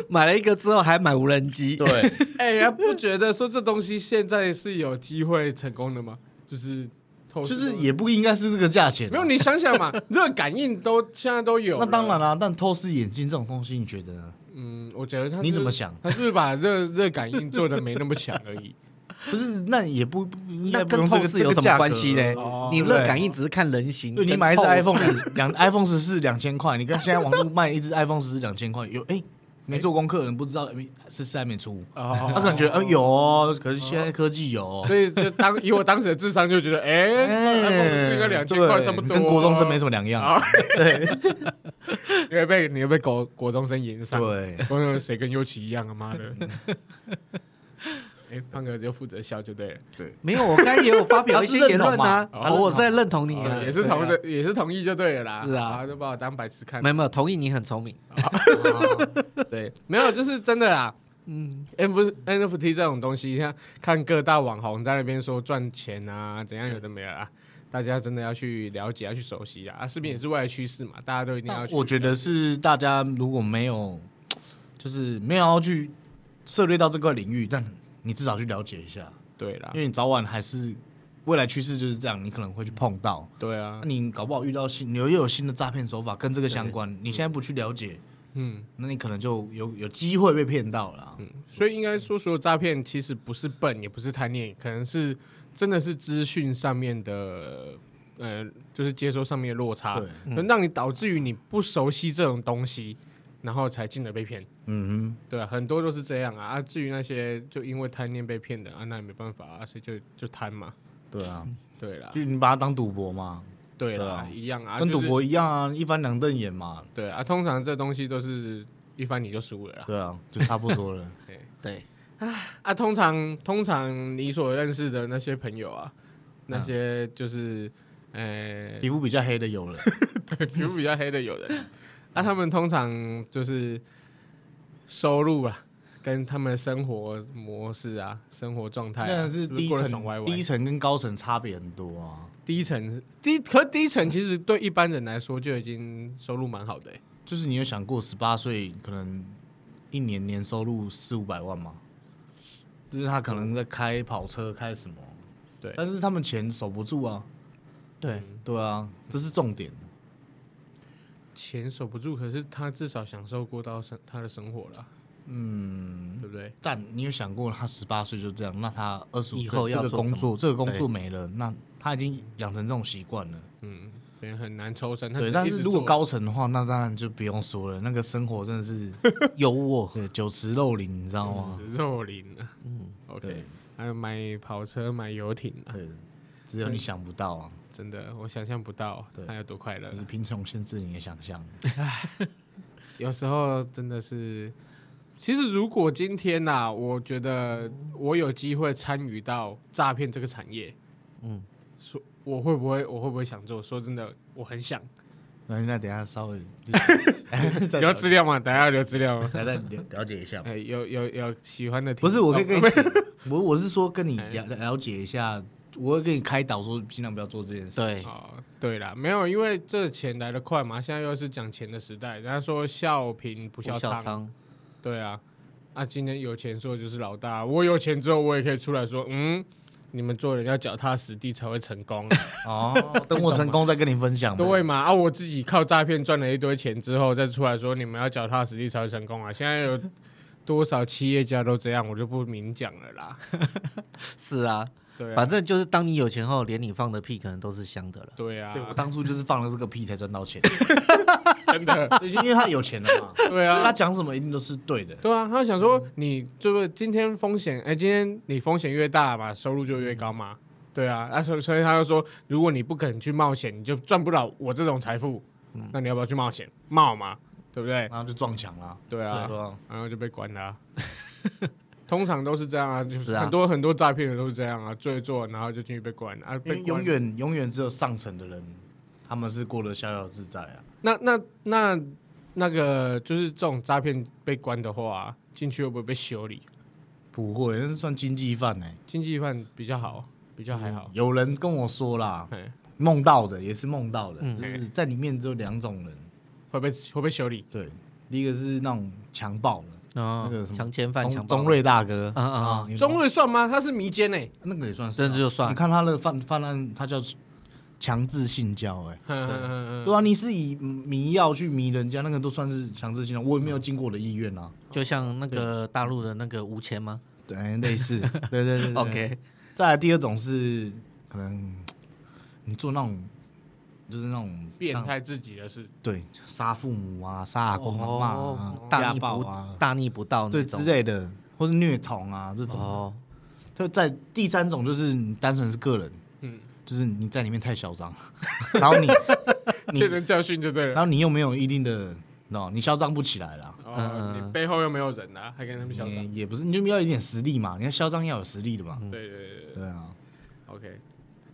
[SPEAKER 2] 买了一个之后还买无人机，
[SPEAKER 3] 对，
[SPEAKER 1] 哎、呀，不觉得说这东西现在是有机会成功的吗？就是透视，
[SPEAKER 3] 就是也不应该是这个价钱啊。
[SPEAKER 1] 没有你想想嘛，热感应都现在都有。
[SPEAKER 3] 那当然，啦、但透视眼镜这种东西，你觉得呢？
[SPEAKER 1] 嗯，我觉得他
[SPEAKER 3] 你怎么想？
[SPEAKER 1] 他就是把热热感应做的没那么强而 已。
[SPEAKER 3] 不是，那也不不应该
[SPEAKER 2] 那
[SPEAKER 3] 不
[SPEAKER 2] 跟
[SPEAKER 3] 用这
[SPEAKER 2] 透
[SPEAKER 3] 个
[SPEAKER 2] 视有什么关系呢
[SPEAKER 3] 这个价格？
[SPEAKER 1] 哦
[SPEAKER 2] 你
[SPEAKER 1] 对不
[SPEAKER 2] 热
[SPEAKER 3] 对
[SPEAKER 2] 感应只是看人形，
[SPEAKER 3] 对你
[SPEAKER 2] 跟
[SPEAKER 3] 买一只
[SPEAKER 2] 透视
[SPEAKER 3] iPhone 两 iPhone 十四两千块，你看现在网络卖一只 iPhone 十四两千块，有哎、没做功课的人不知道十四还没出，
[SPEAKER 1] 哦，
[SPEAKER 3] 他可能觉得嗯、呃有哦，可是现在科技有、哦，
[SPEAKER 1] 所以就当以我当时的智商就觉得，哎、那 iPhone 是一个两千块
[SPEAKER 3] 对
[SPEAKER 1] 差不多，啊
[SPEAKER 3] 跟国中生没
[SPEAKER 1] 么
[SPEAKER 3] 什么两样。
[SPEAKER 1] 啊。对，你会被你会被国国中生引上，
[SPEAKER 3] 对，
[SPEAKER 1] 国中生谁跟优奇一样啊？妈 的！哎、胖哥就负责笑就对了，
[SPEAKER 2] 没有，我刚才也有发表一些
[SPEAKER 3] 他是
[SPEAKER 2] 言
[SPEAKER 3] 认同
[SPEAKER 2] 论啊，
[SPEAKER 1] 嘛
[SPEAKER 2] 哦我在认同你啊
[SPEAKER 1] 哦，也是同的，也是同意就对了啦。
[SPEAKER 2] 是啊
[SPEAKER 1] 就把我当白痴看
[SPEAKER 2] 没。有没有同意你很聪明，
[SPEAKER 1] 对，没有，就是真的啦。
[SPEAKER 2] 嗯，
[SPEAKER 1] F NFT 这种东西，像看各大网红在那边说赚钱啊，怎样有的没有啊，大家真的要去了解，要去熟悉啊。啊，视频也是未来趋势嘛，大家都一定要
[SPEAKER 3] 但
[SPEAKER 1] 去。
[SPEAKER 3] 我觉得是大家如果没有，就是没有要去涉猎到这个领域，但你至少去了解一下，
[SPEAKER 1] 对啦
[SPEAKER 3] 因，为你早晚还是未来趋势就是这样，你可能会去碰到。
[SPEAKER 1] 对啊
[SPEAKER 3] 那，你搞不好遇到新，你又有新的诈骗手法跟这个相关，你现在不去了解，
[SPEAKER 1] 嗯，
[SPEAKER 3] 那你可能就有有机会被骗到了。
[SPEAKER 1] 所以应该说，所有诈骗其实不是笨，也不是贪念，可能是真的是资讯上面的，呃，就是接收上面的落差
[SPEAKER 3] 对，嗯
[SPEAKER 1] 能让你导致于你不熟悉这种东西，然后才进而被骗。
[SPEAKER 3] 嗯
[SPEAKER 1] 对啊，很多都是这样啊。啊，至于那些就因为贪念被骗的啊，那也没办法啊，所以就就贪嘛。
[SPEAKER 3] 哼，对啊，
[SPEAKER 1] 对啦，
[SPEAKER 3] 就你把它当赌博嘛，
[SPEAKER 1] 对
[SPEAKER 3] 对
[SPEAKER 1] 啦
[SPEAKER 3] 啊，
[SPEAKER 1] 一样啊，
[SPEAKER 3] 跟
[SPEAKER 1] 就
[SPEAKER 3] 赌
[SPEAKER 1] 是
[SPEAKER 3] 博一样啊，一翻两瞪眼嘛。
[SPEAKER 1] 对啊。通常这东西都是一翻你就输了啦。
[SPEAKER 3] 对啊，就差不多 了。
[SPEAKER 2] 对，
[SPEAKER 1] 啊，通常通常你所认识的那些朋友啊，那
[SPEAKER 3] 嗯
[SPEAKER 1] 些就是呃，
[SPEAKER 3] 皮肤比较黑的有了，
[SPEAKER 1] 对皮肤比较黑的有人，啊，他们通常就是收入啊，跟他们的生活模式啊、生活状态啊、
[SPEAKER 3] 那是第一
[SPEAKER 1] 过得爽歪
[SPEAKER 3] 层，
[SPEAKER 1] 歪
[SPEAKER 3] 第一层跟高层差别很多啊。
[SPEAKER 1] 低层是低，可是低层其实对一般人来说就已经收入蛮好的欸、
[SPEAKER 3] 就是你有想过十八岁可能一年年收入四五百万吗？就是他可能在开跑车开什么，
[SPEAKER 1] 对嗯
[SPEAKER 3] 但是他们钱守不住啊。
[SPEAKER 2] 对，
[SPEAKER 3] 对啊，这是重点。
[SPEAKER 1] 钱守不住，可是他至少享受过到生他的生活了，
[SPEAKER 3] 嗯，
[SPEAKER 1] 对不对？
[SPEAKER 3] 但你有想过他十八岁就这样，那他二十五
[SPEAKER 2] 以后
[SPEAKER 3] 岁
[SPEAKER 2] 要
[SPEAKER 3] 这个
[SPEAKER 2] 做什
[SPEAKER 3] 工
[SPEAKER 2] 么
[SPEAKER 3] 作，这个工
[SPEAKER 2] 对
[SPEAKER 3] 作没了，那他已经养成这种习惯了。
[SPEAKER 1] 嗯，所以很难抽身。他
[SPEAKER 3] 对，
[SPEAKER 1] 只
[SPEAKER 3] 但
[SPEAKER 1] 一直
[SPEAKER 3] 是如果
[SPEAKER 1] 做，
[SPEAKER 3] 高层的话，那当然就不用说了，那个生活真的是
[SPEAKER 2] 有我，
[SPEAKER 3] 对酒池肉林，你知道吗？
[SPEAKER 1] 食肉林啊，
[SPEAKER 2] 哦嗯，
[SPEAKER 1] ，OK，
[SPEAKER 3] 对
[SPEAKER 1] 还有买跑车、买游艇啊，
[SPEAKER 3] 对，只有你想不到啊，
[SPEAKER 1] 真的我想象不到
[SPEAKER 3] 对
[SPEAKER 1] 他有多快乐啊
[SPEAKER 3] 就。是贫穷限制你的想 象。
[SPEAKER 1] 有时候真的是，其实如果今天呐、我觉得我有机会参与到诈骗这个产业，
[SPEAKER 2] 嗯，
[SPEAKER 1] 说我会不会我会不会想做？说真的，我很想。
[SPEAKER 3] 那那等一下稍微 哎再
[SPEAKER 1] 留
[SPEAKER 3] 了
[SPEAKER 1] 资
[SPEAKER 3] 解，
[SPEAKER 1] 料吗？等下留资料吗？
[SPEAKER 3] 来再了了解一下。
[SPEAKER 1] 哎、有有有喜欢的听
[SPEAKER 3] 不
[SPEAKER 1] 众，
[SPEAKER 3] 是，我可以
[SPEAKER 1] 哦哎
[SPEAKER 3] 跟你
[SPEAKER 1] 不是
[SPEAKER 3] 讲，我我是说跟你了了解一下我会给你开导说，尽量不要做这件事。
[SPEAKER 2] 对，
[SPEAKER 1] 哦，对啦，没有，因为这钱来的快嘛，现在又是讲钱的时代。人家说笑贫不笑娼，啊
[SPEAKER 2] 仓，
[SPEAKER 1] 对啊，啊，今天有钱说就是老大，啊我有钱之后，我也可以出来说，嗯，你们做人要脚踏实地才会成功、啊，
[SPEAKER 3] 哦，等我成功再跟你分享。
[SPEAKER 1] 对嘛？啊，我自己靠诈骗赚了一堆钱之后，再出来说你们要脚踏实地才会成功啊！现在有多少企业家都这样，我就不明讲了啦。
[SPEAKER 2] 是啊，
[SPEAKER 1] 对啊
[SPEAKER 2] 反，正就是当你有钱后，连你放的屁可能都是香的了。
[SPEAKER 1] 对啊
[SPEAKER 3] 对，，我当初就是放了这个屁才赚 到钱，
[SPEAKER 1] 真的，
[SPEAKER 3] 对，就因为他有钱了嘛，
[SPEAKER 1] 对啊
[SPEAKER 3] 他。讲什么一定都是对的。
[SPEAKER 1] 对啊，他想说你就是今天风险，哎、今天你风险越大嘛，收入就越高嘛。对啊，啊，所以所以他就说，如果你不肯去冒险，你就赚不了我这种财富。
[SPEAKER 3] 嗯
[SPEAKER 1] 那你要不要去冒险？冒嘛，对不对？
[SPEAKER 3] 然后就撞墙了，
[SPEAKER 1] 对啊，
[SPEAKER 3] 对啊，
[SPEAKER 1] 然后就被关了啊、 通常都是这样啊，就是
[SPEAKER 2] 啊
[SPEAKER 1] 很多很多诈骗的都是这样啊，做一做然后就进去被关啊，
[SPEAKER 3] 因
[SPEAKER 1] 被
[SPEAKER 3] 为
[SPEAKER 1] 关
[SPEAKER 3] 永远永远只有上层的人，他们是过得逍遥自在啊。
[SPEAKER 1] 那那那那个就是这种诈骗被关的话、啊进去会不会被修理？
[SPEAKER 3] 不会，那是算经济犯哎、
[SPEAKER 1] 经济犯比较好，比较还好。
[SPEAKER 3] 有人跟我说啦，
[SPEAKER 1] 嘿
[SPEAKER 3] 梦到的也是梦到的，
[SPEAKER 2] 嗯
[SPEAKER 3] 就是在里面只有两种人，
[SPEAKER 1] 会被会被修理。
[SPEAKER 3] 对，第一个是那种强暴的，
[SPEAKER 2] 那
[SPEAKER 3] 那个什么
[SPEAKER 2] 强奸犯、强
[SPEAKER 3] 中
[SPEAKER 2] 暴
[SPEAKER 3] 中瑞大哥
[SPEAKER 2] 嗯嗯嗯
[SPEAKER 3] 啊，你
[SPEAKER 1] 中瑞算吗？他是迷奸欸呢、
[SPEAKER 3] 那个也算是啊，
[SPEAKER 2] 甚至就算
[SPEAKER 3] 你看他的犯犯案，他叫强制性交、欸，
[SPEAKER 1] 欸。
[SPEAKER 3] 对啊，你是以迷药去迷人家，那个都算是强制性交，我也没有经过我的意愿啊，
[SPEAKER 2] 就像那个大陆的那个吴钱吗
[SPEAKER 3] 对，哎类似，对对对对
[SPEAKER 2] ？OK，
[SPEAKER 3] 再来第二种是可能你做那种就是那种
[SPEAKER 1] 变
[SPEAKER 3] 那种
[SPEAKER 1] 态自己的事，
[SPEAKER 3] 对，杀父母啊，杀阿公阿妈啊
[SPEAKER 2] 哦，大
[SPEAKER 3] 家
[SPEAKER 2] 逆
[SPEAKER 3] 暴
[SPEAKER 2] 不
[SPEAKER 3] 啊，
[SPEAKER 2] 大逆不
[SPEAKER 1] 哦
[SPEAKER 2] 道那
[SPEAKER 3] 对之
[SPEAKER 2] 种。
[SPEAKER 3] 类的，或是虐童啊
[SPEAKER 1] 嗯
[SPEAKER 3] 这种的。
[SPEAKER 2] 哦，
[SPEAKER 3] 就在第三种就是你单纯是个人，
[SPEAKER 1] 嗯，
[SPEAKER 3] 就是你在里面太嚣张， 然后你你
[SPEAKER 1] 切成教训就对
[SPEAKER 3] 然
[SPEAKER 1] 了。
[SPEAKER 3] 后你又没有一定的，喏，你嚣张不起来啦。
[SPEAKER 1] 哦，
[SPEAKER 2] 嗯
[SPEAKER 1] 你背后又没有人啊，还跟他们嚣张。嗯
[SPEAKER 3] 你也不是，你就要有一点实力嘛，你要嚣张要有实力的嘛。
[SPEAKER 1] 对对对对
[SPEAKER 3] 对啊，
[SPEAKER 1] ，OK。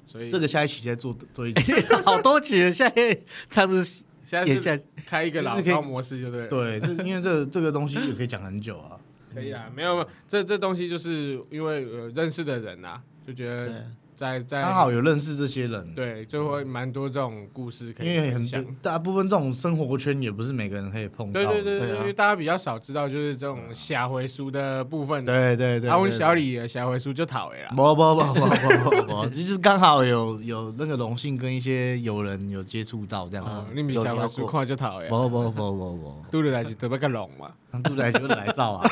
[SPEAKER 1] 所以
[SPEAKER 3] 这个下一期再做做一 集。
[SPEAKER 2] 好多集了，现在他是
[SPEAKER 1] 现
[SPEAKER 2] 也
[SPEAKER 1] 在
[SPEAKER 2] 下
[SPEAKER 1] 是开一个老
[SPEAKER 3] 就是可以
[SPEAKER 1] 高模式就对了。，
[SPEAKER 3] 对，这因为这这个东西也可以讲很久啊。
[SPEAKER 1] 可以啦，没有这这东西就是因为呃认识的人啊，就觉
[SPEAKER 2] 对
[SPEAKER 1] 得在在
[SPEAKER 3] 刚好有认识这些人，
[SPEAKER 1] 对，就会蛮多这种故事可
[SPEAKER 3] 因
[SPEAKER 1] 以
[SPEAKER 3] 为很
[SPEAKER 1] 分享。
[SPEAKER 3] 大部分这种生活圈也不是每个人可以碰到
[SPEAKER 1] 对
[SPEAKER 3] 的。
[SPEAKER 1] 对对对，
[SPEAKER 2] 对啊
[SPEAKER 1] 因为大家比较少知道就是这种下回书的部分。
[SPEAKER 3] 啊对对对，
[SPEAKER 1] 阿文
[SPEAKER 3] 对
[SPEAKER 1] 小，李的下回书就讨厌啦。
[SPEAKER 3] 不不不不不不不，就是刚好有有那个荣幸跟一些友人有接触到这样
[SPEAKER 1] 哦
[SPEAKER 3] 子。
[SPEAKER 1] 你比
[SPEAKER 2] 有
[SPEAKER 1] 小
[SPEAKER 2] 聊
[SPEAKER 1] 回书
[SPEAKER 2] 过
[SPEAKER 1] 看就讨厌。
[SPEAKER 3] 不不不不不，
[SPEAKER 1] 啊拄着代志特别较戆嘛。
[SPEAKER 3] 当初来就来照 啊，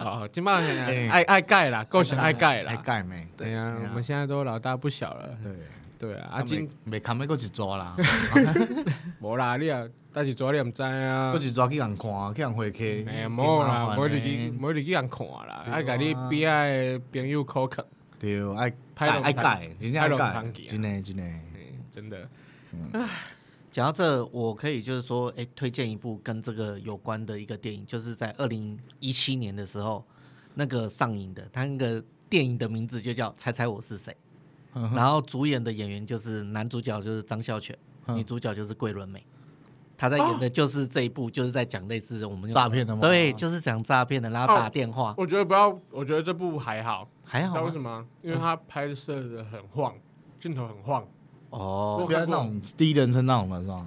[SPEAKER 1] 哦，今摆
[SPEAKER 3] 哎
[SPEAKER 1] 爱爱盖啦，够想爱 盖
[SPEAKER 3] 来
[SPEAKER 1] 啦。
[SPEAKER 3] 盖没？
[SPEAKER 1] 对呀，我们现在都老大不小了。
[SPEAKER 3] 对
[SPEAKER 1] 对啊，啊
[SPEAKER 3] 啊，
[SPEAKER 1] 今嗯
[SPEAKER 3] 今没看没过一抓啦，
[SPEAKER 1] 无啦，你啊，但是昨你也毋知啊
[SPEAKER 3] 过。一抓去人看，去人回去。
[SPEAKER 1] 哎呀，无啦，无入去
[SPEAKER 3] 去，
[SPEAKER 1] 无入去人看啦，
[SPEAKER 3] 对啊
[SPEAKER 1] 爱甲你边仔的朋友口渴，
[SPEAKER 3] 对，爱
[SPEAKER 1] 拍
[SPEAKER 3] 爱
[SPEAKER 1] 龙
[SPEAKER 3] 爱
[SPEAKER 1] 盘
[SPEAKER 3] 盖，真正
[SPEAKER 1] 拍
[SPEAKER 3] 爱
[SPEAKER 1] 龙
[SPEAKER 3] 盖
[SPEAKER 1] 盘去，啊
[SPEAKER 3] 真的真的。
[SPEAKER 1] 哎真的。
[SPEAKER 2] 讲到这，我可以就是说，哎、推荐一部跟这个有关的一个电影，就是在二零一七年的时候，那个上映的，它那个电影的名字就叫《猜猜我是谁》，
[SPEAKER 3] 嗯哼
[SPEAKER 2] 然后主演的演员就是男主角就是张孝全，
[SPEAKER 3] 嗯
[SPEAKER 2] 女主角就是桂纶镁。他在演的就是这一部，就是在讲类似我们就
[SPEAKER 3] 诈骗的吗
[SPEAKER 2] 对，就是讲诈骗的，然后打电话，
[SPEAKER 1] 我觉得不要，我觉得这部还好，
[SPEAKER 2] 啊还
[SPEAKER 1] 哦你知道
[SPEAKER 2] 好
[SPEAKER 1] 为
[SPEAKER 2] 吗
[SPEAKER 1] 什么？因为他拍摄的很晃，镜头很晃。
[SPEAKER 2] 哦，
[SPEAKER 3] 不要那种第一人称那种的是吧？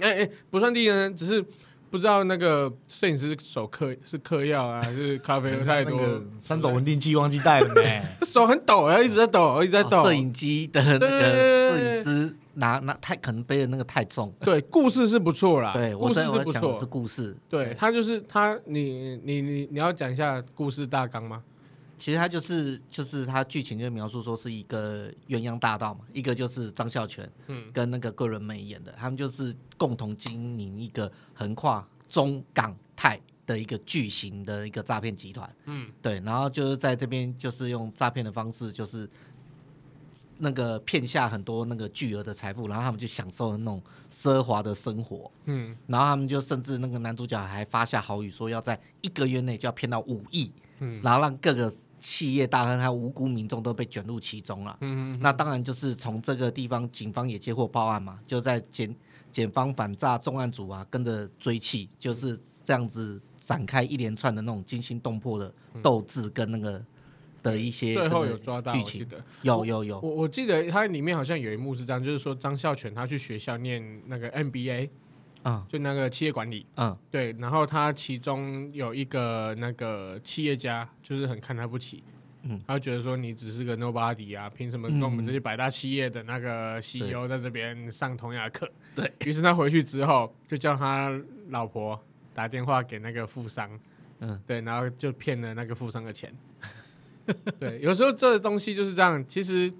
[SPEAKER 1] 哎哎，不算第一人，只是不知道那个摄影师手嗑是嗑药啊，还是咖 啡喝太多
[SPEAKER 3] 那个，三种稳定器忘记带 了没？
[SPEAKER 1] 手很抖啊，一直在抖，一直在
[SPEAKER 2] 哦
[SPEAKER 1] 抖。
[SPEAKER 2] 摄影机的那
[SPEAKER 1] 对对对
[SPEAKER 2] 个
[SPEAKER 1] 对
[SPEAKER 2] 摄影师拿拿太可能背的那个太重，
[SPEAKER 1] 对，故事是不错啦，
[SPEAKER 2] 对
[SPEAKER 1] 故
[SPEAKER 2] 我
[SPEAKER 1] 事
[SPEAKER 2] 在我
[SPEAKER 1] 是
[SPEAKER 2] 在
[SPEAKER 1] 不
[SPEAKER 2] 讲的是
[SPEAKER 1] 错。
[SPEAKER 2] 故事，
[SPEAKER 1] 对他就是他，你你你你要讲一下故事大纲吗？
[SPEAKER 2] 其实它就是就是它剧情就描述说是一个鸳鸯大盗嘛，一个就是张孝全，
[SPEAKER 1] 嗯
[SPEAKER 2] 跟那个桂纶镁演的，他们就是共同经营一个横跨中港泰的一个巨型的一个诈骗集团，
[SPEAKER 1] 嗯，
[SPEAKER 2] 对，然后就是在这边就是用诈骗的方式，就是那个骗下很多那个巨额的财富，然后他们就享受了那种奢华的生活，
[SPEAKER 1] 嗯，
[SPEAKER 2] 然后他们就甚至那个男主角还发下豪语说要在一个月内就要骗到五亿，
[SPEAKER 1] 嗯
[SPEAKER 2] 然后让各个企业大亨还有无辜民众都被卷入其中了。
[SPEAKER 1] 嗯
[SPEAKER 2] 那当然就是从这个地方，警方也接获报案嘛，就在检检方反诈重案组啊跟着追缉，就是这样子展开一连串的那种惊心动魄的斗志跟那个的一
[SPEAKER 1] 嗯
[SPEAKER 2] 些
[SPEAKER 1] 最后
[SPEAKER 2] 这个
[SPEAKER 1] 有抓到，我
[SPEAKER 2] 剧
[SPEAKER 1] 记
[SPEAKER 2] 情，哦
[SPEAKER 1] 得。
[SPEAKER 2] 有有有，
[SPEAKER 1] 我我记得它里面好像有一幕是这样，就是说张孝全他去学校念那个 MBA，
[SPEAKER 2] 嗯
[SPEAKER 1] 就那个企业管理。
[SPEAKER 2] 嗯
[SPEAKER 1] 对，然后他其中有一个那个企业家，就是很看他不起，
[SPEAKER 2] 嗯，
[SPEAKER 1] 他就觉得说你只是个 nobody 啊，凭什么跟我们这些百大企业的那个 CEO 在这边上同样的课？
[SPEAKER 2] 嗯对
[SPEAKER 1] 于是他回去之后，就叫他老婆打电话给那个富商，
[SPEAKER 2] 嗯，
[SPEAKER 1] 对，然后就骗了那个富商的钱。 对，有时候这东西就是这样。其实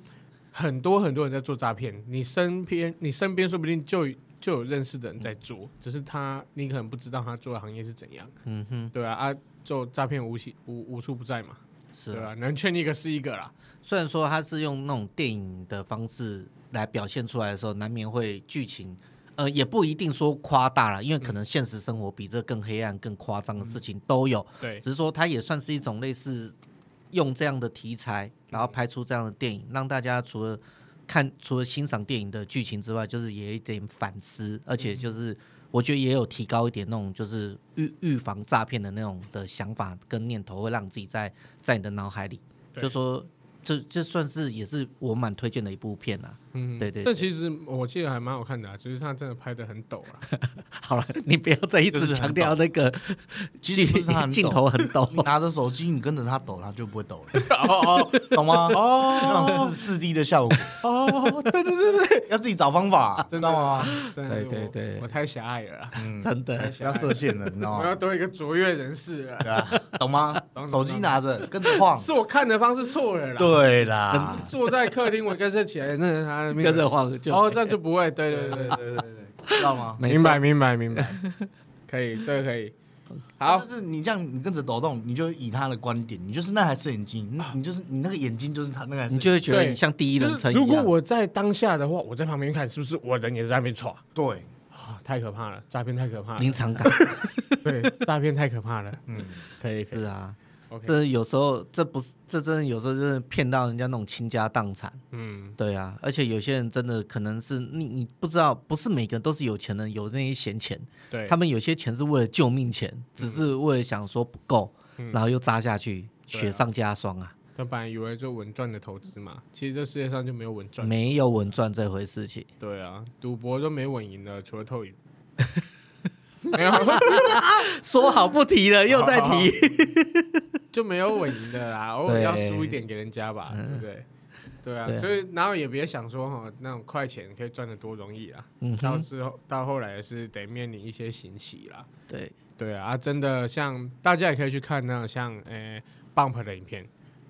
[SPEAKER 1] 很多很多人在做诈骗，你身边你身边说不定就就有认识的人在做，只是他你可能不知道他做的行业是怎样。
[SPEAKER 2] 嗯哼，
[SPEAKER 1] 对啊，啊，做诈骗无奇无无处不在嘛，
[SPEAKER 2] 是
[SPEAKER 1] 对
[SPEAKER 2] 啊。
[SPEAKER 1] 吧、能劝一个是一个啦。
[SPEAKER 2] 虽然说他是用那种电影的方式来表现出来的时候，难免会剧情，呃，也不一定说夸大了，因为可能现实生活比这更黑暗、更夸张的事情都有。
[SPEAKER 1] 对，
[SPEAKER 2] 只是说它也算是一种类似用这样的题材，然后拍出这样的电影，让大家除了看除了欣赏电影的剧情之外，就是也有一点反思，而
[SPEAKER 1] 嗯
[SPEAKER 2] 且就是我觉得也有提高一点那种就是预预防诈骗的那种的想法跟念头，会让自己在在你的脑海里，
[SPEAKER 1] 对
[SPEAKER 2] 就说这这算是也是我蛮推荐的一部片啊。
[SPEAKER 1] 嗯，
[SPEAKER 2] 对对
[SPEAKER 1] 这
[SPEAKER 2] 对
[SPEAKER 1] 其实我记得还蛮好看的、啊，只是他真的拍的很陡啊。
[SPEAKER 2] 好了，你不要再一
[SPEAKER 3] 就是
[SPEAKER 2] 直
[SPEAKER 3] 很
[SPEAKER 2] 强调那个
[SPEAKER 3] 其实不是他很抖
[SPEAKER 2] 镜头很抖
[SPEAKER 3] 你，拿着手机，你跟着他抖，他就不会抖了，
[SPEAKER 1] 哦
[SPEAKER 3] 懂吗？
[SPEAKER 1] 哦
[SPEAKER 3] 那
[SPEAKER 1] 哦
[SPEAKER 3] 种四四 D 的效果，
[SPEAKER 1] 哦，对对对对，
[SPEAKER 3] 要自己找方法，
[SPEAKER 1] 真
[SPEAKER 3] 知
[SPEAKER 1] 的
[SPEAKER 3] 道吗？
[SPEAKER 1] 真的是我
[SPEAKER 2] 对对对哦
[SPEAKER 1] 我太狭隘了啦，
[SPEAKER 3] 嗯，
[SPEAKER 2] 真的。
[SPEAKER 3] 不要设限了，你知道
[SPEAKER 1] 我要
[SPEAKER 3] 吗？
[SPEAKER 1] 多一个卓越人士了。
[SPEAKER 3] 对啊，懂吗
[SPEAKER 1] 懂？
[SPEAKER 3] 手机拿着，跟着
[SPEAKER 2] 哦
[SPEAKER 3] 晃。
[SPEAKER 1] 是啊我看的方式错了啦。，
[SPEAKER 3] 对啦，
[SPEAKER 1] 坐在客厅，我跟着起来，那是他那边
[SPEAKER 2] 跟着，晃就
[SPEAKER 1] 哦，这样就不会。对对对对对对
[SPEAKER 3] 知道吗？
[SPEAKER 1] 对，明白明白明 白，可以，这个可以。好
[SPEAKER 3] 就，是你这样，你跟着抖动，你就以他的观点，你就是那台摄影机，你
[SPEAKER 1] 啊
[SPEAKER 3] 你就是你那个眼睛就是他那台摄
[SPEAKER 2] 你
[SPEAKER 3] 影
[SPEAKER 2] 就
[SPEAKER 3] 机，
[SPEAKER 2] 会觉得你像第一人称一
[SPEAKER 1] 就是如
[SPEAKER 2] 样。
[SPEAKER 1] 果我在当下的话，我在旁边看，是不是我人也在那边闯
[SPEAKER 3] 对，
[SPEAKER 1] 啊？太可怕了，诈骗太可怕了
[SPEAKER 2] 临。场感
[SPEAKER 1] 对，诈骗太可怕了。
[SPEAKER 3] 嗯，
[SPEAKER 1] 可以可以
[SPEAKER 2] 是啊，
[SPEAKER 1] ，OK，
[SPEAKER 2] 这有时候这不是这真的有时候真的骗到人家那种倾家荡产。
[SPEAKER 1] 嗯，
[SPEAKER 2] 对啊，而且有些人真的可能是你你不知道，不是每个人都是有钱人，有那些闲钱，
[SPEAKER 1] 对
[SPEAKER 2] 他，们有些钱是为了救命钱，只是为了想说不够，
[SPEAKER 1] 嗯
[SPEAKER 2] 然后又扎下去，
[SPEAKER 1] 对啊
[SPEAKER 2] 雪上加霜啊，
[SPEAKER 1] 他本来以为做稳赚的投资嘛，其实这世界上就没有稳赚。
[SPEAKER 2] 没有稳赚这回事 情。
[SPEAKER 1] 对啊，赌博都没稳赢的，除了 透赢。没有，
[SPEAKER 2] 说好不提了，又在提。
[SPEAKER 1] 就没有稳赢的 啦，偶尔
[SPEAKER 2] 对
[SPEAKER 1] 要输一点给人家吧，对不对？对啊，
[SPEAKER 2] 对啊
[SPEAKER 1] 所以然后也别想说哈，那种快钱可以赚得多容易啊，
[SPEAKER 2] 嗯
[SPEAKER 1] 到
[SPEAKER 2] 哼，
[SPEAKER 1] 之后到后来是得面临一些刑期啦。
[SPEAKER 2] 对，
[SPEAKER 1] 对啊，啊真的像大家也可以去看那种像呃 Bump 的影片，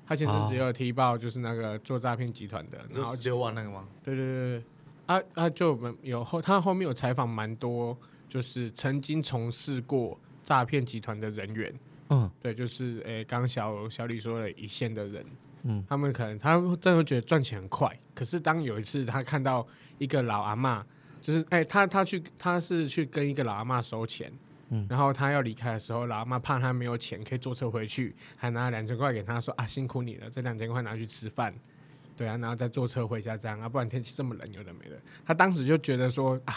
[SPEAKER 1] 他前阵子
[SPEAKER 2] 哦
[SPEAKER 1] 也有踢爆，就是那个做诈骗集团的，然后
[SPEAKER 3] 就十六万那个吗？
[SPEAKER 1] 对对对对，啊啊，就我们有后他后面有采访蛮多，就是曾经从事过诈骗集团的人员，
[SPEAKER 2] 嗯，
[SPEAKER 1] 对，就是诶，刚刚小小李说了一线的人，
[SPEAKER 2] 嗯，
[SPEAKER 1] 他们可能他们真的觉得赚钱很快，可是当有一次他看到一个老阿嬷，就是诶，他他去他是去跟一个老阿嬷收钱。
[SPEAKER 2] 嗯
[SPEAKER 1] 然后他要离开的时候，老阿嬷怕他没有钱，可以坐车回去，还拿了两千块给他说啊，辛苦你了，这两千块拿去吃饭，对啊，然后再坐车回家这样啊，不然天气这么冷，有的没的。他当时就觉得说啊，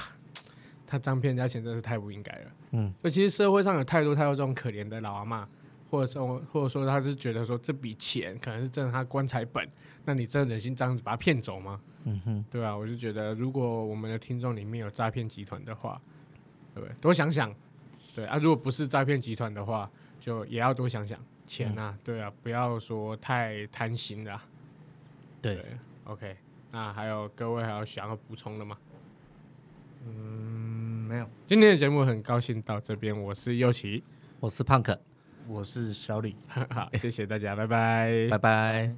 [SPEAKER 1] 他诈骗人家钱真是太不应该了。
[SPEAKER 2] 嗯，
[SPEAKER 1] 所以其实社会上有太多太多这种可怜的老阿嬷，或者说或者说他是觉得说这笔钱可能是真的他棺材本，那你真的忍心这样子把他骗走吗？
[SPEAKER 2] 嗯哼，
[SPEAKER 1] 对啊，我就觉得如果我们的听众里面有诈骗集团的话，对不对？多想想，对啊，如果不是诈骗集团的话，就也要多想想钱啊，对啊，不要说太贪心了啊、
[SPEAKER 2] 对
[SPEAKER 1] 对。OK，那还有各位还有想要补充的吗？
[SPEAKER 3] 嗯，没有，
[SPEAKER 1] 今天的节目很高兴到这边，我是右 奇，
[SPEAKER 2] 我是胖可，
[SPEAKER 3] 我是小李。
[SPEAKER 1] 好，谢谢大家，拜拜
[SPEAKER 2] 拜。拜。